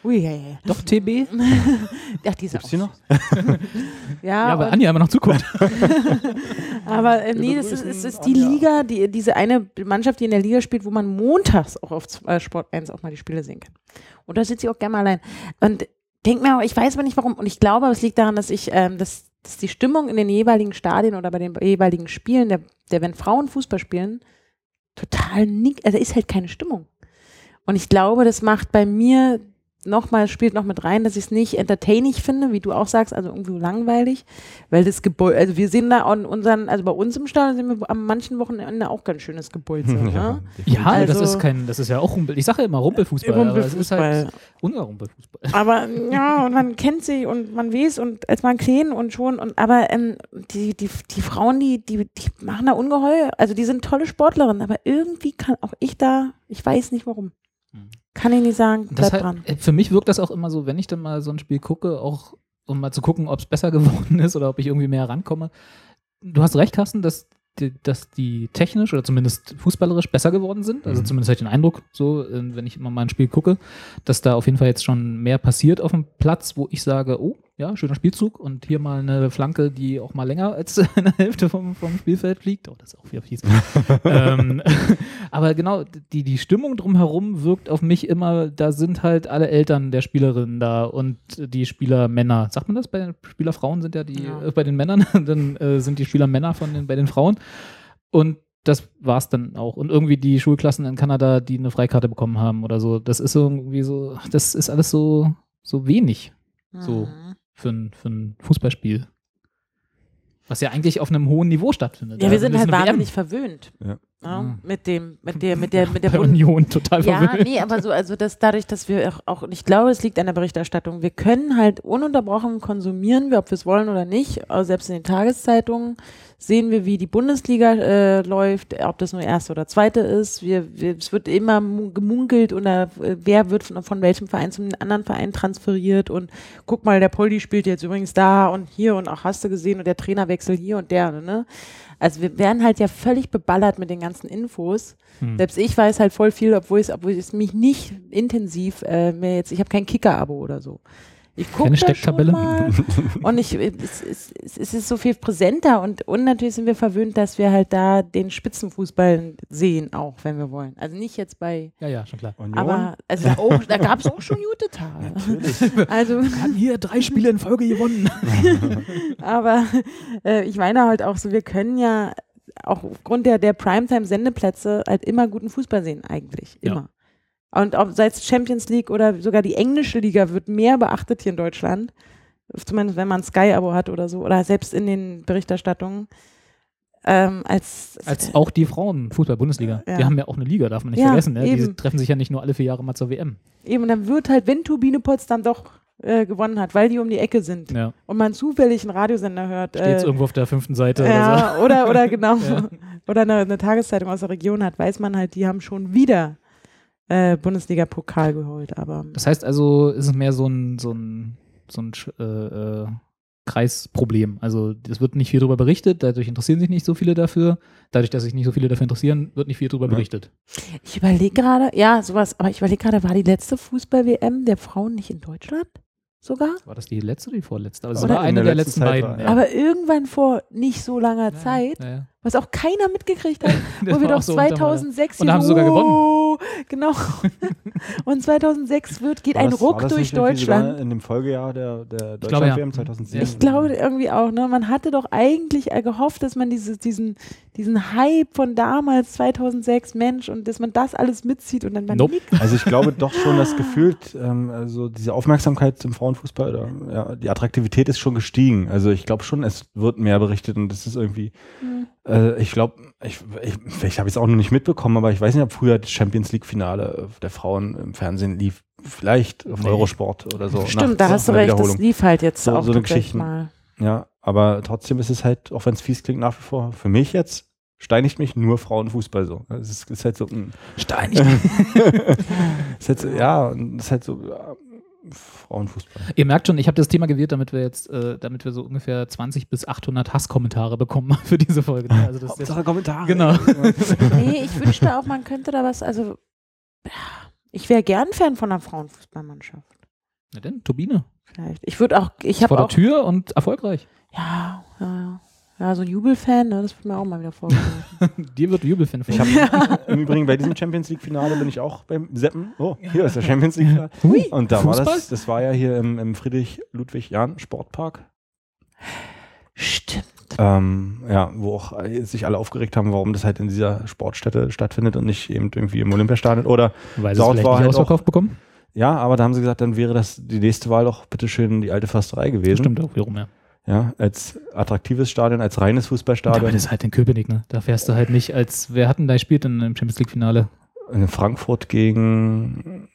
Ui, ja, ja.
Doch TB?
*laughs* Ach, die ist
Gibt's
auch
die noch?
*laughs* Ja,
Ja, weil
und-
Anja immer noch zuguckt.
aber äh, nee,
Wir
das ist,
begrüßen
es ist die
Anja.
Liga, die, diese eine Mannschaft, die in der Liga spielt, wo man montags auch auf Z- äh, Sport 1 auch mal die Spiele sehen kann. Und da sitze ich auch gerne mal allein. Und denk mir, aber, ich weiß aber nicht warum. Und ich glaube, aber es liegt daran, dass ich, ähm, dass, dass die Stimmung in den jeweiligen Stadien oder bei den jeweiligen Spielen, der, der wenn Frauen Fußball spielen, total nick, also ist halt keine Stimmung. Und ich glaube, das macht bei mir nochmal, spielt noch mit rein, dass ich es nicht entertaining finde, wie du auch sagst, also irgendwie langweilig, weil das Gebäude, also wir sehen da an unseren, also bei uns im Stadion sehen wir an manchen Wochenende auch ganz schönes
*laughs*
Gebolze.
Ja.
ne?
Ja,
Also-
das ist kein, das ist ja auch Rumpel. Ich sage ja immer Rumpelfußball, aber es ist halt unser Rumpelfußball.
Aber ja, und man kennt sie und man weiß und als man klein und schon und aber ähm, die, die, die Frauen, die, die, die machen da ungeheuer, also die sind tolle Sportlerinnen, aber irgendwie kann auch ich da, ich weiß nicht warum. Kann ich nicht sagen,
Und Hm. Das
bleib dran.
halt, äh, für mich wirkt das auch immer so, wenn ich dann mal so ein Spiel gucke, auch um mal zu gucken, ob es besser *laughs* geworden ist oder ob ich irgendwie mehr rankomme. Du hast recht, Carsten, dass die, dass die technisch oder zumindest fußballerisch besser geworden sind. Also
Mhm.
zumindest habe ich den Eindruck, so äh, wenn ich immer mal ein Spiel gucke, dass da auf jeden Fall jetzt schon mehr passiert auf dem Platz, wo ich sage, oh, ja, schöner Spielzug und hier mal eine Flanke, die auch mal länger als *laughs* in der Hälfte vom, vom Spielfeld liegt. Oh, das ist auch wieder fies. ähm, *laughs* aber genau, die, die Stimmung drumherum wirkt auf mich immer, da sind halt alle Eltern der Spielerinnen da und die Spieler Männer. Sagt man das? Bei den Spielerfrauen sind ja die,
Ja.
Äh, bei den Männern, *laughs* dann äh, sind die Spieler Männer von den, bei den Frauen. Und das war's dann auch. Und irgendwie die Schulklassen in Kanada, die eine Freikarte bekommen haben oder so, das ist irgendwie so, ach, das ist alles so, so wenig so.
Mhm.
für ein, für ein Fußballspiel. Was ja eigentlich auf einem hohen Niveau stattfindet. Also
Ja, wir sind
Das
halt
ist eine
wahnsinnig
WM.
verwöhnt.
Ja.
Ja,
Mhm.
Mit dem, mit der, mit der, mit der
bei
Bund-
Union total
Ja,
verwöhnt.
nee, aber so, also das dadurch, dass wir auch, auch, und ich glaube, es liegt an der Berichterstattung. Wir können halt ununterbrochen konsumieren, wir, ob wir es wollen oder nicht. Also selbst in den Tageszeitungen sehen wir, wie die Bundesliga äh, läuft, ob das nur erste oder zweite ist. Wir, wir, es wird immer mu- gemunkelt oder äh, wer wird von, von welchem Verein zum anderen Verein transferiert und guck mal, der Poldi spielt jetzt übrigens da und hier und auch hast du gesehen und der Trainerwechsel hier und der, ne? Also wir werden halt ja völlig beballert mit den ganzen Infos.
Hm.
Selbst ich weiß halt voll viel, obwohl es obwohl es mich nicht intensiv äh, mehr jetzt, ich habe kein Kicker-Abo oder so. Ich gucke
Keine
da schon
Stecktabelle? *laughs*
mal und ich, es, es, es es ist so viel präsenter und, und natürlich sind wir verwöhnt, dass wir halt da den Spitzenfußball sehen, auch wenn wir wollen. Also nicht jetzt bei,
Ja, ja, schon klar.
Union?
aber also da, auch- da gab es auch schon gute Tage. Also,
Wir haben hier drei Spiele in Folge gewonnen.
aber *laughs* äh, ich meine halt auch so, wir können ja auch aufgrund der, der Primetime-Sendeplätze halt immer guten Fußball sehen, eigentlich.
Ja.
Immer. Und ob sei es Champions League oder sogar die englische Liga wird mehr beachtet hier in Deutschland. Zumindest wenn man ein Sky-Abo hat oder so. Oder selbst in den Berichterstattungen. Ähm, als,
*laughs* Als auch die Frauen Fußball-Bundesliga.
Ja.
Die haben ja auch eine Liga, darf man nicht
Ja,
vergessen. Ne? Die
eben.
treffen sich ja nicht nur alle vier Jahre mal zur WM.
eben, dann wird halt, wenn Turbine Potsdam doch äh, gewonnen hat, weil die um die Ecke sind
Ja.
und man zufällig einen Radiosender hört.
Steht
äh,
irgendwo auf der fünften Seite oder so.
Ja, *laughs* oder, oder genau.
Ja.
Oder eine, eine Tageszeitung aus der Region hat, weiß man halt, die haben schon wieder äh, Bundesliga-Pokal geholt. Aber
Das heißt also, ist es mehr so ein, so ein, so ein Sch- äh, äh, Kreisproblem. Also es wird nicht viel darüber berichtet, dadurch interessieren sich nicht so viele dafür. Dadurch, dass sich nicht so viele dafür interessieren, wird nicht viel darüber
Ja.
berichtet.
ich überlege gerade, ja, sowas, aber ich überlege gerade, war die letzte Fußball-WM der Frauen nicht in Deutschland sogar?
War das die letzte oder die vorletzte? Also es
Oder
war
in
eine
der
der
letzten
letzten
Zeit
beiden.
war,
ja.
Aber irgendwann vor nicht so langer
Ja,
Zeit,
Ja, ja.
was auch keiner
*laughs*
mitgekriegt hat,
Das
wo
war
wir doch
auch so unter meiner-
2006
Und da haben sie sogar gewonnen.
gewonnen. Genau. *laughs* Und 2006 wird, geht
War
ein
das- war
Ruck
das
durch
nicht irgendwie sogar
Deutschland.
In dem Folgejahr der, der
Ich glaube, ja.
Deutschland-WM 2007.
Ich glaube irgendwie auch, ne? Man hatte doch eigentlich äh, gehofft, dass man dieses, diesen, diesen Hype von damals, 2006, Mensch, und dass man das alles mitzieht und dann man
Nope.
nickt.
Also ich glaube doch schon, dass gefühlt, ähm, also diese Aufmerksamkeit im Frauenfußball oder ja, die Attraktivität ist schon gestiegen. Also ich glaube schon, es wird mehr berichtet und das ist irgendwie,
Mhm.
äh, ich glaube, ich, ich, vielleicht habe ich es auch noch nicht mitbekommen, aber ich weiß nicht, ob früher das Champions League-Finale äh, der Frauen im Fernsehen lief. Vielleicht auf
Nee.
Eurosport oder so. nach-
Stimmt, da hast du
nach einer
recht, das
Wiederholung.
lief halt jetzt
So-
auch
so eine
tatsächlich
Geschichten. *laughs*
mal.
Ja, aber trotzdem ist es halt, auch wenn es fies klingt, nach wie vor für mich jetzt. Steinigt mich nur Frauenfußball so. Es ist, ist halt so, mh,
Steinig.
ist halt so, ja, und ist halt so, ja, Frauenfußball.
Ihr merkt schon, ich habe das Thema gewählt, damit wir jetzt, äh, damit wir so ungefähr 20 bis 800 Hasskommentare bekommen *laughs* für diese Folge. Also das ist jetzt,
Kommentare.
genau.
Nee, ich wünschte auch, man könnte da was, also ja, ich wäre gern Fan von einer Frauenfußballmannschaft.
Na denn, Turbine.
Vielleicht. Ich würde auch, ich
Vor
habe
der
auch,
Tür und erfolgreich. *laughs*
ja, ja, ja. Ja, so ein Jubelfan, ne, das wird mir auch mal wieder vorgeworfen.
Dir wird Jubelfan
*laughs* Ich habe im Übrigen bei diesem Champions League Finale bin ich auch beim Seppen. Oh, hier ist der Champions League Finale.
*laughs* Hui.
Und da war das,
Fußball?
das war ja hier im, im Friedrich-Ludwig-Jahn-Sportpark.
*laughs* Stimmt.
Ähm, ja, wo auch äh, sich alle aufgeregt haben, warum das halt in dieser Sportstätte stattfindet und nicht eben irgendwie im Olympiastadion. Oder
Weil sie es
Saut
vielleicht
war
nicht
halt
ausverkauft bekommen.
ja, aber da haben sie gesagt, dann wäre das die nächste Wahl doch bitteschön die alte Försterei gewesen.
Stimmt auch wiederum, ja.
Ja, als attraktives Stadion, als reines
Aber
Fußballstadion.
das ist halt in Köpenick, ne? Da fährst du halt nicht als, wer hat denn da gespielt in einem Champions League Finale?
In Frankfurt gegen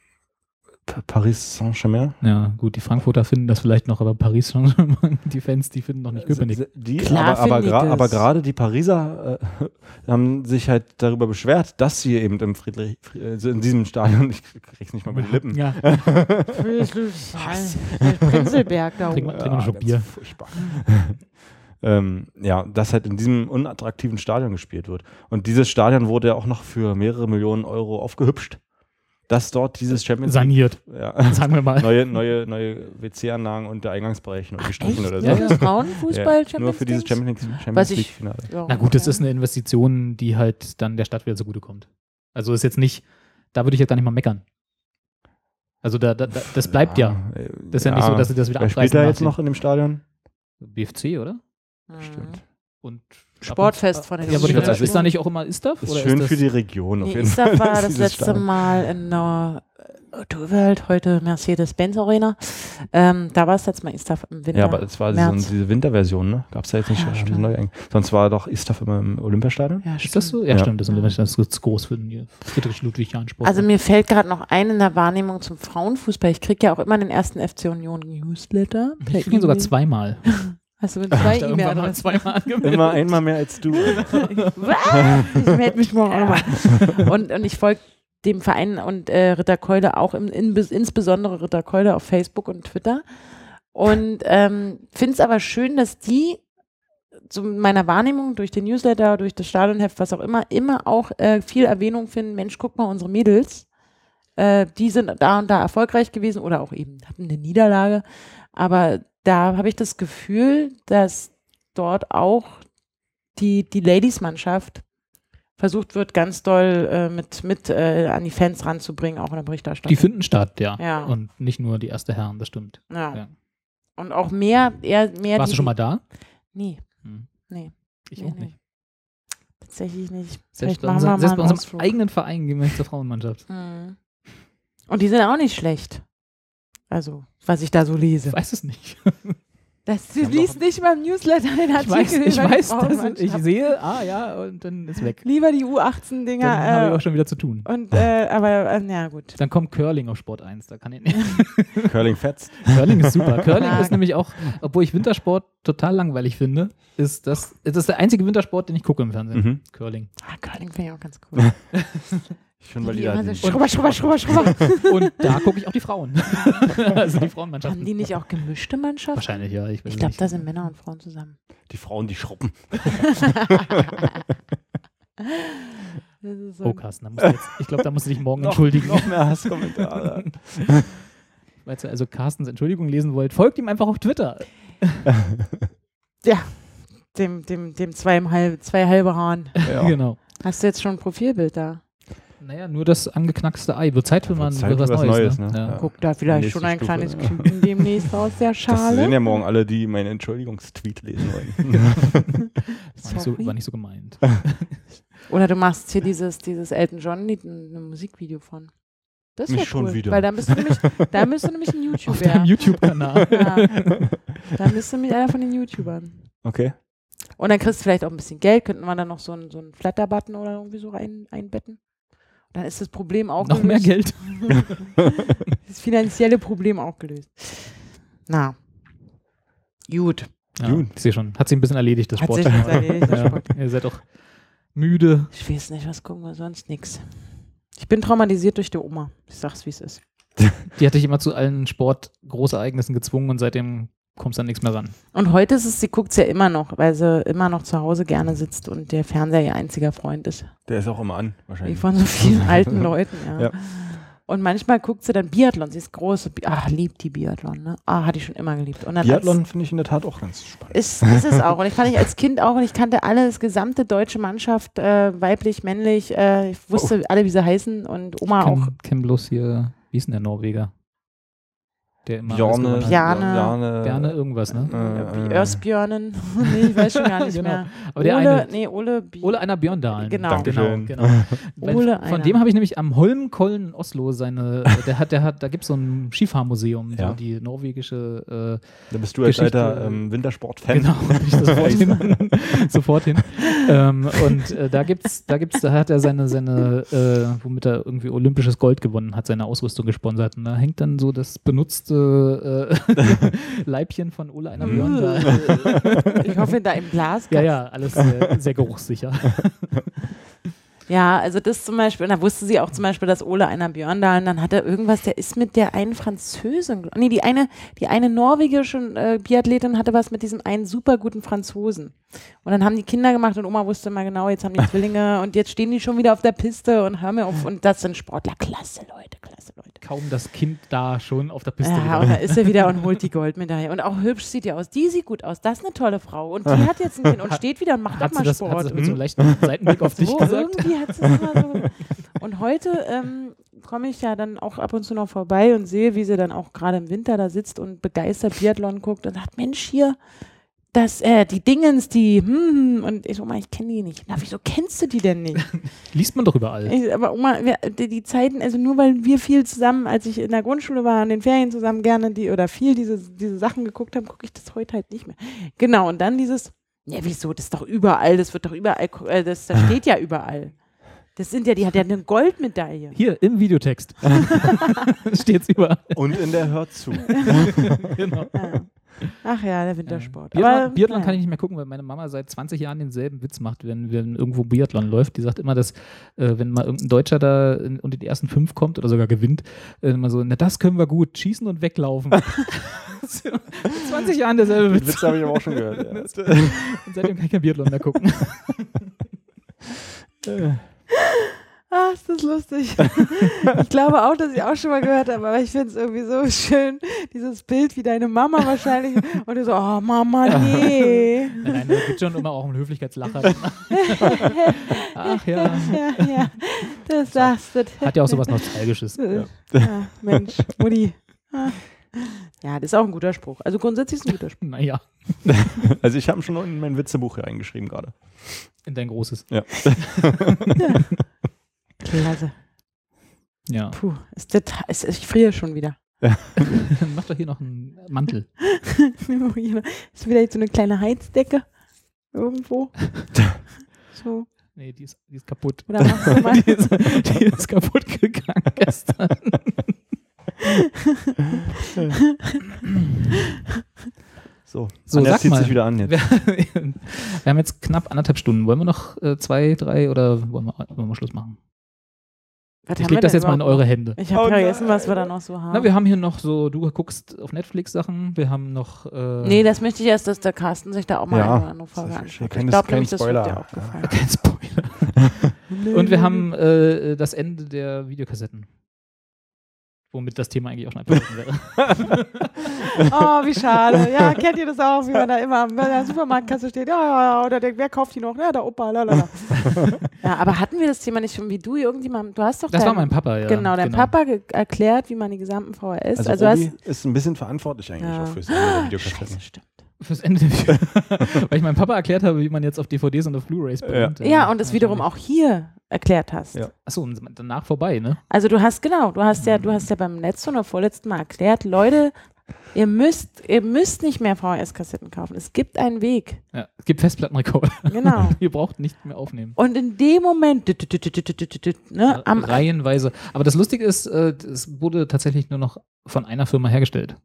P- Paris Saint-Germain.
Ja, gut, die Frankfurter finden das vielleicht noch, aber Paris schon, *laughs* die Fans, die finden noch nicht Köpenick.
Se- Die,
Klar
aber, aber,
finden die
gra-
das.
aber gerade die Pariser äh, *laughs* haben sich halt darüber beschwert, dass sie eben im Friedrich, Fri- also in diesem Stadion, *laughs* ich krieg's nicht mal mit den Lippen.
Ja,
*laughs*
Prinzelberg da
Trink
oben.
mal- trink mal einen Schluck
ganz
Bier.
Furchtbar. *laughs* ähm, ja, dass halt in diesem unattraktiven Stadion gespielt wird. Und dieses Stadion wurde ja auch noch für mehrere Millionen Euro aufgehübscht, dass dort dieses Champions
saniert, *laughs*
League, ja,
sagen wir mal.
*laughs* neue, neue, neue WC-Anlagen und der Eingangsbereich neu gestrichen
Echt?
oder so.
Ja,
Nur für Frauenfußball
Ja,
Champions
nur für dieses
Dings?
Champions League- Champions
Was ich-
League-Finale.
Ja,
Na gut, das
okay.
ist eine Investition, die halt dann der Stadt wieder zugutekommt. Also ist jetzt nicht, da würde ich jetzt gar nicht mal meckern. Also da, da, da, das bleibt ja.
äh,
Das ist ja, nicht so, dass sie das wieder
Wer spielt
abreißen.
da jetzt
nach
noch in dem Stadion?
dem BFC, oder?
Mhm.
Stimmt.
Und
Sportfest von den
Ja, aber also
Schön.
ist da nicht auch immer Istaf?
Ist
oder
schön
ist das-
für die Region auf
Nee,
jeden
ich
Fall. *laughs*
war das
dieses
letzte
Stadion.
Mal in der äh, Duwelt, heute Mercedes-Benz Arena. Ähm, da war es letztes Mal Istaf im Winter.
Ja, aber das war so
März.
diese Winterversion, ne? Gab es da jetzt nicht
Ja,
schon
stimmt.
neu eigentlich. Sonst war doch Istaf immer im Olympiastadion.
Ja,
Ist das
stimmt.
so? Ja,
Ja.
stimmt. Das ist, das ist groß für den Friedrich-Ludwig-Jahn-Sport.
Also mir fällt gerade noch ein in der Wahrnehmung zum Frauenfußball. Ich kriege ja auch immer den ersten FC Union Newsletter. per
ich kriege ihn sogar
E-Mail.
zweimal.
Hast du mit
*laughs*
zwei
Ich hab da irgendwann mal
E-Mail-Adressen?
zweimal angemeldet.
Immer einmal mehr als du.
*laughs* Was? Ich melde mich morgen auch
*laughs*
nochmal. Und, und ich folge dem Verein und äh, Ritter Keule auch, im, in, insbesondere Ritter Keule auf Facebook und Twitter. Und ähm, finde es aber schön, dass die zu meiner Wahrnehmung durch den Newsletter, durch das Stadionheft, was auch immer, immer auch äh, viel Erwähnung finden. Mensch, guck mal, unsere Mädels. Äh, die sind da und da erfolgreich gewesen oder auch eben hatten eine Niederlage. Aber da habe ich das Gefühl, dass dort auch die, die Ladies-Mannschaft versucht wird, ganz doll äh, mit, mit äh, an die Fans ranzubringen, auch in der Berichterstattung.
Die finden statt, ja.
Ja.
Und nicht nur die erste Herren, das stimmt.
ja.
ja.
Und auch mehr, eher mehr.
Warst du
die-
schon mal da?
Nee,
Hm.
Nee.
Ich
Nee,
auch
nee.
nicht.
tatsächlich nicht.
Selbst
Vielleicht
bei,
machen wir
unserem,
mal
selbst bei
einen
unserem
Ausflug.
eigenen Verein gehen wir nicht zur
*laughs*
Frauenmannschaft.
Mhm. Und die sind auch nicht schlecht. Also, was ich da so lese.
Ich weiß es
*laughs*
nicht.
Das, du
Wir haben
liest
doch-
nicht mal im Newsletter den
Ich weiß,
Artikel
ich
über die
weiß dass
Frauenmannschaft.
ich sehe, ah ja, und dann ist
*laughs*
weg.
Lieber die
Dann
U18-Dinger.
habe ich
Äh,
auch schon wieder zu tun.
und, äh, aber, äh, na gut.
Dann kommt Curling auf Sport 1, da kann ich nicht.
*laughs*
*laughs*
Curling fetzt.
Curling ist super. Curling
Stark.
ist nämlich auch, obwohl ich Wintersport total langweilig finde, ist das, das ist der einzige Wintersport, den ich gucke im Fernsehen.
Mhm.
Curling.
Ah, Curling finde ich auch ganz
*laughs*
cool.
Schon
die immer so schrubber, schrubber, schrubber, schrubber.
*laughs* Und da gucke ich auch die Frauen. *laughs* also die Frauenmannschaften.
Haben die nicht auch gemischte Mannschaften?
Wahrscheinlich, ja. Ich, weiß
Ich glaube,
nicht.
da sind Männer und
*laughs*
Frauen zusammen.
Die Frauen, die schrubben.
Das ist so
Oh, Carsten, da musst du jetzt, ich glaube, da musst du dich
*laughs*
morgen entschuldigen.
Noch mehr Hasskommentare. *laughs*
Falls ihr also Carstens Entschuldigung lesen wollt, folgt ihm einfach auf Twitter.
dem, dem, dem zwei, im halb, zwei halbe Haaren.
ja.
Genau.
Hast du jetzt schon ein Profilbild da?
Naja, nur das angeknackste Ei. Wird Zeit für,
Ja,
mal
wird Zeit
für was, Neues. ne? Ja.
Guck da vielleicht
Nächste
schon ein
Stufe,
kleines
ja.
Küken demnächst aus der
Das sehen
Schale.
ja morgen alle, die meinen Entschuldigungstweet lesen wollen.
War, nicht so,
Sorry.
war nicht so
*laughs*
gemeint. *laughs*
Oder du machst hier dieses, dieses Elton John Lied ein, ein Musikvideo von. Das
Nicht
wäre
schon
cool,
wieder.
weil da bist du *laughs*
*laughs*
nämlich, da bist du nämlich ein
Auf
YouTuber.
deinem YouTube-Kanal.
ja. Da bist du nämlich einer von den YouTubern.
Okay.
Und dann kriegst du vielleicht auch ein bisschen Geld, könnten wir dann noch so einen, so einen Flatter-Button oder irgendwie so rein, einbetten. Dann ist das Problem auch
Noch mehr
gelöst.
Geld.
das finanzielle Problem auch gelöst. Na. Gut.
Ja,
Gut.
ich sehe schon. Hat sich ein bisschen erledigt, das
Hat
Sport.
sich jetzt erledigt, das Sport.
Ihr seid doch müde.
Ich weiß nicht, was gucken wir sonst nix. Ich bin traumatisiert durch die Oma. Ich sag's, wie es ist.
Die hatte ich immer zu allen Sportgroßereignissen gezwungen und seitdem kommst du an nichts mehr ran.
Und heute ist es, sie guckt's ja immer noch, weil sie immer noch zu Hause gerne sitzt und der Fernseher ihr einziger Freund ist.
Der ist auch immer an,
Wie
wahrscheinlich.
von so vielen alten Leuten, ja.
Ja.
Und manchmal guckt sie dann Biathlon. Sie ist groß. und Bi- Ah, liebt die Biathlon, ne? Ah, hatte ich schon immer geliebt. Und dann als-
Biathlon finde ich in der Tat auch ganz spannend.
Ist, ist es auch. Und ich fand ich als Kind auch, und ich kannte alle, das gesamte deutsche Mannschaft, äh, weiblich, männlich, äh, ich wusste alle, wie sie heißen und Oma Ah, auch.
Ken, Ken bloß hier, wie ist denn der Norweger? Der immer alles
Bjarne.
gewonnen hat.
Bjarne.
Bjarne irgendwas, ne?
Äh, äh.
Örsbjörnen. *laughs* nee, ich weiß schon gar nicht
Genau.
mehr.
Aber der
Ole,
eine,
nee, Ole, Bi
Ole einer Björndalen.
Genau.
Dankeschön.
Genau, genau. Weil
Ole
Von
Einar.
dem habe ich nämlich am Holmenkollen in Oslo seine, äh, der hat, der hat, da gibt es so ein Skifahrmuseum,
Ja.
so die norwegische, äh,
Da bist du als
Geschichte.
alter ähm, Wintersport-Fan.
genau, hab ich das sofort hin. *laughs* sofort hin. Ähm, und äh, da gibt's, da gibt's, da hat er seine, seine, äh, womit er irgendwie olympisches Gold gewonnen hat, seine Ausrüstung gesponsert. Und da hängt dann so das benutzte äh, *laughs* Leibchen von Ole einer Björn
Mm.
da.
*laughs* ich hoffe, da im Glas.
Ja, ja, alles sehr, sehr geruchssicher.
Ja, also das zum Beispiel, und da wusste sie auch zum Beispiel, dass Ole einer Björndalen, dann hat er irgendwas, der ist mit der einen Französin, gl- nee, die eine, die eine norwegische äh, Biathletin hatte was mit diesem einen super guten Franzosen. Und dann haben die Kinder gemacht und Oma wusste immer genau, jetzt haben die Zwillinge und jetzt stehen die schon wieder auf der Piste und hör mir auf. Und das sind Sportler, klasse Leute, klasse Leute.
Kaum das Kind da schon auf der Piste. wieder. *laughs*
Ja, und Äh, da ist er wieder und holt die Goldmedaille. Und auch hübsch sieht er aus. Die sieht gut aus. Das ist eine tolle Frau. Und die hat jetzt ein Kind und steht wieder und macht
hat
auch
sie
mal
das,
Sport.
hat sie Hm? das mit so einem leichten Seitenblick *laughs* auf dich
so,
gesagt?
Irgendwie hat sie es immer so gemacht. Und heute ähm, komme ich ja dann auch ab und zu noch vorbei und sehe, wie sie dann auch gerade im Winter da sitzt und begeistert Biathlon guckt und sagt, Mensch, hier, das, äh, die Dingens, die, hm, hm." und ich so, Oma, ich kenne die nicht. Na, wieso kennst du die denn nicht?
Liest man doch überall.
Ich, aber Oma, wir, die, die Zeiten, also nur weil wir viel zusammen, als ich in der Grundschule war, in den Ferien zusammen gerne die oder viel diese, diese Sachen geguckt haben, gucke ich das heute halt nicht mehr. Genau, und dann dieses, ja, wieso, das ist doch überall, das wird doch überall, gu- äh,
*laughs*
das, das steht ja überall. Das sind ja, die hat ja eine Goldmedaille.
Hier im Videotext. *laughs* Steht's überall.
*laughs* Und in der Hört
*laughs*
zu.
Genau.
Ja. Ach ja, der Wintersport. Aber,
Biathlon, Biathlon
naja.
kann ich nicht mehr gucken, weil meine Mama seit 20 Jahren denselben Witz macht, wenn, wenn irgendwo Biathlon läuft. Die sagt immer, dass äh, wenn mal irgendein Deutscher da in, unter die ersten fünf kommt oder sogar gewinnt, äh, immer so, na das können wir gut, schießen und *laughs* weglaufen. So, 20 Jahren derselbe
Den
Witz.
Witz habe ich aber auch
*laughs*
schon gehört. Ja.
Äh.
Und seitdem kann ich kein Biathlon mehr gucken.
Ach, ist das lustig. *laughs* ich glaube auch, dass ich auch schon mal gehört habe, aber ich finde es irgendwie so schön, dieses Bild wie deine Mama
*laughs*
wahrscheinlich. Und du so, oh Mama, nee.
Nein, da gibt schon immer auch einen Höflichkeitslacher. Ach ja.
ja, ja, das sagst du.
Hat ja auch sowas *laughs* Nostalgisches.
Ja. Mensch,
*laughs*
Mutti. Ah. Ja, das ist auch ein guter Spruch. Also grundsätzlich ist es ein guter Spruch.
Naja,
Also ich habe schon in mein Witzebuch hier eingeschrieben gerade.
in dein großes.
Ja.
Klasse.
Ja.
also, Puh, ist der Ta- ist, ich friere schon wieder.
*laughs*
*laughs*
Mach doch hier noch einen Mantel.
ist vielleicht so eine kleine Heizdecke
*laughs*
irgendwo. So.
Nee, die ist, die ist kaputt.
Oder machst du
*laughs*
mal.
Die *laughs*
*laughs*
ist, die ist kaputt gegangen gestern.
So,
So,
Anja
sag
zieht
mal.
sich wieder an jetzt.
Wir,
*laughs*
wir haben jetzt knapp anderthalb Stunden. Wollen wir noch äh, zwei, drei oder wollen wir, wollen wir Schluss machen?
Was
Ich
haben wir
leg das
denn
jetzt mal in
überhaupt?
eure Hände.
Ich habe
Oh
vergessen, was wir da
nein.
noch so haben.
Na, wir haben hier noch so, du guckst auf Netflix Sachen, wir haben noch äh, *laughs*
nee, das möchte ich erst, dass der Carsten sich da auch mal
Ja,
eine oder andere Frage
das ist
anschaut.
kein-
ich glaube
kein
nämlich, das wird dir
Spoiler.
auch gefallen.
kein Spoiler. Und wir haben äh, das Ende der Videokassetten. Womit das Thema eigentlich auch schon
*laughs*
abgeschlossen wäre.
Oh, wie schade. Ja, kennt ihr das auch, wie man da immer an der Supermarktkasse steht? Ja, ja, ja. Oder denkt, wer kauft die noch? Ja, der Opa, la, la, la. Ja, aber hatten wir das Thema nicht schon, wie du irgendjemand, du hast doch
Das war
deinem-
mein Papa, ja.
Genau, dein Papa ge- erklärt, wie man die gesamten VHS, also,
Also,
hast
Obi ist ein bisschen verantwortlich eigentlich
Ja.
auch fürs Ende der
Scheiße,
Videokassetten.
stimmt.
Fürs Ende der Video- Weil ich meinem Papa erklärt habe, wie man jetzt auf DVDs und auf Blu-Rays brennt.
Ja, und das wiederum auch hier erklärt hast.
Ja.
Achso, und danach vorbei, ne?
Also du hast genau, du hast ja, du hast ja beim letzten oder vorletzten Mal erklärt, Leute, ihr müsst, ihr müsst nicht mehr VHS-Kassetten kaufen. Es gibt einen Weg.
Ja, es gibt Festplattenrekorde. *laughs*
*laughs* Genau.
Ihr braucht nicht mehr aufnehmen. Äh,
Und in dem Moment, dit, dit, dit, dit, dit, dit, dit, ne, am,
Reihenweise. Aber das Lustige ist, äh, es wurde tatsächlich nur noch von einer Firma hergestellt.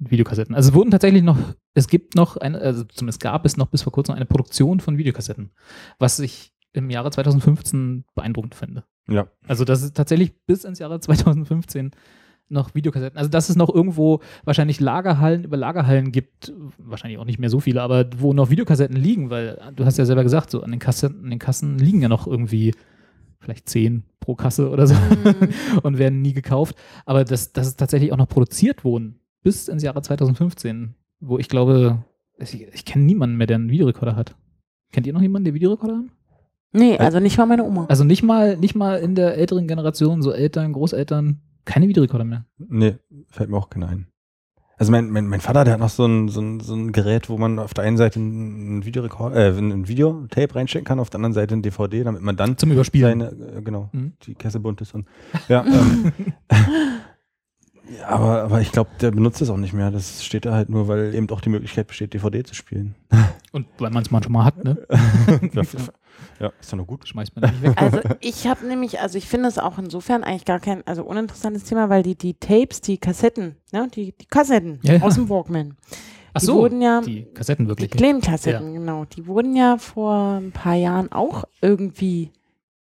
Videokassetten. Also es wurden tatsächlich noch, es gibt noch, eine, also zumindest gab es noch bis vor kurzem eine Produktion von Videokassetten, was ich im Jahre 2015 beeindruckend finde.
Ja.
Also das ist tatsächlich bis ins Jahre 2015 noch Videokassetten. Also dass es noch irgendwo wahrscheinlich Lagerhallen über Lagerhallen gibt, wahrscheinlich auch nicht mehr so viele, aber wo noch Videokassetten liegen, weil du hast ja selber gesagt, so an den Kassen, an den Kassen liegen ja noch irgendwie vielleicht zehn pro Kasse oder so *laughs*
Mhm.
und werden nie gekauft. Aber dass, dass es tatsächlich auch noch produziert wurden bis ins Jahre 2015, wo ich glaube, ich, ich kenne niemanden mehr, der einen Videorekorder hat. Kennt ihr noch jemanden, der Videorekorder hat?
*laughs* nee, also nicht mal meine Oma.
Also nicht mal, nicht mal in der älteren Generation, so Eltern, Großeltern, keine Videorekorder mehr.
Nee, fällt mir auch keiner ein. Also mein, mein, mein Vater, der hat noch so ein, so, ein, so ein Gerät, wo man auf der einen Seite ein Videorekord, äh, ein Videotape reinstecken kann, auf der anderen Seite ein DVD, damit man dann
Zum Überspielen.
seine, äh, genau,
Mhm.
die Kesse bunt ist und ja, ähm, *laughs* ja, aber, aber ich glaube, der benutzt es auch nicht mehr. Das steht da halt nur, weil eben auch die Möglichkeit besteht, DVD zu spielen.
Und weil man es manchmal hat, ne?
ja, f- ja, ist doch noch gut.
Schmeißt man nicht weg.
Also ich *laughs* habe nämlich, also ich finde es auch insofern eigentlich gar kein, also uninteressantes Thema, weil die, die Tapes, die Kassetten, ne, die, die Kassetten
Ja, ja.
aus dem Walkman,
Ach
die
so,
wurden ja-
die Kassetten wirklich.
Die kleinen Kassetten, genau. Die wurden ja vor ein paar Jahren auch irgendwie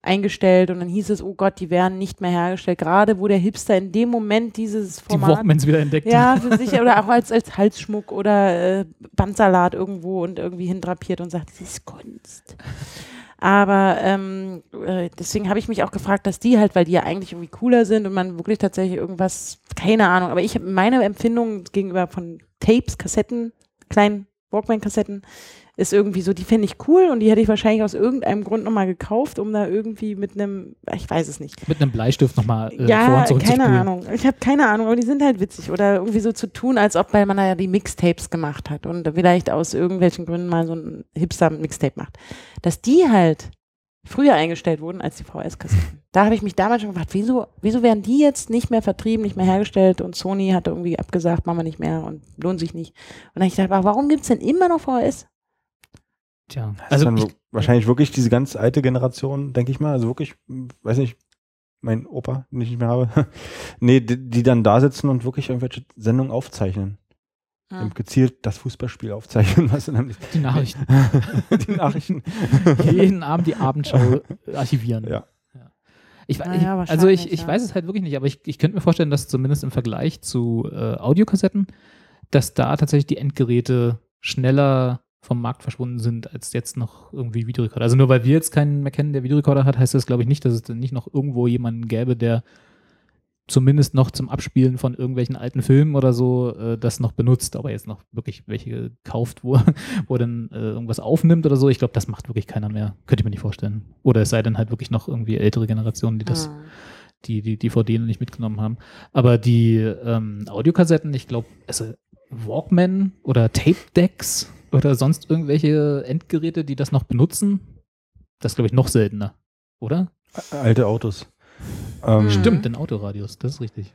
eingestellt und dann hieß es, oh Gott, die werden nicht mehr hergestellt. Gerade wo der Hipster in dem Moment dieses
Die
Format
Walkmans wieder entdeckt.
ja, für sich oder auch als, als Halsschmuck oder äh, Bandsalat irgendwo und irgendwie hindrapiert und sagt, das ist Kunst. Aber ähm, äh, deswegen habe ich mich auch gefragt, dass die halt, weil die ja eigentlich irgendwie cooler sind und man wirklich tatsächlich irgendwas, keine Ahnung, aber ich habe meine Empfindung gegenüber von Tapes, Kassetten, kleinen Walkman-Kassetten, ist irgendwie so, die fände ich cool und die hätte ich wahrscheinlich aus irgendeinem Grund nochmal gekauft, um da irgendwie mit einem, ich weiß es nicht,
Mit einem Bleistift nochmal äh, vor
ja,
und zurück zu
keine
spulen.
Ahnung. Ich habe keine Ahnung, aber die sind halt witzig. Oder irgendwie so zu tun, als ob weil man da ja die Mixtapes gemacht hat und vielleicht aus irgendwelchen Gründen mal so ein Hipster-Mixtape macht. Dass die halt früher eingestellt wurden als die VS-Kassetten. Da habe ich mich damals schon gefragt, wieso, wieso werden die jetzt nicht mehr vertrieben, nicht mehr hergestellt und Sony hatte irgendwie abgesagt, machen wir nicht mehr und lohnt sich nicht. Und dann habe ich gedacht, aber warum gibt es denn immer noch VS?
Tja,
Also
also
dann
ich,
wo- wahrscheinlich wirklich diese ganz alte Generation, denke ich mal. Also wirklich, hm, weiß nicht, mein Opa, den ich nicht mehr habe. *laughs* nee, die, die dann da sitzen und wirklich irgendwelche Sendungen aufzeichnen.
Hm.
Eben gezielt das Fußballspiel aufzeichnen, *laughs* was sie nämlich
die Nachrichten.
die Nachrichten.
Jeden Abend die Abendschau archivieren.
Ja.
Ja. Ich, wei-
Naja,
ich, also ich,
wahrscheinlich,
ich
ja.
weiß es halt wirklich nicht, aber ich, ich könnte mir vorstellen, dass zumindest im Vergleich zu äh, Audiokassetten, dass da tatsächlich die Endgeräte schneller vom Markt verschwunden sind, als jetzt noch irgendwie Videorekorder. Also nur weil wir jetzt keinen mehr kennen, der Videorekorder hat, heißt das, glaube ich, nicht, dass es dann nicht noch irgendwo jemanden gäbe, der zumindest noch zum Abspielen von irgendwelchen alten Filmen oder so äh, das noch benutzt, aber jetzt noch wirklich welche gekauft, wo, *laughs* wo dann äh, irgendwas aufnimmt oder so. Ich glaube, das macht wirklich keiner mehr. Könnte ich mir nicht vorstellen. Oder es sei denn halt wirklich noch irgendwie ältere Generationen, die das,
Ah.
die, die DVD noch nicht mitgenommen haben. Aber die ähm, Audiokassetten, ich glaube, also Walkman oder Tape Decks oder sonst irgendwelche Endgeräte, die das noch benutzen, das glaube ich noch seltener, oder?
*laughs* Alte Autos. Ähm,
Stimmt.
Stimmt, in Autoradios, das ist richtig.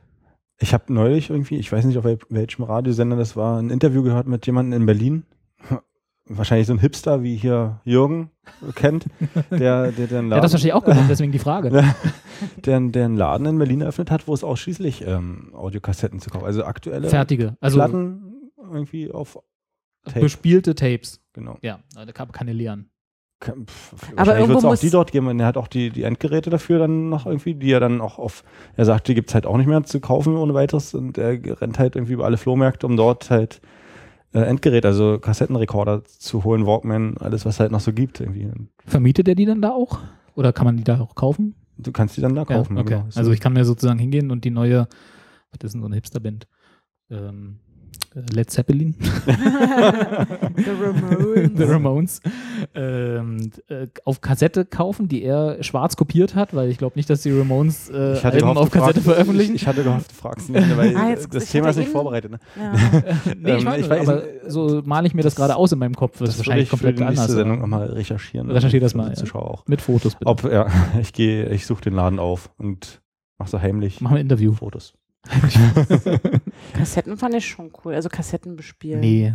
Ich habe neulich irgendwie, ich weiß nicht, auf wel- welchem Radiosender das war, ein Interview gehört mit jemandem in Berlin. Wahrscheinlich so ein Hipster, wie hier Jürgen kennt, der,
*laughs* Ja,
der, den
das
Laden,
wahrscheinlich auch gewonnen, deswegen die Frage.
der, der einen Laden in Berlin eröffnet hat, wo es ausschließlich ähm, Audiokassetten zu kaufen. Also aktuelle
Fertige, also
Platten irgendwie auf Tape.
bespielte Tapes.
Genau.
Ja, da gab keine leeren.
Ke- pf,
Aber
Wahrscheinlich wird es
irgendwo
auch
muss-
die dort geben und er hat auch die, die Endgeräte dafür dann noch irgendwie, die er dann auch auf, er sagt, die gibt es halt auch nicht mehr zu kaufen ohne weiteres und er rennt halt irgendwie über alle Flohmärkte, um dort halt äh, Endgeräte, also Kassettenrekorder zu holen, Walkman, alles, was halt noch so gibt irgendwie. Und
Vermietet er die dann da auch? Oder kann man die da auch kaufen?
du kannst die dann da kaufen.
ja, okay.
genau. Ist
Also
so.
ich kann mir sozusagen hingehen und die neue, was ist denn so eine Hipsterband? Ähm, äh, Led Zeppelin,
Ah. *laughs* The Ramones.
*laughs* The Ramones, ähm, äh, auf Kassette kaufen, die er schwarz kopiert hat, weil ich glaube nicht, dass die Ramones äh,
ich hatte
Alben
gehofft,
auf
du
Kassette
fragst-
veröffentlichen.
Ich, ich hatte gehofft, du fragst nicht, weil
Ah, jetzt-
das
ich
Thema
hatte
ist nicht
eben-
vorbereitet. Ne?
ja.
*laughs* nee, ich
ähm,
meine,
ich weiß
aber
nicht,
so male ich mir das gerade aus in meinem Kopf. Das, ist
würde
wahrscheinlich
ich für
komplett
die nächste
anders.
Sendung nochmal recherchieren. ähm,
Recherchier das
Für die
mal, ja.
Zuschauer auch.
Mit Fotos bitte.
Ob, ja, *laughs* ich gehe, ich suche den Laden auf und mache so heimlich
Machen wir ein Interview.
Fotos.
Kassetten fand ich schon cool. Also Kassetten bespielen.
Nee,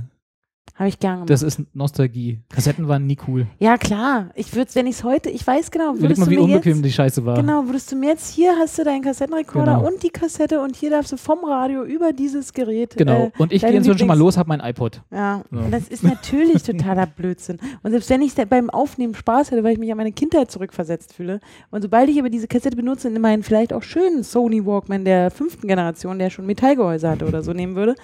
Habe ich gern gemacht.
das ist Nostalgie. Kassetten waren nie cool.
ja, klar. Ich würde es, wenn ich es heute, ich weiß genau,
Überleg
würdest
mal,
du
wie
mir
unbequem
jetzt,
die Scheiße war.
genau, würdest du mir jetzt, hier hast du deinen Kassettenrekorder
Genau.
und die Kassette und hier darfst du vom Radio über dieses Gerät.
Genau. Und ich gehe
äh, deine
inzwischen schon mal
Lieblings-
los, habe mein iPod.
Äh, ja.
So.
Und das ist natürlich totaler Blödsinn. Und selbst wenn ich da beim Aufnehmen Spaß hätte, weil ich mich an meine Kindheit zurückversetzt fühle, und sobald ich aber diese Kassette benutze und meinen vielleicht auch schönen Sony Walkman der fünften Generation, der schon Metallgehäuse hatte oder so nehmen würde,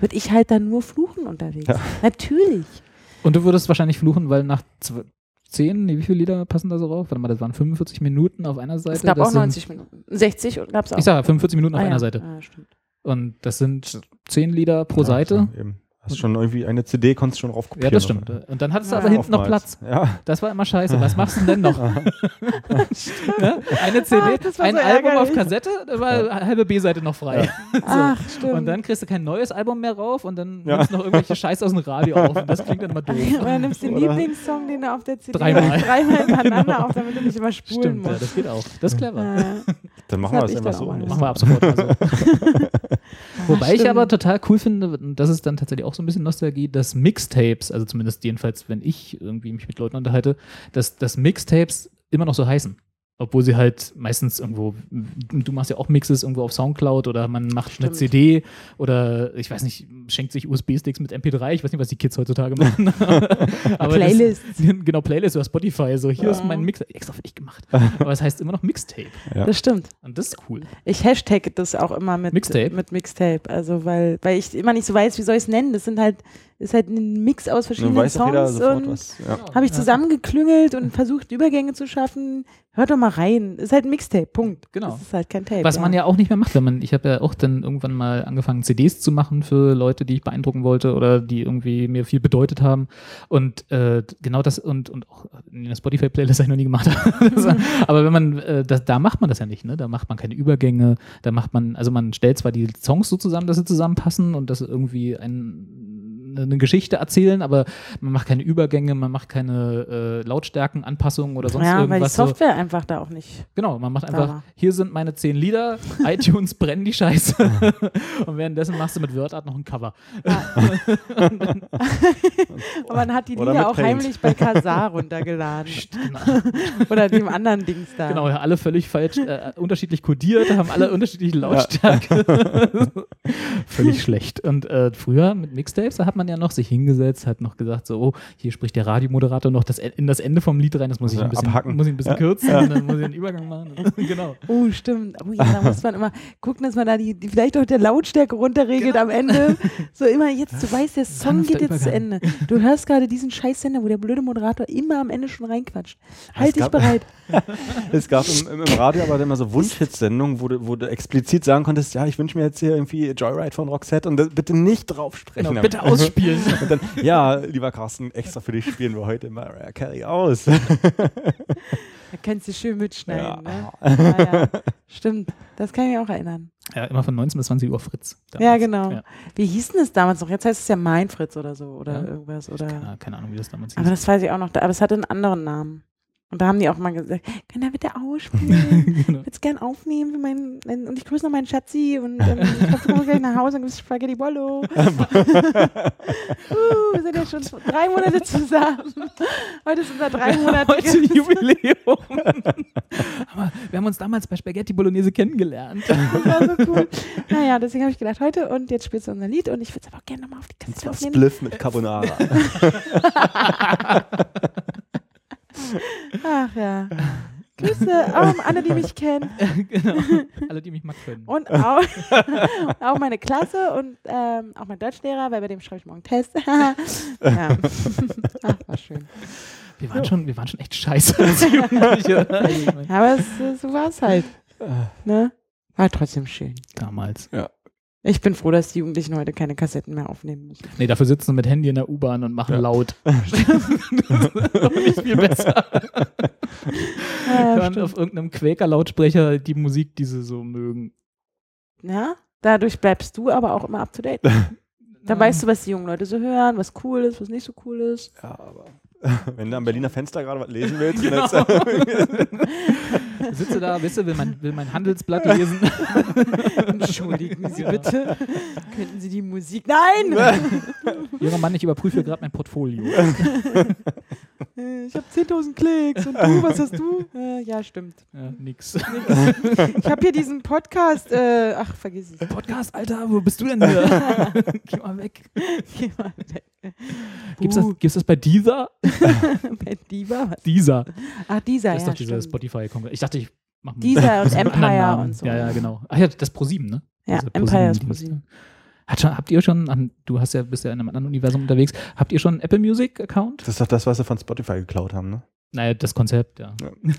würde ich halt dann nur fluchen unterwegs.
Ja.
Natürlich.
Und du würdest wahrscheinlich fluchen, weil nach zw- zehn, nee, wie viele Lieder passen da so rauf? Warte mal, das waren 45 Minuten auf einer Seite.
Es gab
das
auch
sind,
90 Minuten. 60 gab es auch.
Ich sage 45 Minuten auf
Ah,
einer
ja.
Seite.
Ah, stimmt.
Und das sind zehn Lieder pro
*laughs* Ja,
Seite.
so eben. Hast schon irgendwie eine CD, konntest schon raufkopieren.
Ja, das stimmt.
Oder?
Und dann hattest du
Ja.
aber hinten noch
Oftmals.
Platz.
Ja,
Das war immer scheiße. Was machst du denn
*laughs*
noch? Ne? Eine CD,
Ach, Ah, das war
ein
so
Album auf
ärgerlich.
Kassette, da war halbe B-Seite noch frei.
Ach, stimmt.
Und dann kriegst du kein neues Album mehr rauf und dann
Ja.
nimmst du noch irgendwelche Scheiße aus dem Radio auf. Und das klingt dann immer doof.
*laughs* Oder
*laughs*
nimmst den
Oder-
Lieblingssong, den du auf der CD
Dreimal. *laughs* Genau.
dreimal hintereinander auf, damit du nicht immer spulen
Stimmt, ja,
musst.
das geht auch. Das ist clever. *laughs*
Äh,
dann machen wir
hab
das
ich
einfach
dann
so.
auch mal
nächstes
Machen wir ab sofort.
*laughs*
Also. Wobei ich
stimmt.
aber total cool finde, und das ist dann tatsächlich auch so ein bisschen Nostalgie, dass Mixtapes, also zumindest jedenfalls, wenn ich irgendwie mich mit Leuten unterhalte, dass, dass Mixtapes immer noch so heißen. Obwohl sie halt meistens irgendwo, du machst ja auch Mixes irgendwo auf Soundcloud oder man macht eine
Stimmt.
CD oder ich weiß nicht, schenkt sich USB-Sticks mit MP3, ich weiß nicht, was die Kids
*laughs*
heutzutage machen. *laughs* Aber das-
Playlists.
Genau, Playlists oder Spotify, so hier
Ja.
ist mein Mix, extra für dich
*laughs*
gemacht. Aber es heißt immer noch Mixtape
Ja.
Das stimmt.
und das ist cool.
Ich hashtag das auch immer mit
Mixtape?
Mit Mixtape. Also, weil, weil ich immer nicht so weiß, wie soll ich es nennen. Das sind halt, ist halt ein Mix aus
Dann
verschiedenen
weiß doch jeder
Songs.
sofort
Und
was.
*laughs*
Ja.
habe ich
Ja.
zusammengeklüngelt und versucht, Übergänge zu schaffen. Hört doch mal rein. Ist halt ein Mixtape. Punkt.
Genau.
Das ist halt kein Tape.
Was man ja auch nicht mehr macht, wenn man, ich habe ja auch dann irgendwann mal angefangen, CDs zu machen für Leute, die ich beeindrucken wollte oder die irgendwie mir viel bedeutet haben. Und äh, genau das und, und auch äh, eine Spotify-Playlist habe ich noch nie gemacht. *laughs* Das
*laughs*
war- Aber wenn man, äh, das, da macht man das ja nicht, ne? Da macht man keine Übergänge, da macht man, also man stellt zwar die Songs so zusammen, dass sie zusammenpassen und dass sie irgendwie ein, ne, eine Geschichte erzählen, aber man macht keine Übergänge, man macht keine äh, Lautstärkenanpassungen oder sonst
Ja, weil die
irgendwas. so.
Software einfach da auch nicht.
Genau, man macht einfach,
war.
hier sind meine zehn
*laughs*
Lieder, iTunes brennen die Scheiße. *laughs* Und währenddessen machst du mit WordArt noch ein Cover.
*laughs* Aber man Ah. hat die
Oder
Lieder
mit
auch
Paint.
heimlich bei Kazar runtergeladen.
Genau,
*laughs* Oder dem anderen Dings da.
genau alle völlig falsch, äh, unterschiedlich kodiert, haben
*laughs*
alle
*laughs*
unterschiedliche Lautstärke. völlig schlecht. Und äh, früher mit Mixtapes, da hat man ja noch sich hingesetzt, hat noch gesagt, so, oh, hier spricht der Radiomoderator noch das, E- in das Ende vom Lied rein, das muss ich
Also
ein bisschen,
abhacken.
muss ich ein bisschen
Ja.
kürzen, und dann muss ich einen Übergang
*laughs*
machen. genau.
Oh, stimmt. Oh ja, da muss man immer gucken, dass man da die, die vielleicht auch der Lautstärke runterregelt
Genau.
am Sanfter Ende. So immer jetzt, du weißt, der Song
sanfter
geht jetzt zu Ende. Du hörst gerade diesen scheiß Sender, wo der blöde Moderator immer am Ende schon reinquatscht. Halt dich
*laughs*
gab-
bereit.
Es gab im, im, im Radio aber immer so Wunschhits-Sendungen, wo du, wo du explizit sagen konntest, ja, ich wünsche mir jetzt hier irgendwie Joyride von Roxette und das, bitte nicht drauf sprechen.
genau.
*laughs*
Bitte ausspielen.
Und dann, ja, lieber Carsten, extra für dich spielen wir heute Mariah Carey aus. *laughs*
Da kannst du schön mitschneiden.
Ja.
Ne? Ah, ja. Stimmt, das kann ich mich auch erinnern.
ja, immer von 19 bis 20 Uhr Fritz.
Ja,
damals.
genau.
Ja.
Wie hieß denn das damals noch? Jetzt heißt es ja Mein Fritz oder so oder
Ja.
irgendwas. Oder
Keine, keine Ahnung, wie das damals
Aber
hieß.
das weiß ich auch noch. Aber es hatte einen anderen Namen. Und da haben die auch mal gesagt, kann er *laughs* bitte ausspielen?
Genau.
Ich würde es gern aufnehmen für meinen, mein- und ich grüße noch meinen Schatzi und ähm, ich hoffe, du kommst gleich nach Hause und gibst Spaghetti Bollo. uh, wir sind ja schon zwei- drei Monate zusammen. Heute ist unser drei
*laughs*
Monate.
Heute Jubiläum. Aber wir haben uns damals bei Spaghetti Bolognese
*laughs*
kennengelernt. *laughs* Genau.
Das war so cool. Naja, deswegen habe ich gedacht, heute und jetzt spielst du unser Lied und ich würde es aber auch gerne nochmal auf die Kassette aufnehmen.
Spliff mit Carbonara.
*laughs* Ach ja. Grüße auch an alle, die mich kennen.
genau. Alle, die mich mag können.
Und *laughs* auch, *laughs* auch meine Klasse und ähm, auch mein Deutschlehrer, weil bei dem schreibe ich morgen Test. *laughs*
*laughs*
ja. Ach, war schön.
Wir waren, schon, wir waren schon echt scheiße
*laughs*
als Jugendliche. Also ich mein,
Ja, Aber es, äh, so war es halt. Ne? War trotzdem schön.
damals.
Ich bin froh, dass die Jugendlichen heute keine Kassetten mehr aufnehmen müssen.
Nee, dafür sitzen sie mit Handy in der U-Bahn und machen
*laughs*
Ja.
laut. das ist doch nicht viel besser.
Ja,
Hören auf irgendeinem Quäker-Lautsprecher die Musik, die sie so mögen.
ja? Dadurch bleibst du aber auch immer up to date.
*laughs*
Dann weißt du, was die jungen Leute so hören, was cool ist, was nicht so cool ist.
Ja, aber wenn du am Berliner Fenster gerade was lesen willst,
Genau.
dann
Sitze da, weißt du, will mein, will mein Handelsblatt lesen.
*laughs* Entschuldigen
Sie bitte.
*laughs* Könnten Sie die Musik. Nein!
*laughs*
*laughs*
Junger Mann, ich überprüfe gerade mein Portfolio.
Äh, Ich habe 10.000 Klicks und du, was hast du? Äh, ja, stimmt.
Ja, *laughs* nix.
Ich habe hier diesen Podcast. Äh, ach, vergiss es.
*laughs* Podcast, Alter, wo bist du denn *laughs* hier? Geh mal weg.
Geh mal weg. *laughs*
Gibt's das, gibt's das bei dieser?
Bei Diva?
Dieser.
Ach, dieser,
Das ist
ja,
doch dieser
stimmt.
Spotify-Kongress. Ich dachte, ich mach mal *laughs*
Dieser und
einen anderen
Empire
Namen.
und so.
Ja, ja, genau. Ach ja, das ProSieben, ne?
Ja,
Diese
Empire ist
ProSieben-Dienst.
ProSieben.
Hat schon, habt ihr schon, an- du hast ja, bist ja in einem anderen Universum unterwegs, habt ihr schon einen Apple Music-Account?
Das ist doch das, was sie von Spotify geklaut haben, ne?
Naja, das Konzept, ja.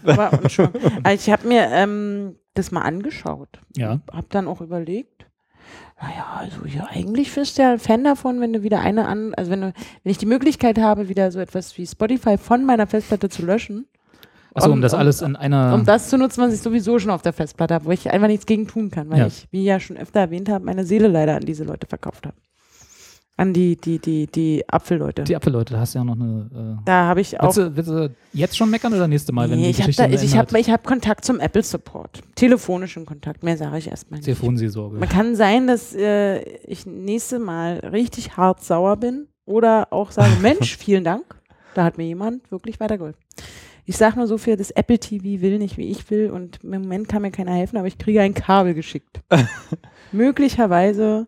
Aber und schon. Also ich habe mir ähm, das mal angeschaut.
Ja.
Habe dann auch überlegt, naja, also ja, eigentlich bist du ja ein Fan davon, wenn du wieder eine an, also wenn du, wenn ich die Möglichkeit habe, wieder so etwas wie Spotify von meiner Festplatte zu löschen,
Achso, um
Um-
das
um-
alles in einer.
um das zu nutzen, was ich sowieso schon auf der Festplatte habe, wo ich einfach nichts gegen tun kann, weil
Ja.
ich, wie ja schon öfter erwähnt habe, meine Seele leider an diese Leute verkauft habe. An die, die, die, die Apfelleute.
die Apple-Leute, da hast du ja noch eine.
da habe ich
Äh,
auch
willst, du, willst du jetzt schon meckern oder nächste Mal, wenn
Nee,
die
ich habe
Geschichte
ich
hab
hab, ich hab Kontakt zum Apple Support. Telefonischen Kontakt, mehr sage ich erstmal nicht. Man
Telefonseelsorge.
kann sein, dass äh, ich nächstes Mal richtig hart sauer bin oder
*laughs*
auch sage, Mensch, vielen Dank, da hat mir jemand wirklich weitergeholfen. Ich sage nur so viel, das Apple TV will nicht, wie ich will und im Moment kann mir keiner helfen, aber ich kriege ein Kabel geschickt.
*laughs*
Möglicherweise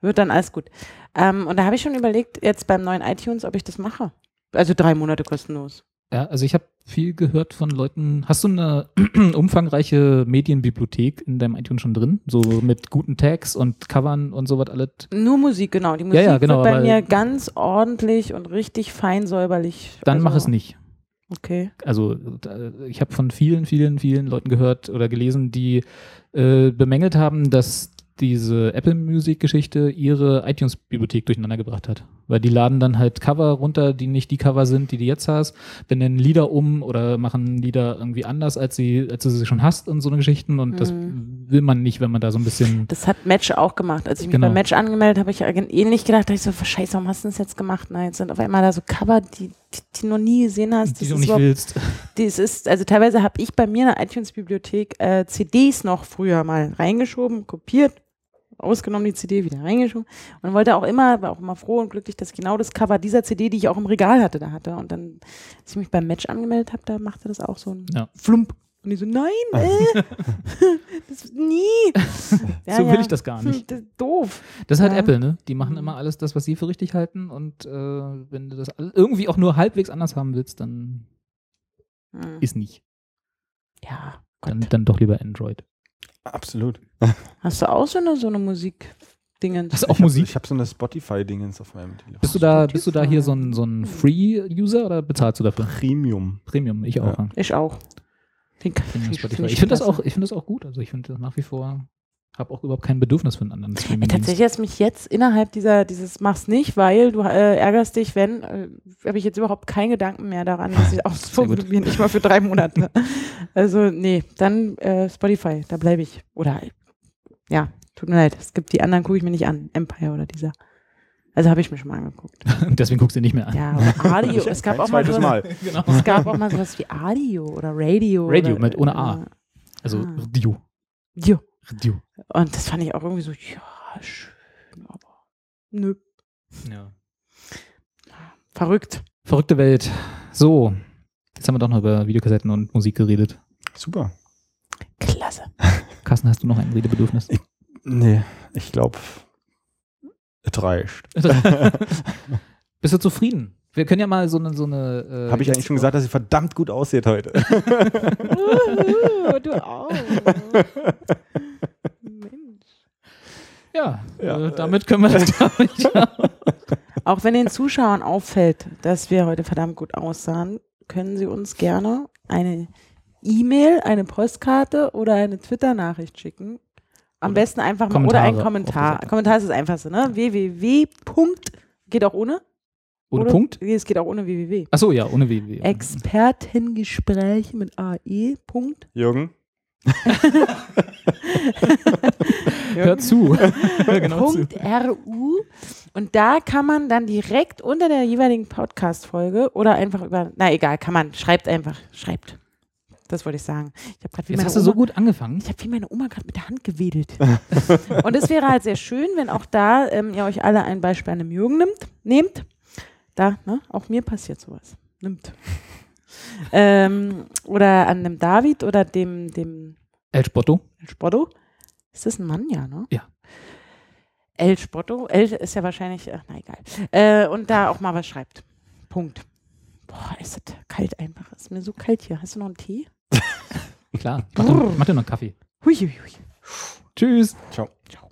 wird dann alles gut. Ähm, und da habe ich schon überlegt, jetzt beim neuen iTunes, ob ich das mache. Also drei Monate kostenlos.
Ja, also ich habe viel gehört von Leuten. Hast du eine *clears throat* umfangreiche Medienbibliothek in deinem iTunes schon drin? So mit guten Tags und Covern und sowas alles?
Nur Musik, genau. Die Musik
ja, genau,
wird bei
aber-
mir ganz ordentlich und richtig fein säuberlich.
Dann mach
also,
es nicht.
Okay.
also äh, ich habe von vielen, vielen, vielen Leuten gehört oder gelesen, die äh, bemängelt haben, dass diese Apple Music-Geschichte ihre iTunes-Bibliothek durcheinander gebracht hat. Weil die laden dann halt Cover runter, die nicht die Cover sind, die du jetzt hast, benennen Lieder um oder machen Lieder irgendwie anders, als, sie, als du sie schon hast und so eine Geschichten. Und das
Mhm.
will man nicht, wenn man da so ein bisschen.
Das hat Match auch gemacht. Als ich mich
Genau.
bei Match angemeldet habe, habe ich eigentlich ähnlich gedacht, dachte ich so, scheiße, warum hast du das jetzt gemacht? Na, jetzt sind auf einmal da so Cover, die, die, die noch nie gesehen hast.
die
Das
du
ist
nicht
überhaupt-
willst.
das ist, also teilweise habe ich bei mir in der iTunes-Bibliothek äh, CDs noch früher mal reingeschoben, kopiert, ausgenommen die CD wieder reingeschoben und wollte auch immer, war auch immer froh und glücklich, dass ich genau das Cover dieser CD, die ich auch im Regal hatte, da hatte. Und dann, als ich mich beim Match angemeldet habe, da machte das auch so ein
Ja.
Flump. Und die so, nein,
*laughs*
äh, *laughs* das, nie. Ja,
so will
ja.
ich das gar nicht.
Hm, Das ist doof.
Das ist halt
Ja.
Apple, ne? Die machen
Mhm.
immer alles das, was sie für richtig halten und äh, wenn du das all- irgendwie auch nur halbwegs anders haben willst,
Mhm.
dann
Hm.
ist nicht.
Ja, Gott.
Dann, dann doch lieber Android.
Absolut.
Hast du auch so eine, so eine Musik-Dingens?
Hast du auch
Ich
Musik?
Hab, ich habe so eine Spotify-Dingens auf meinem Telefon.
Bist du da, bist du da hier so ein, so ein Free-User oder bezahlst du dafür?
Premium.
Premium, ich auch.
Ja.
Ja.
Ich auch. Den kann
Premium
ich
Spotify.
nicht
Ich finde das,
lassen. Äh,
auch- ich find das auch gut. Also ich finde das nach wie vor, habe auch überhaupt kein Bedürfnis für einen anderen
Ey,
Streaming.
tatsächlich hat mich jetzt innerhalb dieser, dieses mach's nicht, weil du äh, ärgerst dich, wenn, äh, habe ich jetzt überhaupt keinen Gedanken mehr daran,
*laughs*
dass ich *laughs* ausprobieren, nicht mal für drei Monate. Also, nee, dann äh, Spotify, da bleibe ich. Oder, äh, ja, tut mir leid, es gibt die anderen, gucke ich mir nicht an. Empire oder dieser. Also habe ich mir schon mal angeguckt.
*laughs* Deswegen guckst du ihn nicht mehr an. *laughs*
Ja, oder
Also
Adio. es gab
Kein
auch mal,
zweites
so,
Mal.
Genau.
Es gab auch mal sowas wie Adio oder Radio.
Radio
oder,
mit- ohne A.
äh,
Also
Ah.
Radio.
Jo.
Radio.
Und das fand ich auch irgendwie so, ja, schön, aber nö,
Ja.
verrückt.
Verrückte Welt. So, jetzt haben wir doch noch über Videokassetten und Musik geredet.
Super.
Klasse.
Carsten, hast du noch ein Redebedürfnis?
Nee, ich glaube, es reicht.
*laughs*
Äh,
Bist du zufrieden? Wir können ja mal so eine. So eine äh,
Habe ich eigentlich schon gesagt, dass ihr verdammt gut aussieht heute.
Uhu, *laughs* du auch. Mensch.
Ja,
Ja.
äh, damit
*laughs*
können wir *laughs* das, glaub ich.
Auch wenn den Zuschauern auffällt, dass wir heute verdammt gut aussahen, können sie uns gerne eine E-Mail, eine Postkarte oder eine Twitter-Nachricht schicken. Am
Oder
besten einfach mal oder
Kommentare
ein Kommentar.
aufgesagt.
Kommentar ist das einfachste, ne? www. Geht auch ohne?
Ohne
Oder-
Punkt?
Nee, es geht auch ohne www.
Achso, ja, ohne WW.
Expertengespräche mit AE.
*laughs*
Punkt.
Jürgen?
Hör zu. Hör genau zu.
Punkt RU. Und da kann man dann direkt unter der jeweiligen Podcast-Folge oder einfach über, na egal, kann man, schreibt einfach, schreibt. Das wollte ich sagen. Ich habe gerade wie,
Jetzt
meine
hast du so
Oma-
gut angefangen.
ich hab wie meine Oma gerade mit der Hand gewedelt. *laughs* Und es wäre halt sehr schön, wenn auch da ähm, ihr euch alle ein Beispiel an dem Jürgen nimmt, nehmt. Da, ne? Auch mir passiert sowas. Nimmt. ähm, oder an dem David oder dem, dem
El Spotto.
El Spotto? Ist das ein Mann, ja, ne?
Ja.
El Spotto. El ist ja wahrscheinlich, ach, na egal. Äh, und da auch mal was schreibt. Punkt. Boah, ist das kalt einfach. Ist mir so kalt hier. Hast du noch einen Tee?
Klar. Mach dir, mach dir noch einen Kaffee.
Hui, hui, hui.
Tschüss.
Ciao.
Ciao.